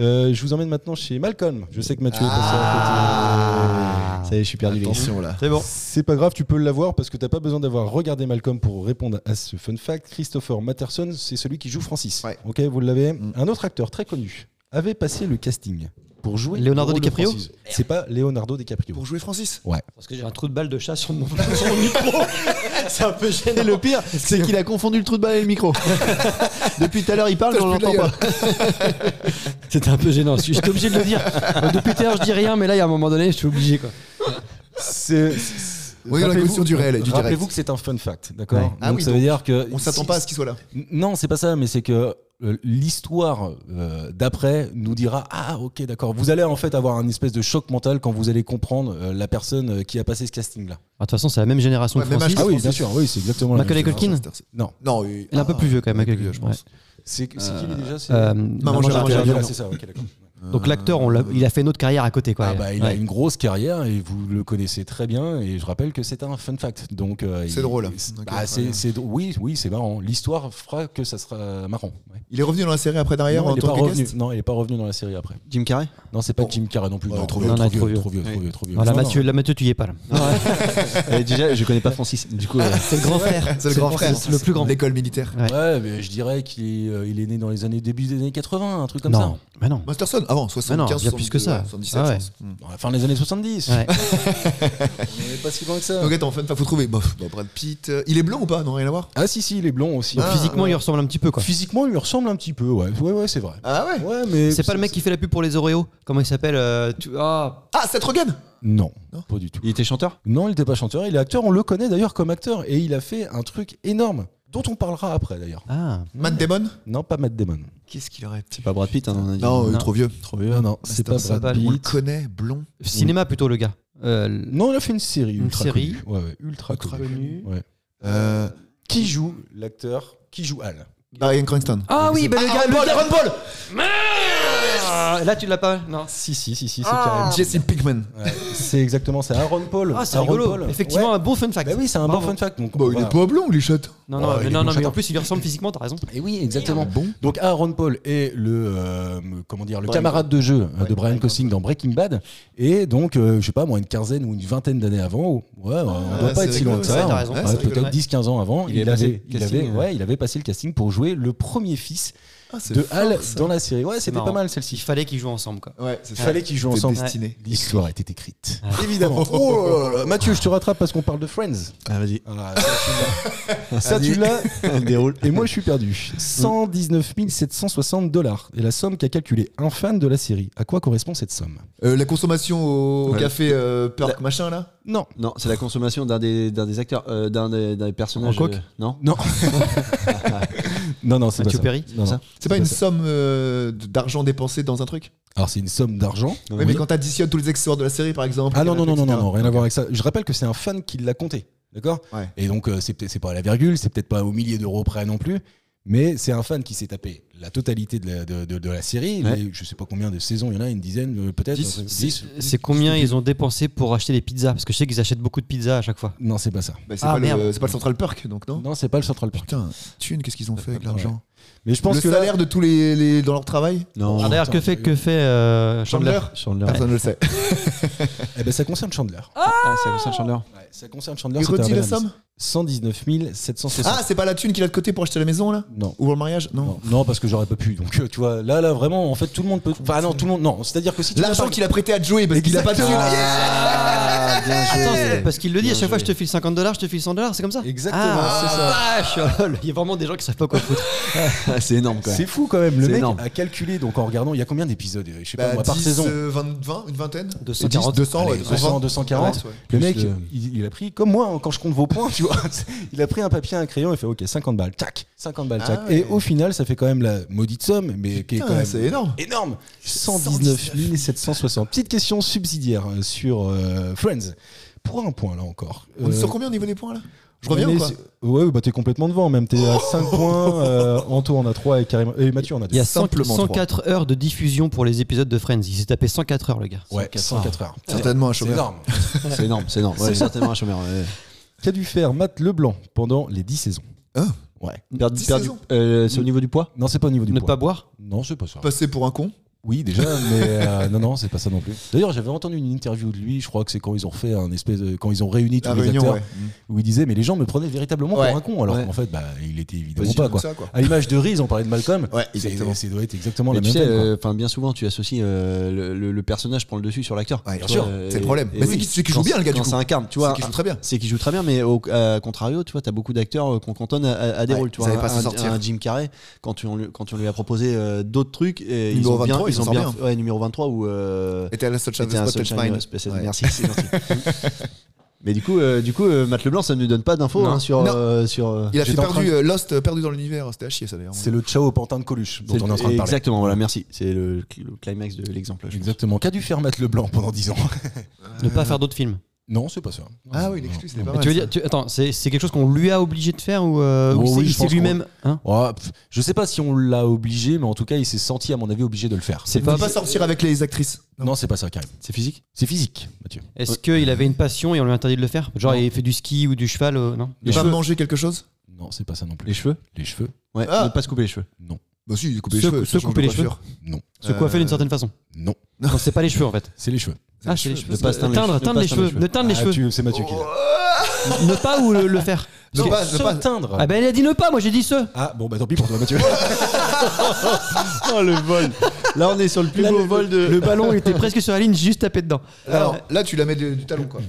S4: Euh, je vous emmène maintenant chez Malcolm. Je sais que Mathieu est passé à
S5: Ah.
S4: côté. Ça y est, je suis perdu. les gars.
S5: Attention là.
S6: C'est bon.
S4: C'est pas grave, tu peux l'avoir parce que t'as pas besoin d'avoir regardé Malcolm pour répondre à ce fun fact. Christopher Matterson, c'est celui qui joue Francis.
S5: Ouais. Mm.
S4: Ok, vous l'avez. Un autre acteur très connu avait passé le casting pour jouer
S6: Leonardo
S4: le rôle de
S6: DiCaprio
S4: Francis. C'est pas Leonardo DiCaprio.
S5: Pour jouer Francis
S6: Parce que j'ai un trou de balle de chat sur mon.
S3: C'est un peu gênant. Et le pire, c'est qu'il a confondu le trou de balle et le micro. Depuis tout à l'heure, il parle, mais on l'entend pas.
S6: C'était un peu gênant. J'étais obligé de le dire. Euh, Depuis tout à l'heure, je dis rien, mais là, il y a un moment donné, je suis obligé. Quoi.
S4: C'est- c'est-
S5: Oui, dans la
S4: rappelez-vous-
S5: question du réel et du
S4: Rappelez-vous
S5: direct.
S4: que c'est un fun fact, d'accord
S6: Ouais.
S5: Ah
S4: Donc
S5: oui,
S4: ça veut
S5: donc,
S4: dire que
S5: On s'attend
S4: si-
S5: pas à ce qu'il soit là.
S4: Non, c'est pas ça, mais c'est que euh, l'histoire euh, d'après nous dira ah ok d'accord vous allez en fait avoir un espèce de choc mental quand vous allez comprendre euh, la personne euh, qui a passé ce casting là
S6: Ah, De toute façon, c'est la même génération
S5: Ouais,
S6: que
S5: même
S6: Francis.
S5: âge. Ah oui, bien
S4: sûr oui c'est exactement
S6: Macaulay Culkin
S4: non
S5: Non, Ah. oui.
S6: Il est un peu plus vieux, quand même, Macaulay
S5: plus vieux, je
S6: Culkin,
S5: pense.
S4: c'est qui déjà c'est
S6: Euh, Maman,
S5: j'ai
S6: j'ai raté
S5: raté
S6: l'avion.
S5: l'avion.
S4: Ah, c'est ça ok d'accord
S6: Donc l'acteur, on l'a- il a fait une autre carrière à côté. Quoi.
S4: ah bah il a
S6: Ouais.
S4: une grosse carrière et vous le connaissez très bien et je rappelle que c'est un fun fact donc euh,
S5: C'est
S4: il-
S5: drôle.
S4: c'est-
S5: Ok,
S4: bah,
S5: très
S4: c'est-
S5: bien.
S4: c'est- oui oui c'est marrant l'histoire fera que ça sera marrant ouais.
S5: Il est revenu dans la série après derrière
S4: non,
S5: en
S4: il est pas
S5: tant que
S4: revenu
S5: guest
S4: non il est pas revenu dans la série après
S3: Jim Carrey
S4: Non, c'est pas Jim Carrey non plus.
S5: Ouais,
S4: non,
S5: trop
S4: non,
S5: vieux,
S4: non,
S6: trop vieux.
S4: trop vieux, trop vieux, trop vieux.
S6: Voilà,
S4: Non,
S6: Mathieu,
S4: non.
S6: là, Mathieu, tu y es pas là.
S3: Eh, Déjà, je connais pas Francis. Du coup, euh,
S6: C'est le grand frère.
S5: C'est le grand frère.
S6: C'est le plus grand.
S5: L'école militaire.
S4: Ouais, mais je dirais qu'il est, euh, il est né dans les années début des années 80, un truc comme
S6: non, mais non.
S5: Masterson avant,
S6: Ah non,
S5: 75,
S6: il y a plus que ça.
S5: 77,
S6: Ah ouais.
S5: je pense. Hmm.
S4: ça. Fin des années 70.
S6: Ouais.
S4: Mais pas si loin que ça.
S5: Donc attends, fun fact, faut trouver. Bof, bon, Brad Pitt. euh, Il est blanc ou pas Non, rien à voir.
S4: Ah si si, il est blond aussi.
S5: Ah,
S6: Physiquement, il ressemble un petit peu. quoi.
S4: Physiquement, il lui ressemble un petit peu. Ouais, ouais, ouais, c'est vrai.
S5: Ah ouais
S4: Ouais, mais
S6: C'est pas le mec qui fait la pub pour les Oreos Comment il s'appelle euh, tu- Ah,
S5: Ah, Seth Rogen
S4: Non,
S5: Non
S4: pas du tout.
S3: il était chanteur
S4: Non, il n'était pas chanteur. Il est acteur. On le connaît d'ailleurs comme acteur et il a fait un truc énorme dont on parlera après d'ailleurs.
S6: ah.
S5: Matt Damon
S4: Non, pas Matt Damon.
S5: Qu'est-ce qu'il aurait pu
S3: Pas Brad Pitt, hein, on a dit.
S5: Non, euh,
S6: Non.
S5: trop vieux.
S4: Trop bien. Non, c'est pas
S5: Masterson.
S4: Brad
S5: On le
S4: Pitt.
S5: connaît, blond.
S6: Cinéma plutôt, le gars. Euh,
S4: Non, il a fait une série.
S6: Une
S4: ultra
S6: série.
S4: connue. Ouais, ouais, ultra,
S5: Ultra
S4: connue. Ouais.
S5: Euh,
S4: Qui joue l'acteur Qui joue Al
S5: Brian Cranston.
S6: Ah oui, bah, le gars.
S5: Aaron
S6: le
S5: Paul,
S6: gars-
S5: Aaron Paul
S6: Ah, là, tu l'as pas Non.
S4: Si, si, si, si, c'est carrément.
S5: Jesse Pinkman.
S4: C'est exactement ça. Aaron Paul.
S6: Ah, c'est
S4: Aaron
S6: rigolo.
S4: Paul.
S6: Effectivement,
S4: Ouais.
S6: un bon fun fact.
S4: Bah oui, c'est un bon
S6: Bravo.
S4: fun fact. Donc,
S5: Bon,
S4: on
S5: il
S4: va-
S5: est pas blond, les chattes.
S6: Non, non,
S5: Ah, il
S6: mais,
S5: est
S6: non,
S5: bon
S6: non, mais en
S5: chanteur.
S6: plus, il lui ressemble physiquement, t'as raison.
S4: Et oui, exactement.
S5: Ah Bon.
S4: Donc Aaron Paul est le euh, comment dire le
S5: Brian
S4: camarade de jeu euh,
S5: Ouais,
S4: de Brian
S5: Brian
S4: Costing dans Breaking Bad et donc euh, je sais pas moi une quinzaine ou une vingtaine d'années avant ou- ouais on doit
S5: ouais,
S4: pas être
S5: Ah, c'est
S4: si loin
S5: rigolo,
S4: que
S5: ça,
S4: ça hein.
S6: t'as raison,
S4: ouais,
S5: c'est rigolo.
S4: peut-être 10 15 ans avant
S3: Il
S4: il,
S3: avait passé
S4: avait
S3: le
S4: il
S3: casting,
S4: avait
S3: euh.
S4: ouais, il avait passé le casting pour jouer le premier fils
S5: Ah, c'est
S4: de
S5: fort,
S4: Hal
S5: ça.
S4: dans la série ouais c'était
S6: marrant.
S4: pas mal
S6: Il
S4: celle-ci
S6: fallait qu'ils jouent ensemble, quoi.
S5: Ouais, c'est
S4: il fallait qu'ils jouent ensemble
S5: destiné.
S4: l'histoire était écrite
S6: Ouais.
S4: évidemment oh là là là. Mathieu je te rattrape parce qu'on parle de Friends
S3: Ah, vas-y.
S4: Voilà, ça, tu l'as. ça tu l'as. déroule. Et moi je suis perdu. 119 760 dollars est la somme qu'a calculée un fan de la série. À quoi correspond cette somme
S5: Euh, la consommation au
S3: Ouais.
S5: café euh, Perk machin là
S4: Non.
S3: Non, c'est la consommation d'un des, d'un des acteurs, euh, d'un des, d'un des personnages.
S6: En coke
S3: euh, non
S4: Non. non, non, c'est pas
S6: Mathieu
S4: ça.
S6: Perry
S4: Non, non.
S3: Ça
S5: C'est pas une
S4: ça.
S5: somme euh, d'argent dépensée dans un truc
S4: Alors c'est une somme d'argent.
S5: Ouais, mais quand t'additionnes tous les accessoires de la série par exemple.
S4: Ah non, non, non, non,
S5: etc.
S4: non, non, rien à voir avec ça. Je rappelle que c'est un fan qui l'a compté. D'accord
S5: Ouais.
S4: Et donc euh, c'est peut-être c'est pas à la virgule, c'est peut-être pas au millier d'euros près non plus. Mais c'est un fan qui s'est tapé la totalité de la, de, de- de la série.
S3: Ouais.
S4: les- je sais pas combien de saisons, il y en a une dizaine euh, peut-être.
S3: Dix.
S4: un truc-
S3: Dix.
S4: dix.
S6: C'est combien ils ont dépensé pour acheter des pizzas Parce que je sais qu'ils achètent beaucoup de pizzas à chaque fois.
S4: Non, c'est pas ça.
S5: Bah, c'est
S6: Ah,
S5: pas, le,
S6: merde.
S5: c'est pas le Central Park, donc non
S4: Non, c'est pas le Central Park.
S5: Putain, thune, qu'est-ce qu'ils ont fait avec l'argent
S4: Mais je pense
S5: Le
S4: que là-
S5: salaire de tous les, les- dans leur travail
S3: Non.
S4: Oh,
S6: Ah, D'ailleurs, que fait, que fait euh, Chandler
S5: Chandler
S3: Chandler.
S5: Personne ne le sait.
S4: eh ben, ça concerne Chandler.
S7: Ah, c'est ça, Chandler.
S4: Ouais, ça concerne Chandler.
S5: Il
S4: c'était un
S5: retire
S4: bel
S5: la
S4: indice.
S5: somme
S4: 119 760.
S5: Ah, c'est pas la thune qu'il a de côté pour acheter la maison, là
S4: non.
S5: Ou pour le mariage Non.
S4: Non, non, parce que j'aurais pas pu. Donc, euh, tu vois, là, là, vraiment, en fait, tout le monde peut. Enfin, non, tout le monde. Non, c'est-à-dire que si tu
S5: L'argent
S4: vas par-
S5: qu'il a prêté à Joey parce qu'il a pas de thune.
S3: Ah, bien joué.
S6: Attends, c'est parce qu'il le dit, à chaque fois je te file 50 dollars, je te file 100 dollars, c'est comme ça
S4: Exactement,
S6: Ah, vache, Il y a vraiment des gens qui savent pas quoi foutre.
S7: Ah, c'est énorme, quand
S4: C'est
S7: même.
S4: fou quand même. Le
S7: C'est
S4: mec
S7: énorme.
S4: a calculé, donc en regardant, il y a combien d'épisodes euh, Je sais pas,
S5: Bah,
S4: moi, par
S5: 10,
S4: saison.
S5: euh, 20, 20, une vingtaine
S6: 240.
S5: 10, 200, ouais,
S4: 200, 240.
S5: ouais.
S4: Le mec,
S3: Plus le-
S4: il, il a pris, comme moi, hein, quand je compte vos points, tu vois, il a pris un papier, un crayon, il fait OK, 50 balles, tac, 50 balles, tac.
S5: Ah ouais.
S4: Et au final, ça fait quand même la maudite somme, mais qui est quand
S5: Putain,
S4: même
S5: c'est énorme.
S4: énorme. 119 760. Petite question subsidiaire euh, sur euh, Friends. Pour un point, là encore.
S5: On est
S4: Euh,
S5: sur combien au niveau des points, là Je
S4: on
S5: reviens ou
S4: est
S5: quoi
S4: sur- Ouais, bah t'es complètement devant, même. T'es à 5 points. euh, Anto en a 3 et, carrément... et Mathieu en a 2.
S6: Il y a 100
S5: Simplement trois.
S6: 104 heures de diffusion pour les épisodes de Friends. Il s'est tapé 104 heures, le gars.
S4: Ouais, 104 heures.
S5: Certainement un
S4: C'est
S5: chômeur.
S4: énorme.
S7: C'est énorme, c'est énorme. Ouais, certainement un chômeur. ouais.
S4: Qu'a dû faire Matt Leblanc pendant les 10 saisons
S5: Ah.
S4: Ouais.
S7: Perdre-
S5: Dix
S7: perdre du-
S5: saisons.
S7: euh, C'est au niveau du poids
S4: Non, c'est pas au niveau du
S6: Ne
S4: poids.
S6: pas boire
S4: Non, c'est pas ça.
S5: Passer pour un con.
S4: Oui, déjà, mais euh, non, non, c'est pas ça non plus. D'ailleurs, j'avais entendu une interview de lui. Je crois que c'est quand ils ont fait un espèce, de- quand ils ont réuni tous
S5: La
S4: les
S5: réunion,
S4: acteurs,
S5: ouais.
S4: où il disait, mais les gens me prenaient véritablement
S5: Ouais.
S4: pour un con, alors
S7: Ouais.
S4: qu'en fait, bah, il était évidemment
S5: Vas-y,
S4: pas
S5: comme
S4: quoi.
S5: ça, quoi.
S4: À l'image de Riz, on parlait de Malcolm.
S5: Ouais,
S4: c'est-
S5: exactement.
S4: C'est doit être exactement
S7: Mais
S4: la
S7: tu
S4: même
S7: sais,
S4: thème, quoi.
S7: euh, enfin, bien souvent, tu associes euh, le, le- le personnage prend le dessus sur l'acteur.
S5: Ouais, bien
S7: Tu
S5: sûr,
S7: vois, euh,
S5: c'est le problème.
S7: et
S5: Mais
S7: oui.
S5: c'est qu'il- c'est qu'il
S7: Quand
S5: joue bien,
S7: c'est-
S5: le gars, du
S7: Quand
S5: coup.
S7: ça incarne, tu
S5: C'est
S7: vois.
S5: qu'il joue très bien.
S7: C'est qu'il joue très bien, mais au à contrario, tu vois, t'as beaucoup d'acteurs euh, qu'on cantonne à, à- à des
S5: Ouais,
S7: rôles. Tu
S5: ils
S7: vois,
S5: savaient pas
S7: un,
S5: s'en sortir.
S7: un Jim Carrey, quand on lui, quand on lui a proposé euh, d'autres trucs, et ils
S5: Numéro
S7: ont bien,
S5: 23, il
S7: ils
S5: s'en
S7: ont bien,
S5: sort
S7: ouais, numéro 23 ou. euh,
S5: Était à la Sunshine
S7: c'était un
S5: Spot,
S7: Sunshine
S5: Punchline.
S7: Express.
S5: Ouais.
S7: Merci, c'est gentil. Mais du coup, euh, du coup, euh, Matt Leblanc, ça ne nous donne pas d'infos
S5: Non.
S7: hein, sur
S5: Non.
S7: euh, sur. euh,
S5: Il a fait
S4: J'étais en
S5: perdu
S4: train
S5: euh, Lost, euh, perdu dans l'univers. C'était à chier, ça d'ailleurs.
S4: C'est le ciao au pantin de Coluche dont
S7: c'est-
S4: on est en train de parler.
S7: Exactement, voilà, merci. C'est le, le climax de l'exemple. je pense.
S4: Exactement. Qu'a dû faire Matt Leblanc pendant 10 ans
S6: Ne pas faire d'autres films.
S4: Non, c'est pas ça.
S5: Ah oui, l'exclus, c'était pas
S6: Mais
S5: mal.
S6: tu veux
S5: ça.
S6: dire, tu- attends, c'est c'est quelque chose qu'on lui a obligé de faire ou, euh,
S4: Oh
S6: ou c'est-
S4: oui, je
S6: il s'est
S4: pense
S6: lui-même hein
S4: Oh, pff, je sais pas si on l'a obligé, mais en tout cas, il s'est senti, à mon avis, obligé de le faire.
S6: C'est
S5: Il peut
S6: pas.
S5: pas sortir avec les actrices.
S4: Non, c'est pas ça, Karim.
S7: C'est physique.
S4: C'est physique, Mathieu.
S6: Est-ce qu'il avait une passion et on lui a interdit de le faire Genre, il fait du ski ou du cheval euh, Non.
S5: Il
S4: Les
S5: va
S4: cheveux.
S5: manger quelque chose
S4: Non, c'est pas ça non plus.
S7: Les cheveux.
S4: Les cheveux
S7: Ouais.
S5: Ah.
S7: Ne pas se couper les cheveux.
S5: Bah si, il coupe
S6: les Se- cheveux, se ça change couper de les coiffure.
S4: Non.
S6: Se coiffer d'une certaine façon.
S4: Non.
S6: Non, c'est pas les cheveux en fait.
S4: C'est les cheveux.
S6: Ah, c'est les cheveux.
S7: Ne pas se teindre les
S6: Teindre,
S7: cheveux.
S6: teindre les
S7: Ne pas se teindre
S6: cheveux.
S7: les
S6: Ne teindre les
S4: Ah,
S6: cheveux. Oh.
S4: tu- C'est Mathieu qui l'a.
S6: Ne pas ou le, le faire.
S5: Ne
S6: Parce
S5: pas,
S6: que-
S5: ne pas.
S4: teindre.
S6: Ah ben elle a dit ne pas, moi j'ai dit ce.
S4: Ah bon, bah tant pis pour toi, Mathieu.
S7: Oh le vol. Là, on est sur le plus
S6: Là,
S7: beau
S6: le-
S7: vol de.
S6: Le ballon était presque sur la ligne, j'ai juste tapé dedans.
S5: Alors là, tu la mets de- du talon, quoi.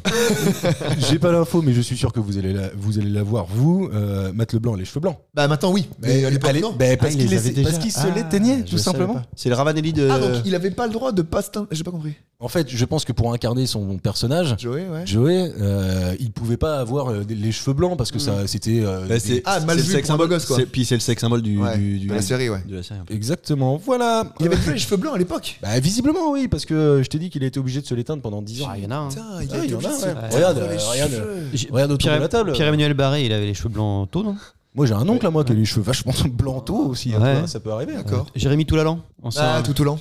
S4: J'ai pas l'info, mais je suis sûr que vous allez la, vous allez la voir, vous, euh, Matt Leblanc, les cheveux blancs.
S5: Bah maintenant, oui. Mais à l'époque,
S4: Allez,
S5: non.
S4: bah, parce
S6: Ah, il
S4: qu'il
S6: les avait
S4: les- parce
S6: déjà.
S4: qu'il se
S6: Ah,
S4: l'éteignait, tout
S6: je savais
S4: simplement.
S6: pas.
S7: C'est le Ravanelli de.
S5: Ah, donc il avait pas le droit de pas se teindre. J'ai pas compris.
S4: En fait, je pense que pour incarner son personnage,
S5: Joey, ouais.
S4: Joey, euh, il pouvait pas avoir euh, les cheveux blancs parce que
S6: Hmm.
S4: ça, c'était. euh,
S7: Bah,
S4: des-
S7: c'est
S5: Ah, mal
S7: c'est
S5: vu
S7: le
S5: pour
S7: sexe
S5: un beau
S7: symbole.
S5: gosse, quoi.
S7: C'est- Puis c'est le sexe symbole du,
S5: Ouais,
S7: du- du-
S5: de la série, ouais.
S7: de la série, en fait.
S4: Exactement. Voilà.
S5: Il avait plus les cheveux blancs à l'époque.
S4: Bah, visiblement, oui, parce que je t'ai dit qu'il était obligé de se l'éteindre pendant 10 ans.
S6: Ah, il y en a un.
S5: Putain, il
S4: Ah,
S5: a
S4: il y
S5: été
S4: en a,
S5: obligé de se
S4: ouais.
S5: teindre
S4: Regarde,
S5: les
S4: Euh, regarde.
S5: cheveux.
S6: J'ai-
S4: Regarde autour de
S6: Ah, Pierre-
S4: la table.
S6: Pierre-Emmanuel Barré, il avait les cheveux blancs hein. tôt, non
S4: Moi, j'ai un oncle à moi qui a les cheveux vachement blancs tôt aussi. hein,
S6: Ouais.
S4: tu vois, ça peut arriver.
S5: D'accord.
S6: Jérémy Toulalan.
S5: Ah, tout au long.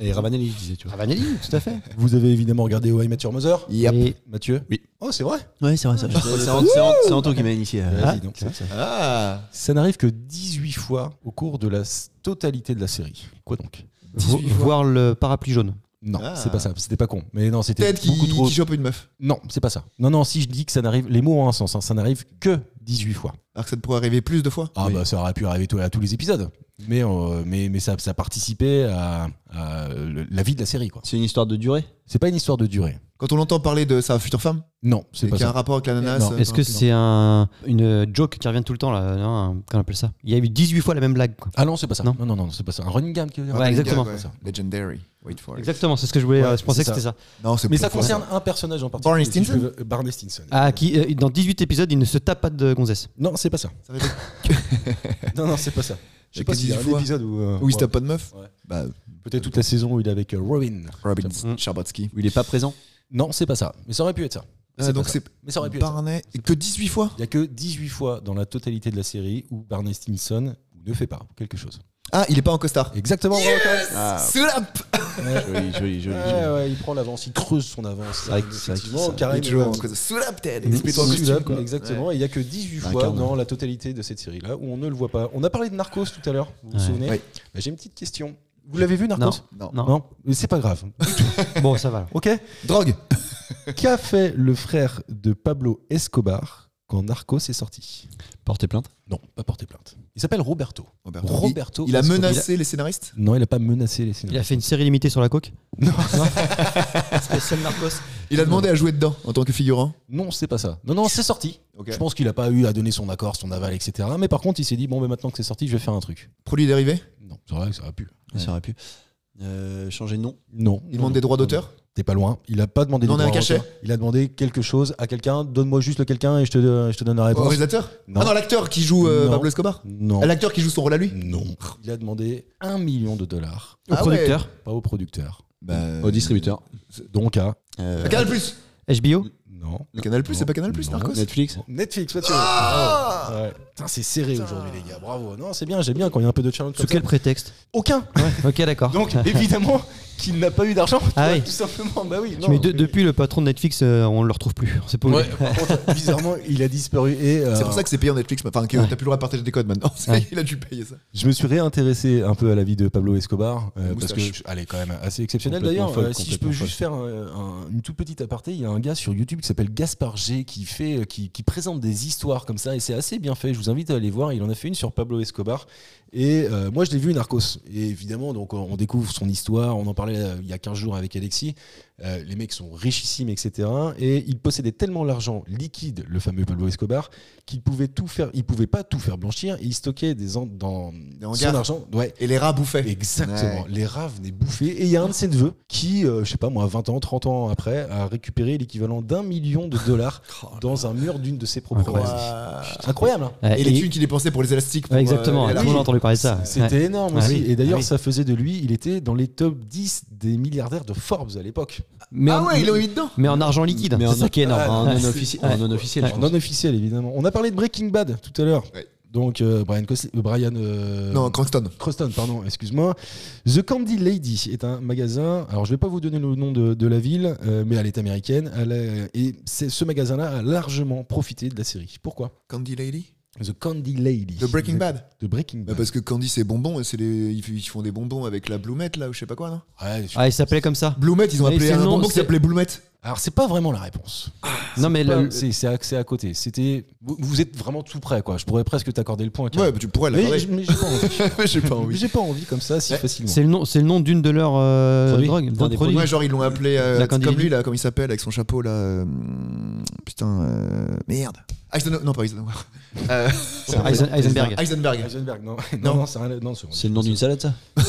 S7: Et Ravanelli, je disais, tu vois.
S6: Ravanelli, tout à fait.
S4: Vous avez évidemment regardé Why Met Your Mother
S5: Yep.
S6: Et-
S4: Mathieu
S7: Oui.
S4: Oh, c'est vrai
S7: Ouais, c'est vrai, ça. C'est Ant- c'est Ant- c'est Anto qui m'a initié. euh,
S4: Vas-y, donc.
S5: Ah,
S4: Ça n'arrive que 18 fois au cours de la s- totalité de la série. Quoi donc
S6: Vo- voir le parapluie jaune.
S4: Non,
S5: Ah.
S4: c'est pas ça. C'était pas con. Mais non, c'était
S5: peut-être qu'il
S4: beaucoup trop.
S5: qu'il chope une meuf.
S4: Non, c'est pas ça. Non, non, si je dis que ça n'arrive. Les mots ont un sens. hein, ça n'arrive que 18 fois.
S5: Alors que ça te pourrait arriver plus de fois.
S4: Ah, bah, ça aurait pu arriver tout- à tous les épisodes. Mais, euh, mais, mais ça, ça participait à, à le- la vie de la série, quoi.
S7: C'est une histoire de durée.
S4: C'est pas une histoire de durée.
S5: Quand on l'entend parler de sa future femme,
S4: Non, c'est
S5: et
S4: pas
S5: qui a un
S4: ça.
S5: rapport avec la nanas.
S4: Non.
S5: euh,
S6: Est-ce que
S5: non,
S6: c'est un, une joke qui revient tout le temps là non, un- Qu'on appelle ça Il y a eu 18 fois la même blague. Quoi.
S4: Ah non, c'est pas ça. Non,
S6: Non.
S4: non, non, c'est pas ça. Un running game. qui-
S6: Ouais, exactement.
S5: Ouais. Legendary. Wait for it.
S6: Exactement, c'est ce que je voulais.
S4: Ouais,
S6: euh, je pensais que
S4: c'est
S6: c'était ça.
S5: Non, c'est
S4: Mais
S5: pas
S4: ça
S5: faux.
S4: concerne un personnage en particulier.
S5: Barney
S4: Si je
S5: Stinson
S4: peux- Barney Stinson.
S6: Ah, qui, euh, dans 18 épisodes, il ne se tape pas de gonzesse.
S4: Non, c'est pas ça.
S5: Ça fait-
S4: Non, non, c'est pas ça. Je sais
S5: J'ai
S4: pas
S5: que
S4: s'il y a
S5: 18
S4: un
S5: fois.
S4: épisode où. euh,
S5: Où il se
S4: ouais.
S5: tape pas de meuf
S4: Ouais.
S5: Bah,
S4: Peut-être toute la saison où il est avec euh, Robin.
S5: Robin
S6: Mm.
S5: Charbotsky.
S7: où Il est pas présent.
S4: Non, c'est pas ça. Mais ça aurait pu être ça.
S5: Ah, donc
S4: pas
S5: c'est
S4: Mais ça aurait pu être ça.
S5: Barney. Que 18 fois
S4: Il y a que 18 fois dans la totalité de la série où Barney Stinson, ou ou ne fais pas quelque chose.
S5: Ah, il est pas en costard.
S4: Exactement. bravo, Corinne.
S5: Ah. Slap
S7: Joli, joli, joli.
S4: Ouais, ouais, il prend l'avance, il creuse son avance.
S7: vrai que- c'est vrai qu'il
S4: effectivement,
S7: s'est-
S4: Karim
S5: Il est toujours
S4: est
S5: en
S4: en-
S5: costard. Slap, Ted
S4: Mmh.
S5: Explique-toi en costume,
S4: Sous-lap,
S5: quoi.
S4: Exactement,
S5: Ouais.
S4: et il n'y a que 18
S7: Un
S4: fois
S7: quart d'heure.
S4: dans la totalité de cette série-là où on ne le voit pas. On a parlé de Narcos tout à l'heure, vous vous
S6: Ouais.
S4: souvenez
S5: Oui.
S4: Bah, J'ai une petite question. Vous l'avez vu, Narcos
S5: Non.
S6: Non.
S4: mais c'est pas grave.
S6: Bon, ça va.
S4: ok
S5: Drogue
S4: Qu'a fait le frère de Pablo Escobar quand Narcos est sorti
S7: Portez plainte.
S4: Non, pas porté plainte. Il s'appelle Roberto.
S5: Roberto.
S4: Roberto
S5: Il, il a
S4: Escobar.
S5: menacé les scénaristes
S4: Non, il n'a pas menacé les
S6: Il
S4: scénaristes.
S6: a fait une série limitée sur la coke
S4: Non.
S6: Spécial Narcos.
S5: Il a demandé à jouer dedans en tant que figurant
S4: Non, c'est pas ça. Non, non, c'est sorti.
S5: Ok.
S4: Je pense qu'il n'a pas eu à donner son accord, son aval, etc. Mais par contre, il s'est dit bon, mais maintenant que c'est sorti, je vais faire un truc.
S5: Produit dérivé
S4: Non, c'est vrai que ça a pu.
S7: Ça aurait pu. Euh, changer de nom.
S4: Non.
S5: Il demande des droits d'auteur
S4: T'es pas loin. Il a pas demandé
S5: Non,
S4: des
S5: on a un
S4: droits
S5: cachet.
S4: d'auteur. Il a demandé quelque chose à quelqu'un. Donne-moi juste le quelqu'un et je te, je te donne la
S5: Au
S4: réponse.
S5: réalisateur
S4: Non.
S5: Ah non, l'acteur qui joue euh,
S4: Non.
S5: Pablo Escobar
S4: non.
S5: Ah, L'acteur qui joue son rôle à lui
S4: Non. Il a demandé un million de dollars,
S6: Au
S5: Ah
S6: producteur.
S4: pas au producteur.
S5: Bah,
S7: Au distributeur.
S4: Donc à.
S7: Euh,
S5: euh, Canal Plus
S6: HBO
S4: Non.
S5: Canal Plus, c'est pas Canal Plus,
S4: Non.
S5: Narcos
S7: Netflix.
S4: Netflix, Mathieu.
S5: Ah
S4: Ouais. Putain, c'est serré aujourd'hui, les gars. Bravo. Non, c'est bien, j'aime bien quand il y a un peu de challenge.
S6: Sous
S4: comme
S6: quel
S4: ça.
S6: prétexte
S4: Aucun.
S6: Ok, d'accord.
S4: Donc, évidemment, qu'il n'a pas eu d'argent. tu
S6: Ah
S4: vois,
S6: oui.
S4: Tout simplement. Bah oui. non.
S6: Mais de- depuis le patron de Netflix, euh, on le retrouve plus. On sait pas où il est.
S4: Ouais, par contre, bizarrement, il a disparu. Et, euh,
S5: C'est pour ça que c'est payé en Netflix, enfin que
S6: Ouais.
S5: t'as plus le droit de partager des codes maintenant.
S6: Ouais.
S5: Il a dû payer ça.
S4: Je me suis réintéressé un peu à la vie de Pablo Escobar, euh,
S5: La
S4: parce que
S5: moustache.
S4: je- elle est quand même assez exceptionnelle
S7: Complètement
S4: d'ailleurs.
S7: folle,
S4: Euh, si je peux
S7: complètement
S4: juste faire un- un- une toute petite aparté, il y a un gars sur YouTube qui s'appelle Gaspard G qui fait, euh, qui, qui présente des histoires comme ça et c'est assez bien fait. Je vous invite à aller voir. Il en a fait une sur Pablo Escobar et euh, moi je l'ai vu Narcos. Et évidemment donc on on découvre son histoire. On en parlait euh, il y a 15 jours avec Alexis. Euh, les mecs sont richissimes etc. Et il possédait tellement l'argent liquide, le fameux Pablo Escobar, qu'il pouvait tout faire. Il pouvait pas tout faire blanchir. Et il stockait des en- dans son
S5: hangars.
S4: argent. Ouais.
S5: Et les rats bouffaient.
S4: Exactement.
S5: Ouais.
S4: Les rats venaient bouffer. Et il y a un de ses neveux qui, euh, je sais pas moi, 20 ans, 30 ans après, a récupéré l'équivalent d'un million de dollars
S5: Oh,
S4: dans un mur d'une de ses propres
S6: Incroyable.
S4: résidences.
S5: Ouah.
S4: Incroyable. hein
S6: Ouais,
S5: euh, Et les
S6: Euh, et-
S5: thunes qu'il dépensait pour les élastiques. pour,
S6: Ouais, exactement,
S5: euh,
S6: tout
S5: les
S6: le monde a
S5: larmes.
S6: entendu parler de ça.
S4: C'était
S6: Ouais.
S4: énorme
S6: Ah
S4: aussi.
S6: oui.
S4: Et d'ailleurs,
S6: Ah oui.
S4: ça faisait de lui, il était dans les top 10 des milliardaires de Forbes à l'époque.
S6: Mais,
S5: Ah
S6: en,
S5: ouais, ils l'ont mis dedans.
S6: mais en argent liquide,
S7: Mais
S6: c'est
S7: en- Ah,
S6: ça qui est énorme.
S7: En
S6: Ouais.
S7: non officiel.
S6: Ouais.
S7: En non officiel. je pense.
S4: Non officiel, évidemment. On a parlé de Breaking Bad tout à l'heure.
S5: Ouais.
S4: Donc, euh, Brian. Cos- euh, Brian euh,
S5: Non, Cranston.
S4: Croston, pardon, excuse-moi. The Candy Lady est un magasin. Alors, je vais pas vous donner le nom de, de la ville, euh, mais elle est américaine. Elle est- et c'est, ce magasin-là a largement profité de la série. Pourquoi
S5: Candy Lady
S4: The Candy Lady.
S5: De Breaking Bad.
S4: De Breaking
S5: Bah
S4: Bad.
S5: parce que Candy c'est bonbon et c'est les... ils f- ils font des bonbons avec la Bloumette là ou je sais pas quoi non
S4: Ouais, je-
S6: Ah, il s'appelait comme ça.
S5: Bloumette ils ont
S6: Mais
S5: appelé
S6: c'est
S5: un
S6: le nom,
S5: bonbon qui
S6: c'est-
S5: s'appelait Bloumette.
S4: Alors, c'est pas vraiment la réponse.
S6: non, mais
S4: Pas-
S6: le-
S4: c'est, c'est, à, c'est à côté. C'était, vous, vous êtes vraiment tout près, quoi. Je pourrais presque t'accorder le point. Karl.
S5: Ouais bah, tu pourrais
S4: mais,
S5: l'accorder.
S4: j- mais j'ai pas envie.
S5: Mais j'ai pas
S4: Mais
S5: envie.
S4: j'ai pas envie comme ça si
S5: Ouais.
S4: facilement.
S6: c'est le nom, c'est le nom d'une de leurs euh,
S7: Produits.
S6: drogues,
S7: D'un
S6: drogues
S7: des
S6: produits.
S5: Ouais, genre ils l'ont appelé euh,
S6: La Candy
S5: comme
S6: Lady.
S5: lui là, comme il s'appelle avec son chapeau là. euh, Putain, euh, merde. Eisenhower, non pas Eisenhower. Euh,
S6: Eisen- Heisenberg.
S7: Ah,
S5: Eisenberg.
S4: Heisenberg, non,
S5: Non.
S4: non, non, c'est un, non, c'est-
S7: C'est le nom d'une salade, ça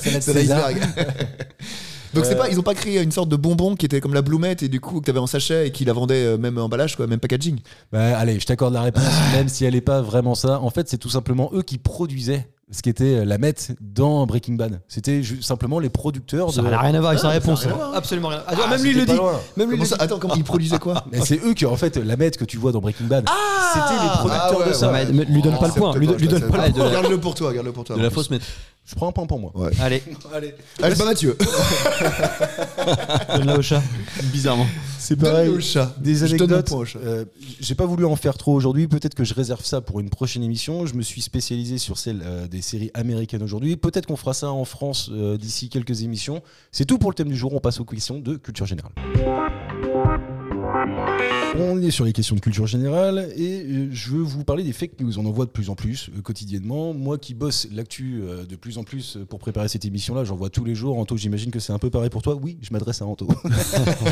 S5: C'est l'iceberg. Donc c'est pas, ils ont pas créé une sorte de bonbon qui était comme la bloumette et du coup que t'avais en sachet et qui la vendait euh, même emballage quoi, même packaging.
S4: Bah, allez, je t'accorde la réponse,
S5: Ah.
S4: même si elle n'est pas vraiment ça. En fait, c'est tout simplement eux qui produisaient ce qui était euh, la mette dans Breaking Bad. C'était ju- simplement les producteurs
S6: Ça
S4: de.
S6: n'a rien à voir avec sa
S5: Ah, ça n'a
S6: réponse.
S5: rien à voir.
S6: Absolument rien. Ah,
S4: Ah,
S6: même lui, il
S4: c'était
S6: le
S4: pas
S6: dit.
S4: loin.
S6: Même lui, il
S5: Comment
S6: le
S5: ça
S6: dit.
S5: Attends, comment ils produisaient quoi
S4: Mais C'est eux qui, en fait, la mette que tu vois dans Breaking Bad. c'était les producteurs
S5: Ah ouais,
S4: de ça.
S5: ouais. Ah,
S6: Mais- mais lui donne pas le point. Lui, lui donne pas le point.
S5: Garde-le pour toi, garde-le pour toi.
S7: De la fausse maître.
S4: Je prends un point pour moi.
S6: Allez,
S5: Ah, c'est pas Mathieu.
S6: donne-la au chat.
S7: Bizarrement.
S4: C'est
S5: Donne-le au chat.
S4: Des
S5: Je donne mon
S4: anecdotes.
S5: point au chat.
S4: euh, J'ai pas voulu en faire trop aujourd'hui. Peut-être que je réserve ça pour une prochaine émission. Je me suis spécialisé sur celle euh, des séries américaines aujourd'hui. Peut-être qu'on fera ça en France euh, d'ici quelques émissions. C'est tout pour le thème du jour. On passe aux questions de culture générale. On est sur les questions de culture générale et euh, je veux vous parler des fake news. On en voit de plus en plus euh, quotidiennement. Moi qui bosse l'actu euh, de plus en plus euh, pour préparer cette émission-là, j'en vois tous les jours. Anto, j'imagine que c'est un peu pareil pour toi. Oui, je m'adresse à Anto.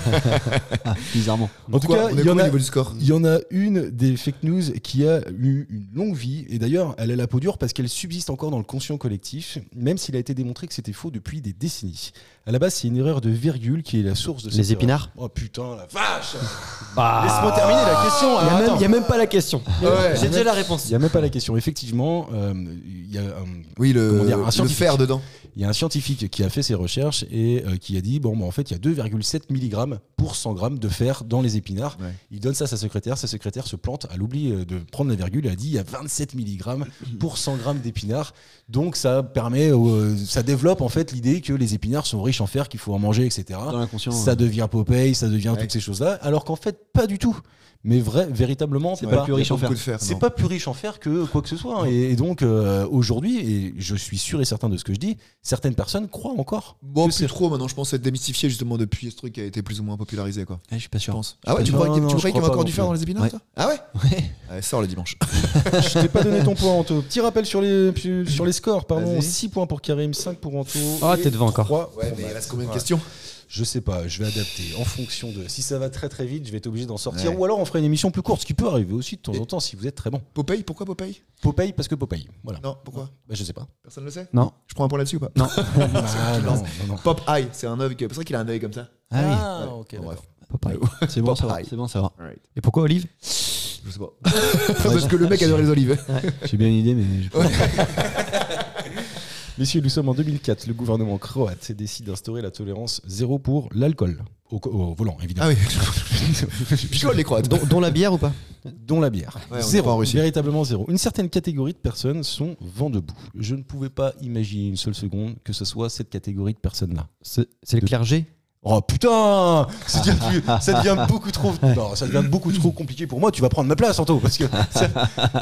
S7: Bizarrement.
S4: En tout
S5: Quoi
S4: cas,
S5: on est
S4: il y en
S5: combien au
S4: a
S5: niveau du score
S4: il y en a une des fake news qui a eu une longue vie, et d'ailleurs, elle a la peau dure parce qu'elle subsiste encore dans le conscient collectif, même s'il a été démontré que c'était faux depuis des décennies. À la base, c'est une erreur de virgule qui est la source de cette
S6: Les
S4: erreur.
S6: épinards
S4: Oh putain, la vache
S6: Bah.
S4: Laisse-moi terminer la question alors,
S6: Il
S4: attends.
S6: n'y a même pas la question.
S5: Ouais.
S6: J'ai déjà la
S4: Il
S6: réponse.
S4: n'y a même pas la question. Effectivement, euh, il y a un-
S5: Oui, le,
S4: Comment dire, un
S5: le
S4: scientifique.
S5: fer dedans.
S4: Il y a un scientifique qui a fait ses recherches et euh, qui a dit bon, bah, en fait, il y a 2,7 mg pour 100 g de fer dans les épinards.
S5: Ouais.
S4: Il donne ça à sa secrétaire. Sa secrétaire se plante, elle oublie euh, de prendre la virgule. Elle a dit il y a 27 mg pour 100 g d'épinards. Donc ça permet, euh, ça développe en fait l'idée que les épinards sont riches en fer, qu'il faut en manger, etc.
S7: Dans l'inconscient.
S4: Ça devient Popeye, ça devient
S5: Ouais.
S4: toutes ces choses-là, alors qu'en fait, pas du tout. Mais vrai, véritablement,
S7: C'est
S4: pas.
S7: pas plus riche en
S5: beaucoup
S7: fer.
S5: de fer.
S4: C'est
S5: non.
S4: pas plus riche en fer que quoi que ce soit. hein. Et, et donc, euh, aujourd'hui, et je suis sûr et certain de ce que je dis, certaines personnes croient encore.
S5: Bon,
S4: que
S5: plus
S4: c'est-
S5: trop maintenant, je pense être démystifié justement depuis ce truc qui a été plus ou moins popularisé quoi.
S7: Ah, je suis pas
S5: Je
S7: sûr.
S5: pense. Ah ouais, tu
S4: Non,
S5: crois qu'il
S4: non,
S5: tu
S4: je
S5: crois qu'il y
S4: crois
S5: avait
S4: pas
S5: encore du
S4: non
S5: fer
S4: plus.
S5: dans les épinards
S7: Ouais.
S5: toi Ah ouais
S7: Ouais.
S5: Allez, Sors le dimanche.
S4: Je t'ai pas donné ton point, Anto. Petit rappel sur les, sur les scores, pardon.
S5: Vas-y.
S4: 6 points pour Karim, 5 pour Anto.
S6: Ah,
S4: et
S6: t'es devant encore.
S4: trois
S5: Ouais,
S4: pour
S5: mais il
S4: Max.
S5: reste bah, combien de
S4: Ouais.
S5: questions
S4: Je sais pas, je vais adapter en fonction de. Si ça va très très vite, je vais être obligé d'en sortir.
S5: Ouais.
S4: Ou alors on fera une émission plus courte, ce qui peut arriver aussi de temps en temps si vous êtes très bon.
S5: Popeye, pourquoi Popeye
S4: Popeye parce que Popeye. Voilà.
S5: Non, pourquoi
S4: Bah, je sais pas.
S5: Personne ne le sait
S6: Non.
S5: Je prends un point là-dessus ou pas
S6: Non.
S4: Ah, non, non, non.
S5: Pop Eye, c'est un œil. que- C'est vrai qu'il a un œil comme ça.
S7: Ah
S4: Ah, ok.
S5: Bon,
S4: d'accord.
S5: bref,
S6: Pas pareil.
S7: oui, c'est bon, ça va.
S5: Popeye.
S7: C'est bon, ça va.
S6: Et pourquoi Olive
S5: je sais pas. Parce que le mec adore les olives.
S7: J'ai bien une idée, mais j'ai pas-
S4: Messieurs, nous sommes en 2004. Le gouvernement croate décide d'instaurer la tolérance zéro pour l'alcool. Au, co- au volant, évidemment.
S5: Ah oui. Je picole les croates.
S6: Dont dont la bière ou pas
S4: Dont la bière.
S5: Ah. Ouais, on est
S4: zéro.
S5: pas en Russie.
S4: Véritablement zéro. Une certaine catégorie de personnes sont vent debout. Je ne pouvais pas imaginer une seule seconde que ce soit cette catégorie de personnes-là.
S6: C'est c'est le clergé
S4: Oh putain ça devient, plus- ça devient beaucoup trop. non, ça devient beaucoup trop compliqué pour moi. Tu vas prendre ma place, Anto, parce que. ça-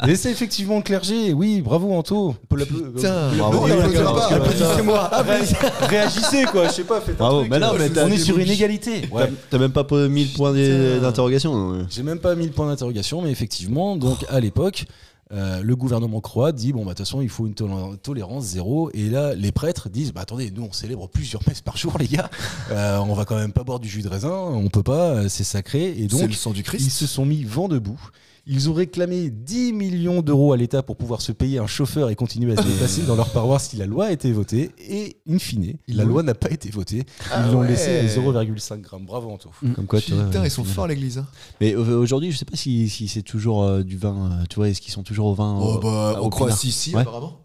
S4: Mais c'est effectivement le clergé. Oui, bravo Anto. On peut l'applaudir.
S5: Putain,
S7: Bravo.
S5: on l'applaudira pas. Ah,
S4: Parce que- Applaudissez-moi.
S5: euh,
S4: Applaudissez- Réagissez quoi. Je sais pas. Faites un
S7: Bravo.
S4: truc.
S7: Mais non, mais t'as-
S4: on est sur une égalité.
S7: T'as- T'as même pas posé 1000 points d'é-
S4: Putain.
S7: d'interrogation. hein.
S4: J'ai même pas mis le point d'interrogation, mais effectivement, donc à l'époque, euh, le gouvernement croate dit bon bah de toute façon il faut une tol- tolérance zéro, et là les prêtres disent bah attendez nous on célèbre plusieurs messes par jour les gars, Euh, on va quand même pas boire du jus de raisin, on peut pas, euh, c'est sacré, et
S5: C'est
S4: donc
S5: le sang du
S4: ils
S5: Christ.
S4: se sont mis vent debout. Ils ont réclamé 10 millions d'euros à l'État pour pouvoir se payer un chauffeur et continuer à se déplacer dans leur paroisse si la loi a été votée. Et in fine, la loi n'a pas été votée. Ils
S5: Ah
S4: l'ont
S5: ouais.
S4: laissé à 0,5 grammes. Bravo Anto.
S7: Comme quoi, tu vois,
S5: Putain,
S7: ouais.
S5: ils sont forts l'église. hein.
S7: Mais au- aujourd'hui, je sais pas si, si c'est toujours euh, du vin. euh, tu vois, est-ce qu'ils sont toujours au vin
S5: Oh
S7: au-
S5: bah,
S7: au
S5: on croit
S7: pinard
S5: si, si,
S7: Ouais.
S5: apparemment.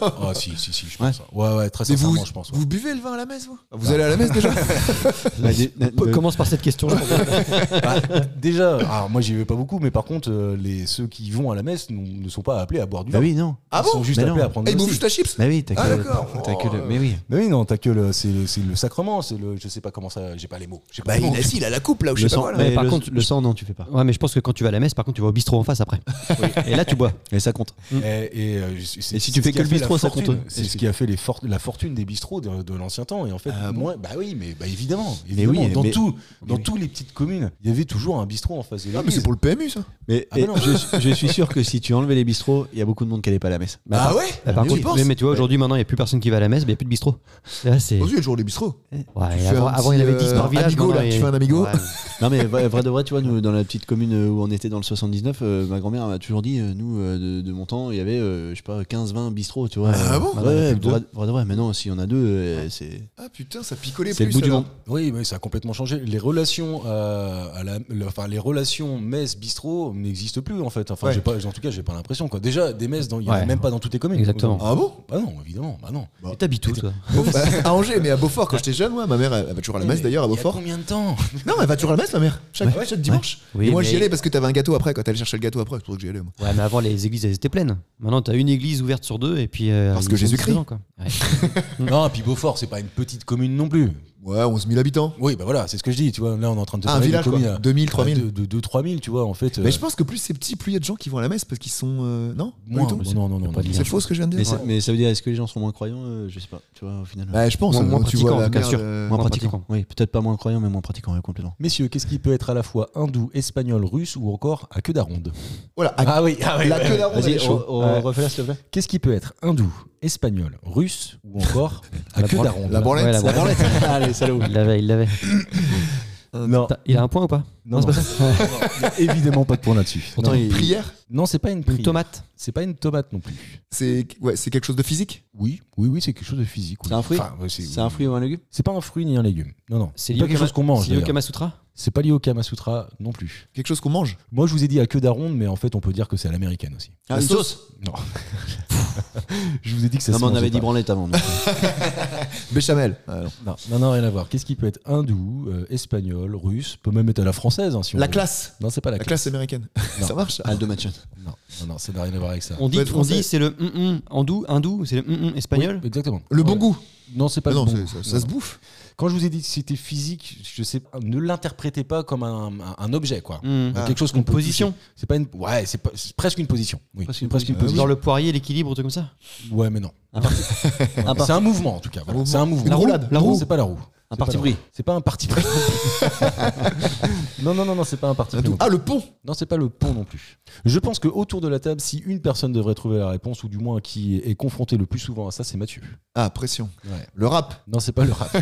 S4: Ah si, si, si, je pense. Ouais, ouais, très
S5: Mais vous,
S4: sincèrement, je pense. ouais.
S5: vous buvez le vin à la messe, vous Vous allez à la messe déjà
S7: Bah, des- na-
S6: P-
S7: le-
S6: Commence par cette question.
S7: Ah,
S6: je pense.
S4: Bah, déjà, alors moi j'y vais pas beaucoup, mais par contre, euh, les, ceux qui vont à la messe n'ont- ne sont pas appelés à boire du
S7: Bah
S4: vin.
S7: oui, non.
S5: Ah
S4: Ils sont
S5: bon
S4: juste
S7: Mais
S4: appelés
S7: non.
S4: à prendre
S5: Eh,
S4: le
S5: ils bouffent
S4: hostie.
S5: juste la chips
S7: Bah oui, t'as
S5: Ah,
S7: que,
S5: d'accord.
S7: t'as que le.
S5: Oh,
S7: Mais oui.
S4: Mais oui, non, t'as que le, c'est le, c'est le sacrement, c'est le, je sais pas comment ça, j'ai pas les mots. J'ai pas
S5: Bah,
S4: les mots.
S5: il a, si, il a la coupe là, ou je
S7: Le
S5: sais pas
S7: sang,
S5: quoi. là.
S7: mais
S6: Mais par
S7: le-
S6: contre,
S7: le sang, non, tu fais pas.
S6: Ouais, mais je pense que quand tu vas à la messe, par contre, tu vas au bistrot en face après. Et là, tu bois.
S7: Mais ça compte.
S4: Et, et, euh, c'est- c'est-
S7: Et si
S4: c'est
S7: tu
S4: ce
S7: fais
S4: qui
S7: que
S4: a
S7: le
S4: fait la
S7: bistrot, ça
S4: fortune.
S7: compte. hein.
S4: C'est ce qui a fait les for- la fortune des bistrots de, de l'ancien temps. Et en fait, moins, bah oui, mais bah évidemment, évidemment.
S7: oui,
S4: dans
S7: Ah mais-
S4: tout, dans
S7: oui.
S4: toutes les petites communes, il y avait toujours un bistrot en face de
S5: Ah, mais
S4: l'église.
S5: c'est pour le PMU ça.
S7: Mais
S4: Ah bah
S7: et
S4: non.
S7: je, je suis sûr que si tu enlevais les bistrots, il y a beaucoup de monde qui allait pas à la messe.
S6: Bah, par-
S5: Ah ouais
S6: Bah, par
S5: Tu
S6: contre,
S5: penses
S6: mais, mais tu vois, aujourd'hui, maintenant, il n'y a plus personne qui va à la messe, mais il n'y a plus de bistrot. Là, c'est.
S5: Aujourd'hui, il y a toujours les bistrots.
S6: Ouais,
S5: fais
S6: avant,
S5: un
S6: avant, il y
S5: petit,
S6: avait 10 par
S5: euh,
S6: village.
S5: amigo,
S6: maintenant,
S5: là, tu
S6: il-
S5: fais un amigo.
S6: Ouais.
S7: Non mais vrai, vrai de vrai, tu vois, nous dans la petite commune euh, où on était dans le 79, euh, ma grand-mère m'a toujours dit, euh, nous euh, de, de mon temps, il y avait euh, je sais pas 15-20 bistrots, tu vois.
S5: Ah
S7: Euh,
S5: bon
S7: ouais, ouais, vrai, vrai de vrai. Maintenant, s'il y en a deux, euh, c'est
S5: Ah putain, ça picolait plus.
S7: c'est le bout du
S5: alors.
S7: monde.
S4: Oui, mais ça a complètement changé. Les relations, euh, à la, le- enfin les relations messe bistrot n'existent plus en fait. Enfin,
S5: Ouais.
S4: j'ai pas, en tout cas, j'ai pas l'impression quoi. Déjà, des messes, dans- il y en a
S6: Ouais.
S4: même pas dans toutes les communes.
S6: Exactement.
S5: Ah bon bah,
S4: Bah non, évidemment, bah non.
S6: Mais T'habites où, toi
S5: À Angers, mais à Beaufort, quand j'étais jeune, moi, ma mère, elle elle va toujours à la messe d'ailleurs, à
S4: Il y a
S5: Beaufort.
S4: combien de temps
S5: Non, elle va toujours à la messe, ma mère. Chaque, chaque dimanche.
S6: Oui,
S5: Et moi,
S6: mais-
S5: j'y allais parce que t'avais un gâteau après, quand t'allais chercher le gâteau après, c'est pour ça que j'y allais. moi.
S6: Ouais, mais avant, les églises, elles étaient pleines. Maintenant, t'as une église ouverte sur deux, et puis. euh,
S5: Parce
S6: ils
S5: que
S6: sont
S5: Jésus-Christ.
S6: dedans, quoi. Ouais.
S4: Non, et puis Beaufort, c'est pas une petite commune non plus.
S5: Ouais, 11 000 habitants.
S4: Oui, bah voilà, c'est ce que je dis. Tu vois, là, on est en train de.
S5: Ah, un
S4: parler de
S5: village, quoi.
S4: communes à-
S5: 2000, 3000.
S4: à deux- De 2-3000, tu vois, en fait. euh,
S5: Mais je pense que plus c'est petit, plus il y a de gens qui vont à la messe parce qu'ils sont. euh, Non Pas
S4: moins,
S5: du tout
S4: non, non, non, non.
S6: de
S5: C'est faux ce que je viens de
S7: Mais,
S5: dire
S7: ça,
S5: Ouais.
S7: mais ça veut dire, est-ce que les gens sont moins croyants Euh, Je sais pas, tu vois, au final.
S3: Bah.
S5: Ouais, je pense,
S6: Moins-
S5: euh,
S6: moins
S5: tu vois
S6: pratiquant,
S5: la
S6: bien
S5: merde,
S6: sûr.
S5: euh,
S7: moins
S6: moins
S7: pratiquant.
S6: pratiquant.
S7: Oui, peut-être pas moins croyant, mais moins pratiquant, oui, complètement.
S4: Messieurs, qu'est-ce qui peut être à la fois hindou, espagnol, russe ou encore à queue d'aronde
S5: Voilà, à-
S4: Ah oui, ah oui.
S5: la queue d'arbre, elle est
S7: Vas-y,
S5: chaude.
S7: on, on
S4: Ouais.
S7: refait là, s'il te plaît.
S4: Qu'est-ce qui peut être hindou, espagnol, russe ou encore à
S6: La
S4: queue
S6: branle-
S4: d'aronde
S5: La branlette,
S6: Ouais, la
S5: la
S6: branlette.
S5: branlette.
S7: Allez, salaud.
S6: Il l'avait, il l'avait.
S4: Non,
S6: T'as- Il a un point ou pas
S4: non, non. Il y a évidemment pas de point là-dessus.
S7: Pourtant,
S4: Non.
S7: il-
S5: Prière,
S4: Non, c'est pas une
S6: Une
S4: prière.
S6: tomate
S4: C'est pas une tomate non plus.
S5: c'est ouais, c'est quelque chose de physique
S4: Oui, oui, oui, c'est quelque chose de physique. oui.
S7: C'est un fruit
S4: Enfin, ouais, c'est,
S7: c'est un fruit ou un légume
S4: C'est pas un fruit ni un légume. Non, non.
S6: C'est
S4: C'est
S6: lié
S4: pas
S6: au
S4: quelque
S6: Kama-
S4: chose qu'on mange.
S6: C'est lié au
S4: d'ailleurs.
S6: Kama Sutra
S4: C'est pas lié au Kama Sutra non plus.
S5: Quelque chose qu'on mange
S4: Moi, je vous ai dit à queue d'aronde, mais en fait, on peut dire que c'est à l'américaine aussi.
S7: Ah, une sauce
S4: Non. Je vous ai dit que ça
S3: Non,
S4: se
S3: mais on
S4: mangeait
S3: avait dit
S4: pas.
S3: branlette avant. donc.
S7: euh,
S5: Béchamel. Ah, non.
S4: Non, non, non, rien à voir. Qu'est-ce qui peut être hindou, euh, espagnol, russe, peut même être à la française hein, si on
S5: La
S4: veut.
S5: classe.
S4: Non, c'est pas
S5: La
S4: la, classe.
S5: classe américaine.
S4: Non.
S5: Ça marche.
S3: Aldo Machon.
S4: Non, non, non, ça n'a rien à voir avec ça.
S6: On dit,
S5: Faut être
S6: on
S5: français.
S6: dit c'est le hum hindou, hindou, c'est le hum espagnol.
S4: Oui, Exactement.
S5: Le bon
S4: Ouais.
S5: goût.
S4: Ah Non, c'est pas
S5: non,
S4: le bon
S5: c'est-
S4: goût.
S5: ça, ça
S4: Non,
S5: se
S4: non.
S5: bouffe.
S4: Quand je vous ai dit que c'était physique, je sais, pas, ne l'interprétez pas comme un, un- un objet, quoi.
S3: Mm.
S6: Hum.
S5: Ah,
S4: quelque chose qu'on
S6: une
S4: peut
S6: position.
S4: toucher. C'est pas une. Ouais, c'est pas- c'est presque une position. Oui.
S3: Presque une
S6: Dans le poirier, l'équilibre, tout comme ça.
S4: Ouais, mais non.
S3: Un parti-
S4: Ouais,
S3: un
S4: C'est un mouvement en tout cas. voilà.
S5: mouvement.
S4: C'est un mouvement.
S5: Une roulade.
S4: La
S5: Une
S4: roue.
S5: roue.
S4: C'est pas la roue. C'est
S3: parti
S4: pas la
S3: pris.
S4: roue. C'est pas un parti pris. non, non, non, non, c'est pas un parti pris. non plus.
S5: Ah, le pont.
S4: Non, c'est pas le pont non plus. Je pense que autour de la table, si une personne devrait trouver la réponse, ou du moins qui est confrontée le plus souvent à ça, c'est Mathieu.
S5: Ah, pression.
S4: Ouais.
S5: Le rap.
S4: Non, c'est pas le rap.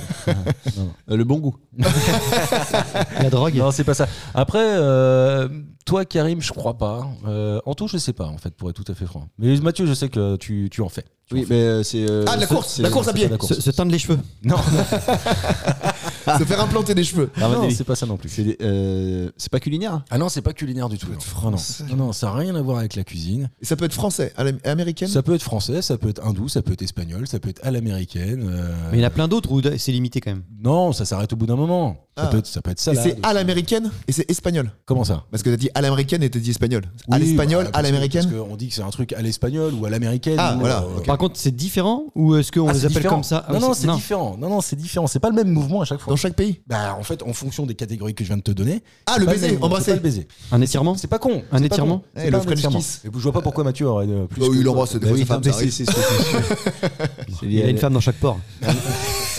S3: Euh, le bon goût.
S6: La drogue.
S4: non, c'est pas ça. Après, euh, toi, Karim, je crois pas. Euh, Anto, je sais pas, en fait, pour être tout à fait franc. Mais Mathieu, je sais que tu, tu en fais. Tu en
S3: Oui,
S4: fais.
S3: mais euh, c'est. euh,
S5: Ah, de la
S3: c'est-
S5: course.
S3: c'est-
S5: La course à
S4: c'est
S5: pied.
S4: pas la course.
S6: Se, se teindre les cheveux.
S4: Non, non, Ah.
S5: Se faire implanter des cheveux.
S4: non,
S3: Ravanelli.
S4: c'est pas ça non plus.
S3: C'est des- euh, c'est pas culinaire
S4: Ah non, c'est pas culinaire du tout. non.
S5: français.
S4: Ah non. Non, non, ça n'a rien à voir avec la cuisine.
S5: Et ça peut être français, à l'am- américaine.
S4: Ça peut être français, ça peut être hindou, ça peut être espagnol, ça peut être à l'américaine. euh,
S6: Mais il y en a plein d'autres où c'est limité quand même.
S4: Non, ça s'arrête au bout d'un moment. Ça,
S5: Ah.
S4: peut être, ça peut être
S5: Et
S4: salade.
S5: c'est à l'américaine et c'est espagnol.
S4: Comment ça
S5: Parce que t'as dit à l'américaine et t'as dit espagnol. à
S4: Oui,
S5: l'espagnol,
S4: bah,
S5: à
S4: parce que-
S5: l'américaine.
S4: Parce qu'on dit que c'est un truc à l'espagnol ou à l'américaine.
S5: Ah,
S4: ou,
S5: voilà,
S4: euh,
S5: ok.
S6: Par contre, c'est différent ou est-ce qu'on
S4: Ah,
S6: les
S4: c'est
S6: appelle
S4: différent.
S6: comme ça Ah
S4: Non,
S6: oui,
S4: non, c'est différent. Non, non, c'est différent. C'est pas le même mouvement à chaque fois.
S5: Dans chaque pays.
S4: Bah, en fait, en fonction des catégories que je viens de te donner.
S5: Ah,
S4: c'est
S5: le
S4: pas
S5: baiser,
S4: mouvement,
S5: embrasser.
S4: c'est pas le baiser.
S6: Un étirement
S4: C'est pas con.
S6: Un
S4: c'est pas
S6: étirement.
S4: con.
S5: Eh,
S4: C'est
S5: le
S4: pas un
S5: French
S4: étirement.
S5: kiss.
S4: Et puis, Je vois pas pourquoi Mathieu aurait euh, plus.
S5: Bah oui,
S4: que-
S5: il embrasse des
S4: Bah
S5: fois
S4: oui,
S5: sa femme,
S4: non, mais
S5: ça arrive.
S4: c'est-
S3: C'est ce que je- C'est
S6: Il y
S3: lié
S6: a
S3: à
S6: une
S3: la-
S6: femme dans chaque port.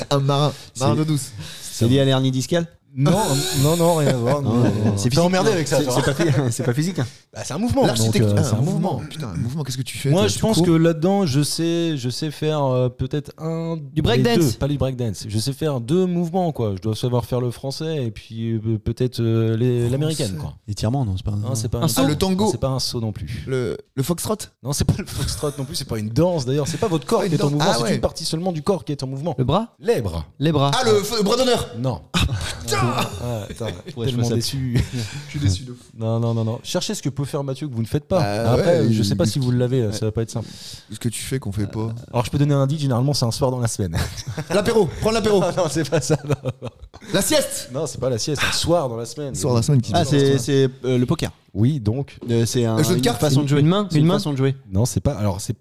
S5: Un marin. Marin
S3: C'est-
S5: d'eau douce.
S3: c'est lié à l'hernie discale
S4: Non, non, non, rien à voir. non, non, non.
S3: C'est
S4: T'es emmerdé
S3: non.
S4: avec ça,
S3: C'est-
S4: toi.
S3: c'est pas phy- C'est pas physique. hein.
S4: Bah, c'est un mouvement.
S5: L'architecture.
S4: donc, euh,
S5: Ah,
S4: c'est un mouvement.
S5: Putain, un mouvement, qu'est-ce que tu fais
S4: Moi,
S5: toi,
S4: je
S5: tu
S4: pense
S5: cours
S4: que là-dedans, je sais, je sais faire euh, peut-être un
S6: Du breakdance.
S4: des deux, pas du breakdance. Je sais faire deux mouvements, quoi. Je dois savoir faire le français et puis euh, peut-être euh, les- l'américaine, quoi.
S3: Étirement, non, c'est pas.
S4: Non, c'est pas
S6: Un saut.
S5: Ah, le tango.
S4: non, c'est pas un saut non plus.
S5: Le, le foxtrot
S4: Non, c'est pas le foxtrot non plus. C'est pas une danse d'ailleurs. C'est pas votre corps
S5: Pas
S4: qui
S5: une
S4: est en
S5: danse.
S4: mouvement.
S5: Ah,
S4: c'est
S5: ouais.
S4: une partie seulement du corps qui est en mouvement.
S6: Le bras
S4: Les bras.
S6: Les bras.
S5: Ah, le f- bras d'honneur
S4: Non. Ah, putain,
S3: Ouais, je
S4: tellement
S3: me sape.
S4: déçu.
S5: Je suis déçu de fou.
S4: Non, non, non, non. Cherchez ce que peut faire Mathieu que vous ne faites pas.
S5: Ah,
S4: Après,
S5: ouais,
S4: je sais pas
S5: il-
S4: si vous l'avez. Ça va pas être simple.
S5: Ce que tu fais qu'on fait pas.
S4: Alors, je peux donner un indice. Généralement, c'est un soir dans la semaine.
S5: L'apéro, prends l'apéro.
S4: non, c'est pas ça. non.
S5: La sieste
S4: Non, c'est pas la sieste, un soir dans la semaine.
S5: Soir d'un qui
S3: Ah, c'est c'est, euh, le poker.
S4: Oui, donc.
S3: Euh, C'est un
S5: Un jeu de
S3: une
S5: cartes
S3: façon de jouer.
S6: Une main
S3: C'est
S6: Une main
S3: façon de jouer.
S4: Non, c'est pas. Alors, c'est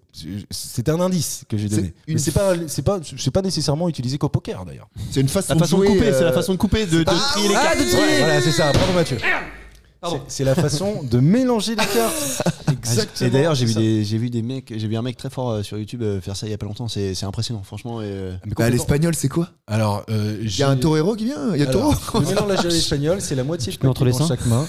S4: c'est un indice que j'ai
S5: C'est
S4: donné.
S5: une-
S4: Mais c'est pas c'est pas c'est pas nécessairement utilisé qu'au poker d'ailleurs.
S5: C'est une façon,
S3: La façon de
S5: jouer,
S3: couper, c'est la
S5: euh,
S3: façon de couper, de de
S5: Ah,
S3: trier les
S5: ouais,
S3: cartes.
S5: de trier.
S4: Ouais, voilà, c'est ça. Bravo Mathieu.
S6: Pardon.
S4: C'est- C'est la façon de mélanger les cartes. Exactement.
S3: Et d'ailleurs, j'ai vu, des, j'ai vu des mecs, j'ai vu un mec très fort euh, sur YouTube euh, faire ça il y a pas longtemps. C'est, c'est impressionnant, franchement. et,
S4: Mais
S3: euh,
S5: Bah,
S4: complètement.
S5: l'espagnol, c'est quoi
S4: Alors, euh,
S5: Il y a un torero qui vient Il y a taureau
S4: le mélange à l'espagnol, c'est la moitié du
S6: mets entre
S4: paquet
S6: les
S4: dans
S6: seins.
S4: chaque main.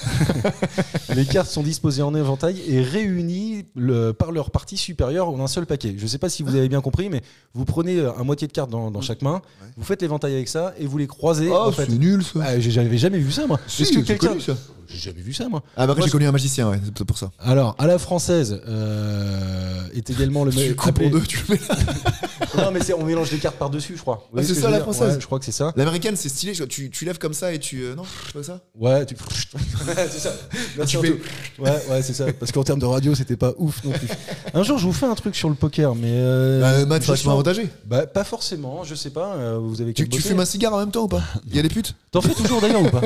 S4: les cartes sont disposées en éventail et réunies le- par leur partie supérieure en un seul paquet. Je ne sais pas si vous avez bien compris, mais vous prenez euh, un moitié de cartes dans, dans chaque main, vous faites l'éventail avec ça et vous les croisez.
S5: Oh,
S4: en fait.
S5: c'est nul ça
S4: Ah, j'ai- J'avais jamais vu ça, moi.
S5: Si,
S4: Est-ce que
S5: c'est
S4: quelqu'un-
S5: connu, ça.
S4: J'ai jamais vu ça, moi.
S5: Ah, bah après,
S4: Moi,
S5: j'ai
S4: je-
S5: connu un magicien, ouais, c'est pour ça.
S4: Alors, à la française, euh, est également le
S5: Tu
S4: même.
S5: coupes en deux, tu le mets là.
S4: Non, mais c'est- on mélange les cartes par-dessus, je crois. Vous voyez
S5: c'est
S4: ce que
S5: ça,
S4: je veux
S5: la
S4: dire
S5: française.
S4: Ouais, Je crois que c'est ça.
S5: L'américaine, c'est stylé, je- tu, tu lèves comme ça et tu. euh, non, c'est pas ça
S4: Ouais, tu... c'est ça. Merci,
S5: Tu fais-
S4: Anto. Ouais, ouais, c'est ça. Parce qu'en termes de radio, c'était pas ouf non plus. Un jour, je vous fais un truc sur le poker, mais. Euh,
S5: Bah, euh, Matt,
S4: je
S5: vachement
S4: sens-
S5: avantagé.
S4: Bah, pas forcément, je sais pas. euh, vous avez
S5: Tu,
S4: qu'à
S5: tu
S4: bosser.
S5: fumes un cigare en même temps ou
S4: Ah,
S5: pas Il y a des putes
S4: T'en fais toujours d'ailleurs ou pas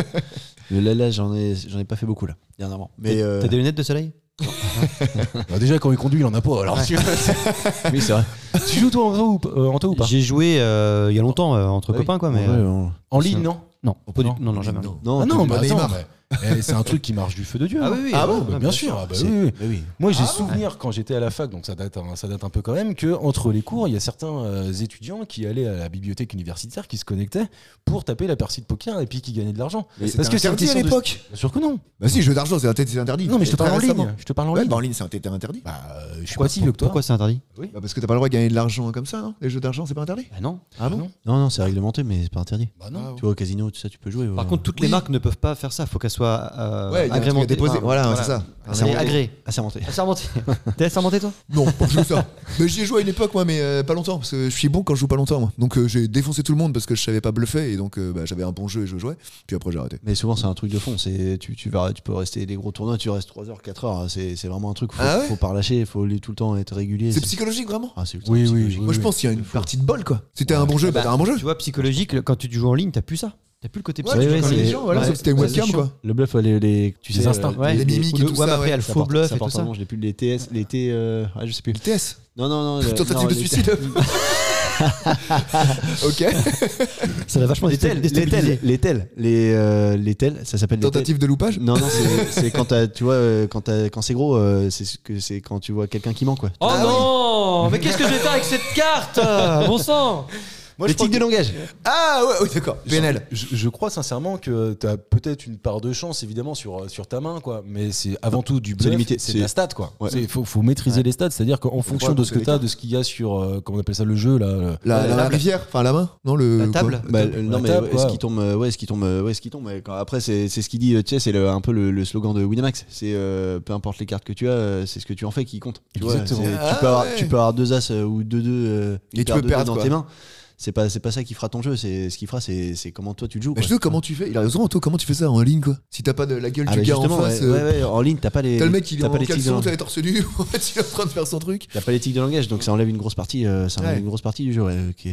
S3: là, là, j'en ai, j'en ai pas fait beaucoup là dernièrement. Mais euh,
S6: T'as des lunettes de soleil
S4: Bah, Déjà, quand il conduit, il en a pas. Alors, tu...
S3: oui, c'est vrai.
S4: tu joues toi en, gros ou pas- euh, en toi ou pas
S6: J'ai joué euh, il y a longtemps euh, entre copains quoi, mais.
S3: Ouais,
S6: euh,
S3: on-
S4: En ligne, non
S6: Non, pas du-
S4: Non.
S6: non, non, jamais.
S3: Non,
S4: Ah non, bah,
S5: bah, Neymar.
S4: attends, mais- eh, c'est un truc qui marche du feu de Dieu.
S6: Ah
S4: hein.
S6: oui, oui,
S4: ah
S6: ouais,
S4: bon, bah,
S6: ouais,
S4: bien
S6: bien
S4: sûr.
S6: sûr.
S4: ah bah
S3: c'est-
S4: oui, oui.
S3: mais oui.
S4: Moi, j'ai souvenir quand j'étais à la fac, donc ça date, un, ça date un peu quand même, que entre les cours, il y a certains euh, étudiants qui allaient à la bibliothèque universitaire, qui se connectaient pour taper la partie de poker et puis qui gagnaient de l'argent.
S5: Mais c'était
S4: Parce que c'est
S5: interdit
S4: une
S5: à
S4: question de-
S5: l'époque.
S4: Bien sûr que non.
S5: Bah, si, jeu d'argent, c'est c'est interdit.
S4: Non, mais je te
S5: Et très
S4: parle en
S5: récemment.
S4: ligne. Je te parle en
S5: Ouais,
S4: ligne.
S5: bah, en ligne, c'est un- interdit.
S4: Bah, euh, je suis
S6: Pourquoi-
S4: pas si vieux que toi.
S6: Pourquoi c'est interdit
S5: Bah, parce que t'as pas le droit de gagner de l'argent comme ça, non Les jeux d'argent, c'est pas interdit
S6: Bah non.
S5: Ah bon
S3: Non, non, c'est réglementé, mais c'est pas interdit.
S4: Bah non.
S3: Tu vois, au casino, tout ça, tu peux jouer.
S6: Par
S3: ouais.
S6: contre, toutes les marques ne peuvent pas faire ça. Faut qu'elles soit euh,
S5: Ouais, il y a un truc à
S6: agrémentée.
S5: déposer.
S6: Enfin,
S5: Voilà, c'est ça.
S6: Ah, C'est agréé.
S3: assermenté.
S6: Ah, Assermenté. T'es assermenté toi
S5: Non, pas plus que ça. Mais j'y ai joué à une époque, moi, mais euh, pas longtemps, parce que je suis bon quand je joue pas longtemps, moi. Donc euh, j'ai défoncé tout le monde parce que je savais pas bluffer, et donc euh, bah, j'avais un bon jeu et je jouais. Puis après, j'ai arrêté.
S3: Mais souvent, c'est un truc de fond. C'est tu, tu vas, tu peux rester des gros tournois, tu restes 3 heures, 4 heures. C'est c'est vraiment un truc. Faut,
S5: Ah ouais
S3: faut pas relâcher. Faut aller tout le temps être régulier.
S5: C'est psychologique, vraiment
S3: Ah, c'est ultra
S4: Oui, oui,
S3: psychologique.
S4: oui.
S5: Moi, je pense qu'il y a une partie de bol, quoi. C'était un bon jeu, bah,
S6: bah,
S5: t'as un bon jeu.
S6: Tu vois, psychologique, le- quand tu joues en ligne, t'as plus ça. T'as plus le côté
S5: Ouais, tu joues
S6: psychologique.
S5: comme les gens, voilà,
S3: ouais,
S5: sauf que c'était
S3: ouais,
S5: webcam,
S3: c'est chaud.
S5: quoi.
S3: Le bluff, les, les, tu
S4: Les
S3: sais,
S4: instincts.
S3: euh,
S6: Ouais,
S5: les mimiques
S6: ou
S5: et
S6: le-
S5: tout
S6: ouais, mais
S5: ça,
S6: après, il y a
S5: ouais,
S6: le
S3: ça
S6: faux
S3: porte-
S6: bluff
S3: ça
S6: et tout
S3: porte
S6: ça.
S3: un nom, je l'ai plus les TS, les T, euh, ah, je sais plus.
S5: Le TS.
S3: Non, non, non. le-
S5: Tentative
S3: non,
S5: de
S3: les-
S5: suicide. ok.
S6: Ça l'a vachement
S3: Les tels, les tels,
S6: déstabilisé.
S3: les tels, les, euh, les tels, ça s'appelle les tels.
S5: Tentative de loupage.
S3: Non, non, c'est- c'est quand t'as- tu vois, euh, quand, t'as- quand c'est gros, euh, c'est ce que c'est quand tu vois quelqu'un qui ment, quoi.
S6: Oh non Mais qu'est-ce que je vais faire avec cette carte Bon sang
S4: Moi, je crois que-
S3: langage.
S5: Ah ouais, oui, d'accord. PNL.
S4: Je, je crois sincèrement que tu as peut-être une part de chance, évidemment, sur, euh, sur ta main, quoi. Mais c'est avant tout du bluff,
S3: limité,
S4: c'est
S3: c'est-
S4: de la stat, quoi.
S3: Ouais.
S4: Il faut, faut maîtriser les stats, c'est-à-dire qu'en fonction de
S5: donc
S4: ce
S5: c'est
S4: que tu as, de ce qu'il y a sur, euh, comment on appelle ça, le jeu, là. euh, le-
S5: La,
S4: Ouais,
S5: la rivière, enfin la main, non le
S6: La table.
S5: quoi
S3: Bah, euh, non
S4: la
S3: mais
S4: table,
S3: ouais, ce
S4: quoi.
S3: qui tombe euh, ouais ce qui tombe euh, ouais ce qui tombe mais quand- après c'est c'est ce qu'il dit euh, tu sais c'est le- un peu le, le slogan de Winamax c'est euh, peu importe les cartes que tu as euh, c'est ce que tu en fais qui compte tu vois,
S4: Exactement.
S3: c'est-
S5: Ah
S3: tu, peux avoir,
S5: ouais.
S3: tu peux avoir deux as euh, ou deux deux euh,
S5: Et tu
S3: une paire
S5: peux
S3: de deux
S5: perdre,
S3: dans
S5: quoi.
S3: tes mains c'est pas c'est pas ça qui fera ton jeu c'est ce qui fera c'est c'est comment toi tu le joues
S5: Bah,
S3: quoi.
S5: je sais comment tu fais. Il a raison, Anto, comment tu fais ça en ligne quoi Si t'as pas de la gueule
S3: Ah,
S5: du
S3: bah,
S5: gars en
S3: justement,
S5: face,
S3: ouais,
S5: euh,
S3: ouais, ouais, en ligne t'as pas les
S5: t'as le mec il est
S3: t'as
S5: en
S3: pas les tics de
S5: caleçon,
S3: langage.
S5: t'as les torse nu, en fait il est en train de faire son truc.
S3: T'as pas l'éthique de langage, donc ça enlève une grosse partie, euh, ça enlève
S5: Ouais.
S3: une grosse partie du jeu. ouais, ok.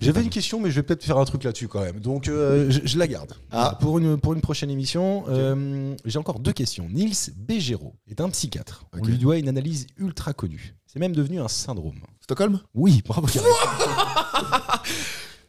S4: J'avais une question, mais je vais peut-être faire un truc là-dessus quand même. Donc, euh, je, je la garde.
S5: Ah.
S4: Pour, une, pour une prochaine émission, euh, j'ai encore deux questions. Nils Bégéraud est un psychiatre. On
S5: Ok.
S4: lui doit une analyse ultra connue. C'est même devenu un syndrome.
S5: Stockholm
S4: Oui, bravo Karim.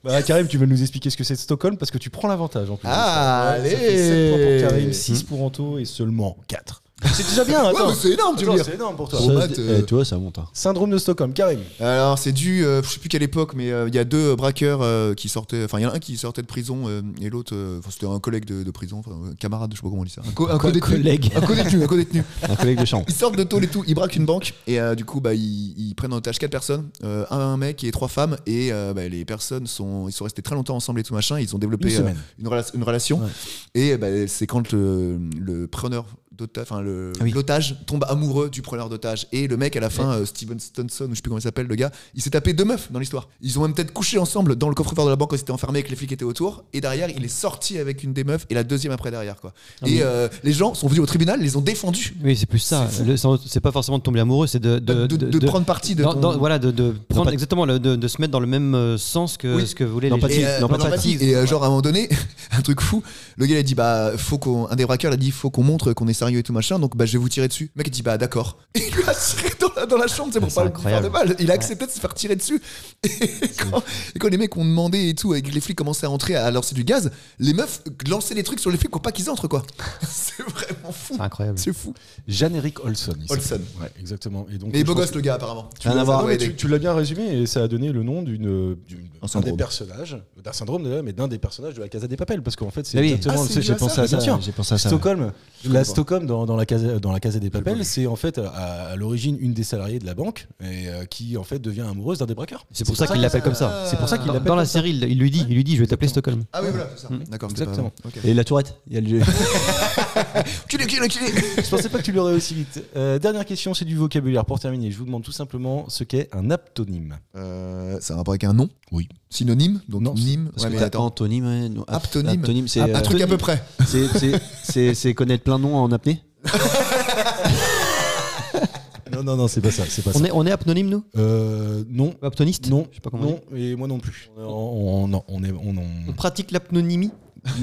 S4: bah, Karim, tu vas nous expliquer ce que c'est de Stockholm parce que tu prends l'avantage en plus.
S5: Ah,
S4: Ouais, ça
S5: allez.
S4: fait 7 points pour Karim, 6 pour Anto et seulement 4. Hum. C'est déjà bien,
S5: Ouais,
S4: attends.
S5: mais c'est énorme, tu
S4: Attends,
S5: veux
S4: c'est
S5: dire.
S4: énorme pour toi.
S5: Bon,
S3: Ça,
S5: Matt,
S3: c'est-
S5: euh,
S3: eh, tu vois, ça monte. hein.
S4: Syndrome de Stockholm, Karim.
S5: Alors c'est dû, euh, je sais plus quelle époque, mais euh, il y a deux euh, braqueurs euh, qui sortaient, enfin il y en a un qui sortait de prison euh, et l'autre, euh, enfin, c'était un collègue de, de prison, enfin un camarade, je sais pas comment on dit ça. Un, co- un co-détenu.
S6: collègue.
S5: Un co-détenu, un co-détenu.
S3: Un collègue de chambre.
S5: Ils sortent de tôle et tout, ils braquent une banque et euh, du coup bah, ils, ils prennent en otage quatre personnes, euh, un, un mec et trois femmes et euh, bah, les personnes sont ils sont restés très longtemps ensemble et tout machin, ils ont
S4: Une
S5: développé euh,
S4: semaine.
S5: une, rela- une relation
S4: Ouais.
S5: et euh, bah, c'est quand le, le preneur d'otage, enfin le-
S3: Ah oui.
S5: l'otage tombe amoureux du preneur d'otage et le mec à la fin euh, Steven Stunson ou je sais plus comment il s'appelle le gars, il s'est tapé deux meufs dans l'histoire. Ils ont même peut-être couché ensemble dans le coffre-fort de la banque quand ils étaient enfermés et que les flics étaient autour et derrière il est sorti avec une des meufs et la deuxième après derrière quoi.
S4: Ah
S5: et euh, les gens sont venus au tribunal, les ont défendus
S6: Oui, c'est plus ça. Le- C'est pas forcément de tomber amoureux, c'est de,
S5: de, de- de prendre parti de
S6: dans-
S5: ton-
S6: dans- voilà, de, de prendre
S3: pas-
S6: exactement le- de, de se mettre dans le même euh, sens que
S5: Oui.
S6: ce que voulait
S3: L'empathie.
S6: les
S5: et,
S6: gens.
S5: euh,
S3: non, pas de
S5: l'empathie. Et, euh, genre à un moment donné, un truc fou, le gars il a dit bah faut qu'on un des braqueurs il a dit faut qu'on montre qu'on est sérieux et tout machin donc bah je vais vous tirer dessus. Le mec il dit bah d'accord. Et il lui a tiré dans la, dans la chambre c'est pour
S6: C'est
S5: pas
S6: incroyable.
S5: lui faire de mal. Il a accepté de se faire tirer dessus. Et quand, et quand les mecs ont demandé et tout et que les flics commençaient à entrer à lancer du gaz, les meufs lançaient des trucs sur les flics pour pas qu'ils entrent quoi. c'est vraiment fou.
S6: C'est incroyable.
S5: C'est fou.
S4: Jeanne-Éric Olson. il
S5: Olson.
S4: s'appelle. Ouais, exactement. Et donc,
S5: Mais
S4: je
S5: beau
S4: pense
S5: gosse le gars apparemment. Tu
S3: Rien
S5: vois, ça
S3: à voir,
S5: doit
S4: Ouais,
S5: aider.
S4: tu tu l'as bien résumé et ça a donné le nom d'une d'une-
S5: Un
S4: d'un
S5: syndrome.
S4: des personnages d'un syndrome d'ailleurs mais d'un des personnages de la Casa des Papel parce qu'en fait c'est
S3: Ah oui.
S4: exactement
S5: Ah,
S4: tu
S5: c'est
S4: sais, j'ai
S5: lié à
S4: pensé
S5: ça,
S4: à ça tiens.
S3: J'ai pensé à ça.
S4: Stockholm la
S5: pas.
S4: Stockholm dans, dans la Casa dans la Casa des Papel c'est en fait à, à l'origine une des salariées de la banque et euh, qui en fait devient amoureuse d'un des braqueurs
S6: C'est pour ça qu'il l'appelle comme ça.
S5: C'est pour ça qu'il
S6: Dans-
S4: l'appelle
S6: Dans la
S4: comme ça.
S6: série, il il lui dit, il lui dit, je vais t'appeler Stockholm.
S5: Ah oui voilà c'est ça. D'accord. c'était pas-
S4: Exactement.
S5: ok.
S3: Et la tourette, il y a le
S5: Culé, culé, culé.
S4: je pensais pas que tu l'aurais aussi vite Euh, dernière question c'est du vocabulaire pour terminer je vous demande tout simplement ce qu'est un aptonyme
S5: Euh, ça a un rapport avec un nom
S4: Oui.
S5: Synonyme Donc
S4: Non,
S5: nîme
S3: Parce
S5: ouais,
S3: que
S5: mais
S3: t'as
S5: attends.
S3: antonyme, ouais, non, ap-
S5: Aptonyme.
S3: aptonyme, c'est,
S5: Un
S3: euh,
S5: truc à peu près.
S3: c'est- c'est- c'est- c'est connaître plein de noms en apnée.
S4: non non non c'est pas ça c'est pas
S6: On est, on est aponyme, nous
S4: Euh, non
S6: Aptoniste
S4: non
S6: Je sais pas comment on
S4: non et moi non plus on, on- non, on est on, on-
S6: On pratique l'apnonymie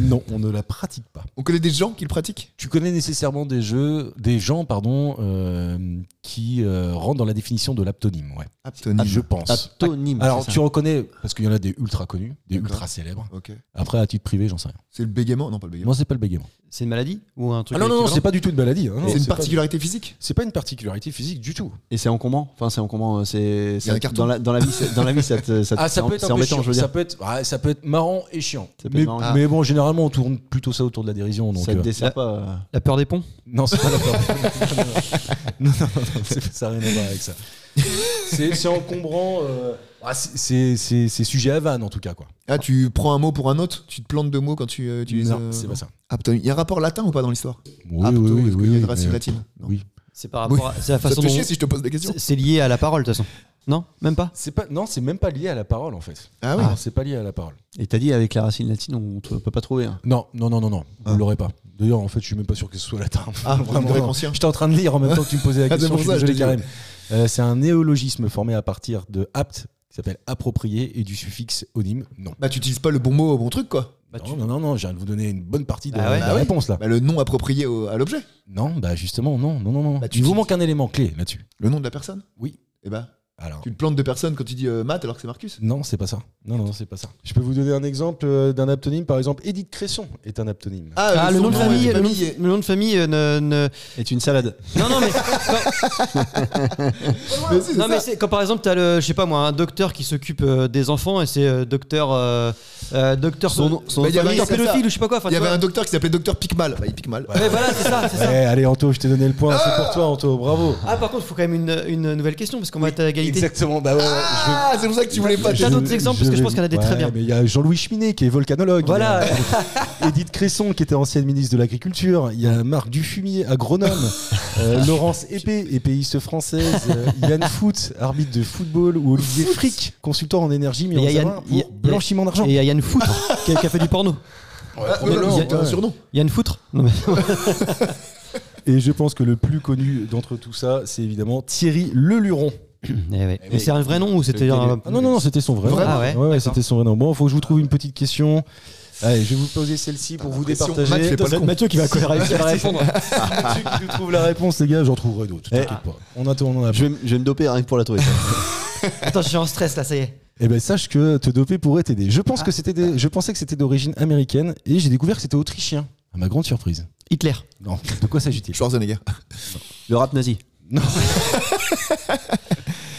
S4: non on ne la pratique pas
S5: On connaît des gens qui le pratiquent
S4: Tu connais nécessairement des jeux, des gens pardon, euh, qui euh, rentrent dans la définition de l'aptonyme, ouais.
S5: Aptonyme.
S4: je pense.
S3: Aptonyme.
S4: Alors
S3: c'est ça.
S4: tu reconnais parce qu'il y en a des ultra connus, des
S5: D'accord.
S4: ultra célèbres.
S5: Ok.
S4: Après à titre privé, j'en sais rien.
S5: C'est le bégaiement Non, pas le bégaiement.
S4: Moi c'est pas le bégaiement.
S6: C'est une maladie Ou un truc
S4: Ah non non, non,
S6: équivalent
S4: c'est pas du tout une maladie. hein. Non,
S5: C'est une
S4: pas-
S5: particularité physique
S4: C'est pas une particularité physique du tout.
S3: Et c'est encombrant. Enfin, c'est encombrant. euh, C'est
S5: y a
S3: ça-
S5: un carton.
S3: dans la dans la vie, c'est- dans la vie, ça te ça te-
S4: Ah, ça
S3: c'est en-
S4: peut être
S3: c'est
S4: un peu
S3: embêtant,
S4: chiant.
S3: je veux
S4: Ça
S3: dire.
S4: peut être, ouais, ça peut être marrant et chiant.
S3: Ça peut être
S4: Mais,
S3: marrant.
S4: mais bon, généralement, on tourne plutôt ça autour de la dérision. Donc,
S3: Ça te
S4: euh,
S3: dessert
S6: La-
S3: pas. euh.
S6: La peur des ponts
S4: Non, c'est pas la peur. non, non, non, non, c'est- ça n'a rien à voir avec ça. C'est c'est encombrant. euh, Ah, c'est- C'est c'est- c'est sujet à vanne en tout cas quoi.
S5: Ah, tu prends un mot pour un autre Tu te plantes deux mots quand tu, euh, tu les.
S4: Non,
S5: euh,
S4: c'est pas ça.
S5: Ah, putain, il y a un rapport latin ou pas dans l'histoire
S4: Oui,
S5: Ah, plutôt, parce qu'il y a une racine
S4: mais-
S5: latine. Non.
S4: oui.
S6: C'est par rapport à- C'est la
S5: Ça te
S6: façon
S5: fait
S6: dont.
S5: chier si je te pose des questions
S6: C'est c'est lié à la parole, de toute façon. Non Même pas
S4: C'est pas non, c'est même pas lié à la parole en fait.
S5: Ah oui.
S4: Non, c'est pas lié à la parole.
S7: Et t'as dit avec la racine latine, on ne peut pas trouver. hein.
S4: Non, non, non, non, non, on l'aurait pas. D'ailleurs, en fait, je suis même pas sûr que ce soit latin.
S5: Ah, vous devez
S4: non.
S5: penser.
S4: J'étais en train de lire en même temps que tu me posais la
S5: Ah, c'est
S4: question.
S5: pour
S4: je suis
S5: ça, je t'ai
S4: désolé,
S5: dit.
S4: Karim. Euh, c'est un néologisme formé à partir de apt, qui s'appelle approprié, et du suffixe onyme, non.
S5: Bah, tu utilises pas le bon mot au bon truc, quoi.
S4: non, non, non, non, je viens de vous donner une bonne partie de
S6: Ah ouais
S4: la
S5: Bah oui.
S4: réponse là.
S5: Bah, le nom approprié au- à l'objet.
S4: Non, bah justement, non, non, non, non.
S5: Bah, tu
S4: Il vous
S5: dis-
S4: manque un élément clé là-dessus.
S5: Le nom de la personne
S4: Oui.
S5: Et bah,
S4: Alors.
S5: tu te plantes de personne quand tu dis euh, Matt alors que c'est Marcus
S4: Non, c'est pas ça. Non, non, c'est pas ça. Je peux vous donner un exemple euh, d'un aptonyme. Par exemple, Edith Cresson est un aptonyme.
S6: Ah, le
S5: son
S6: nom de
S5: et
S6: famille,
S5: la
S6: le nom- le nom de famille euh, ne- ne-
S7: Est une salade.
S6: Non, non, mais.
S5: Mais si, c'est
S6: Non mais
S5: ça.
S6: c'est quand par exemple t'as le je sais pas moi un docteur qui s'occupe euh, des enfants et c'est euh, docteur euh, euh, docteur
S5: Son nom- son nom de
S6: docteur
S5: famille, c'est
S6: pédophile
S5: ça.
S6: ou je sais pas quoi enfin,
S5: Il y
S6: tu
S5: avait
S6: vois.
S5: un docteur qui s'appelait Docteur Picmal. Bah, il pique mal.
S6: mais voilà c'est ça c'est ça
S4: Ouais, allez, Anto, je t'ai donné le point. c'est pour toi, Anto. Bravo.
S6: ah par contre faut quand même une, une nouvelle question parce qu'on va être à égalité
S4: Exactement. Bah ouais, ouais, je-
S5: Ah, c'est pour ça que tu voulais pas.
S6: T'as d'autres exemples parce que je
S4: vais-
S6: pense qu'il y en a des
S4: Ouais,
S6: très bien.
S4: Mais il y a Jean-Louis Cheminet qui est volcanologue.
S6: Voilà.
S4: Il y
S6: Ah.
S4: a Edith Cresson qui était ancienne ministre de l'Agriculture. Il y a Marc Dufumier, agronome. Euh, Laurence Épée, épéiste française. Euh, Yann Foot, arbitre de football. Ou Olivier Frick, consultant en énergie, mais
S6: Mais il y a
S4: en
S6: Yann-
S4: savant
S6: il y a-
S4: pour blanchiment d'argent.
S6: et il y a Yann Foutre qui, a, qui a fait du porno
S5: Ah, non, non,
S6: Ouais.
S5: c'était un surnom.
S6: Yann Foutre Non, mais-
S4: Et je pense que le plus connu d'entre tout ça, c'est évidemment Thierry Leluron.
S6: Eh ouais. mais c'est un vrai nom ou c'était un
S4: Ah non, non, non, c'était son vrai nom.
S6: Vraiment Ah ouais,
S4: c'était son vrai nom. Bon, il faut que je vous trouve une petite question. Allez, je vais vous poser celle-ci pour vous
S5: pression.
S4: départager.
S5: Matt, fais pas le con.
S4: Mathieu qui va réussir à répondre. Mathieu qui nous trouve la réponse, les gars, j'en trouverai d'autres.
S6: Eh.
S4: T'inquiète pas. On attend,
S5: Ah
S4: on en a
S7: Je vais, m- je vais me doper rien que pour la trouver.
S6: Attends, je suis en stress là, ça y est.
S4: Eh ben, sache que te doper pourrait t'aider. Je, pense que c'était des- je pensais que c'était d'origine américaine et j'ai découvert que c'était autrichien. À ma grande surprise.
S6: Hitler.
S4: Non, de quoi s'agit-il
S5: Schwarzenegger.
S7: Le rap nazi.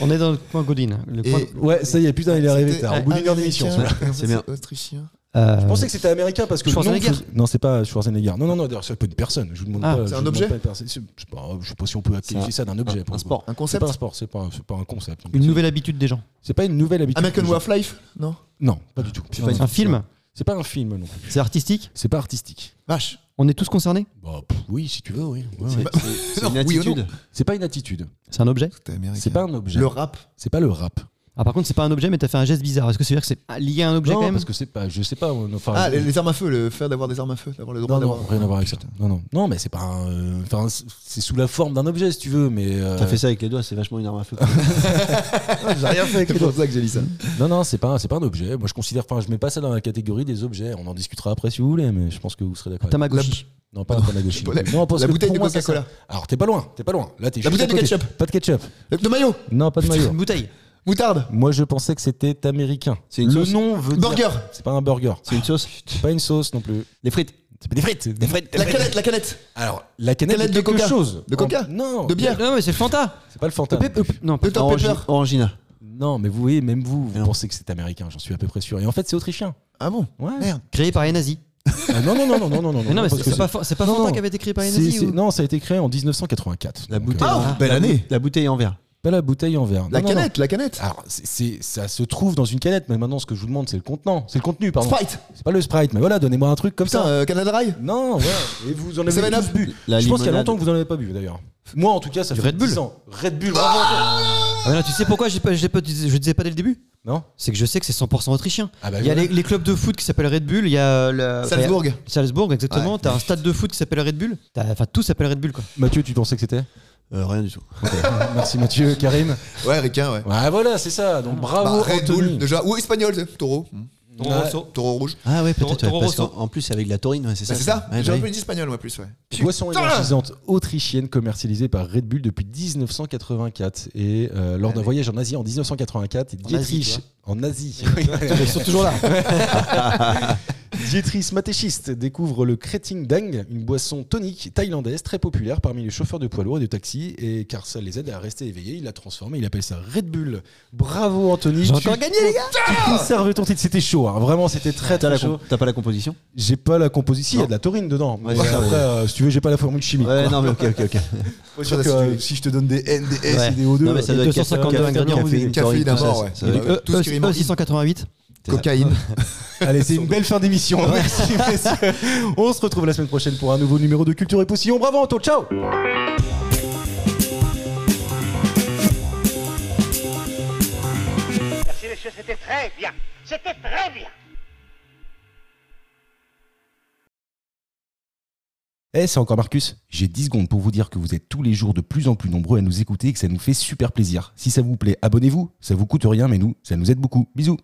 S6: On est dans le coin Godin. hein. Le coin...
S5: Et-
S4: Ouais, ça y est, putain, il est arrivé
S5: C'était
S4: tard. Au bout d'une heure d'émission,
S5: américain,
S4: celui-là.
S5: euh,
S7: C'est bien.
S5: Autrichien.
S6: Euh,
S4: Je pensais que c'était américain parce que. le nom
S6: Schwarzenegger.
S4: faisait- Non, c'est pas Schwarzenegger. Non, non, non, d'ailleurs, c'est pas une personne. Je vous demande
S6: Ah,
S4: pas.
S5: c'est
S4: je
S5: un
S4: vous demande
S5: objet
S4: pas une personne. C'est- c'est pas- Je sais pas si on peut qualifier ça d'un objet. pour le coup.
S5: Un
S4: C'est
S5: concept.
S4: pas un sport, c'est pas, un- c'est pas un concept.
S6: une nouvelle habitude des gens.
S4: C'est pas une nouvelle habitude.
S5: American
S4: que
S5: Way
S4: j'ai.
S5: of Life Non
S4: Non, pas du tout.
S7: C'est
S4: Non,
S7: pas
S4: non,
S7: une-
S6: Un film
S4: C'est pas un film non plus.
S6: C'est artistique
S4: C'est pas artistique.
S5: Vache.
S6: On est tous concernés
S4: Bah, pff, oui, si tu veux, oui. Ouais, ouais.
S7: C'est
S5: Non,
S7: une
S5: oui ou non
S7: attitude.
S4: C'est pas une attitude.
S6: C'est un objet
S5: T'es américain.
S4: C'est pas un objet.
S5: Le rap.
S4: C'est pas le rap.
S6: Ah par contre c'est pas un objet mais t'as fait un geste bizarre. Est-ce que c'est vrai que c'est lié à un objet
S4: non,
S6: quand même
S4: parce que c'est pas. Je sais pas. euh, Enfin,
S5: Ah,
S4: je-
S5: les, les armes à feu, le fait d'avoir des armes à feu, d'avoir le droit
S4: Non, non,
S5: d'avoir.
S4: rien à voir avec ça. Non, non. Non, mais c'est pas un. euh, Enfin, c'est- c'est sous la forme d'un objet, si tu veux, mais. euh,
S7: T'as fait ça avec les doigts, c'est vachement une arme à feu.
S5: J'ai rien fait C'est pour ça que j'ai dit ça.
S4: Non, non, c'est pas, c'est pas un objet. Moi, je considère. Enfin, je mets pas ça dans la catégorie des objets. On en discutera après si vous voulez, mais je pense que vous serez d'accord. avec
S6: Tamagotchi.
S4: moi. Non, pas un Tamagotchi.
S5: La-
S4: Non, parce
S5: la
S4: que
S5: bouteille
S4: pour
S5: de
S4: moi, ça,
S5: Coca-Cola.
S4: ça- Alors, t'es pas loin, t'es pas loin. Là, t'es juste
S5: bouteille
S4: à
S5: de
S4: côté.
S5: ketchup.
S4: Pas de ketchup.
S5: De maillot,
S4: Non, pas de maillot.
S6: Une bouteille.
S5: moutarde,
S4: Moi, je pensais que c'était américain.
S7: C'est une
S4: Le
S7: sauce.
S4: nom veut dire.
S5: burger,
S4: C'est pas un burger.
S7: C'est une sauce
S4: C'est pas une sauce non plus.
S7: Des frites
S4: C'est pas des frites. Des frites.
S5: la canette, la canette,
S4: Alors, la canette,
S5: Canette
S4: est
S5: de
S4: quelque
S5: Coca.
S4: chose. Oh,
S5: De Coca.
S4: Non.
S5: de bière,
S6: Non mais c'est le Fanta.
S4: C'est pas le fantôme.
S6: Pep- euh, Non.
S5: Dr Pepper.
S7: Orangi- Orangina.
S4: Non, mais vous voyez, même vous, vous
S7: Non.
S4: pensez que c'est américain. J'en suis à peu près sûr. Et en fait, c'est autrichien.
S5: Ah bon
S4: Ouais.
S5: Merde.
S6: Créé par les nazis.
S4: Ah, non, non, non, non, non, non, non.
S6: Mais non mais
S4: parce
S6: c'est
S4: que
S6: c'est pas fa- c'est pas
S4: Non,
S6: Fanta
S4: non.
S6: qui avait été créé par les
S4: c'est-
S6: nazis.
S4: c'est-
S6: ou-
S4: Non, ça a été créé en 1984.
S7: La
S4: Donc,
S7: bouteille.
S4: euh,
S5: Ah, belle année
S7: La bouteille en verre.
S4: Pas la bouteille en verre.
S5: La
S4: Non, non, non.
S5: canette, la canette
S4: Alors, c'est- c'est- ça se trouve dans une canette, mais maintenant, ce que je vous demande, c'est le contenant. C'est le contenu, pardon.
S5: Sprite
S4: C'est pas le sprite, mais voilà, donnez-moi un truc comme
S5: Putain,
S4: ça.
S5: euh, Canada Dry
S4: Non, ouais. Et vous en avez
S5: Seven Up
S4: tous bu.
S7: La
S4: je pense qu'il y a
S7: limonade.
S4: longtemps que vous en avez pas bu d'ailleurs. Moi en tout cas, ça
S6: Du
S4: fait
S6: Red Bull.
S4: 10 ans. Red Bull, bravo.
S6: Ah, mais non, tu sais pourquoi j'ai pas, j'ai pas- je disais pas dès le début
S4: Non
S6: C'est que je sais que c'est 100% autrichien.
S4: Ah bah
S6: il y a
S4: voilà.
S6: les, les clubs de foot qui s'appellent Red Bull. Il y a euh, le- enfin, il y a-
S5: Salzbourg
S6: Salzbourg exactement. T'as un stade de foot qui s'appelle Red Bull. T'as- Enfin tout s'appelle Red Bull quoi.
S4: Mathieu, tu pensais que c'était
S7: Euh, rien du tout.
S4: Merci Mathieu, Karim.
S5: Ouais, Ricain, ouais.
S4: Ah voilà, c'est ça. Donc bravo
S5: Bah, Red Bull,
S4: Anthony.
S5: déjà. Ou espagnol, tu sais, taureau. Hmm.
S6: Toro
S4: Ouais.
S6: Rosso.
S5: Taureau rouge.
S7: Ah ouais,
S6: Toro-
S7: peut-être. ouais,
S6: Toro
S7: parce
S6: Rosso.
S7: qu'en en plus, c'est avec la taurine, ouais, c'est
S5: Bah,
S7: ça.
S5: c'est ça
S7: Ouais,
S5: J'ai un
S7: ouais.
S5: peu dit espagnol, moi, plus, ouais.
S4: Boisson
S5: Putain
S4: énergisante autrichienne commercialisée par Red Bull depuis 1984 et euh, lors d'un voyage en Asie en 1984,
S6: Asie,
S4: Dietrich
S6: tu
S4: en Asie.
S6: Ils sont toujours là.
S4: Diétrice matéchiste découvre le Kreting Dang, une boisson tonique thaïlandaise très populaire parmi les chauffeurs de poids lourds et de taxis, et car ça les aide à rester éveillés, il la transforme et il appelle ça Red Bull. Bravo Anthony,
S6: J'ai
S4: tu,
S6: encore gagné, les gars
S4: tu conserves ton titre, c'était chaud, hein. vraiment c'était très très
S3: T'as la
S4: chaud.
S3: comp- t'as pas la composition
S4: J'ai pas la composition, il y a de la taurine dedans.
S3: Ouais,
S4: Mais
S3: c'est ça,
S4: après,
S3: ouais.
S4: euh, si tu veux, j'ai pas la formule chimique.
S3: Ouais,
S4: quoi.
S3: non, mais ok, ok, ok.
S4: Faut sûr que, euh, si je te donne des N, des S
S6: Ouais.
S4: et des O2,
S3: Non, mais ça
S4: euh,
S3: doit être
S6: 252
S3: café-
S6: ingrédients, oui,
S3: caféine, taurine,
S6: oui.
S5: Caféine à
S3: tout ça,
S5: mort, ouais.
S3: ça
S5: Et
S3: doit
S5: du-
S3: être-
S5: euh, tout ce
S6: E
S5: qui rime-
S6: 688.
S5: Cocaïne.
S4: Allez, c'est une belle fin d'émission. Merci, messieurs. On se retrouve la semaine prochaine pour un nouveau numéro de Culture et Poussillon. Bravo, Anto. Ciao
S2: Merci messieurs, c'était très bien. C'était très bien.
S4: Eh, c'est encore Marcus. J'ai 10 secondes pour vous dire que vous êtes tous les jours de plus en plus nombreux à nous écouter et que ça nous fait super plaisir. Si ça vous plaît, abonnez-vous. Ça vous coûte rien, mais nous, ça nous aide beaucoup. Bisous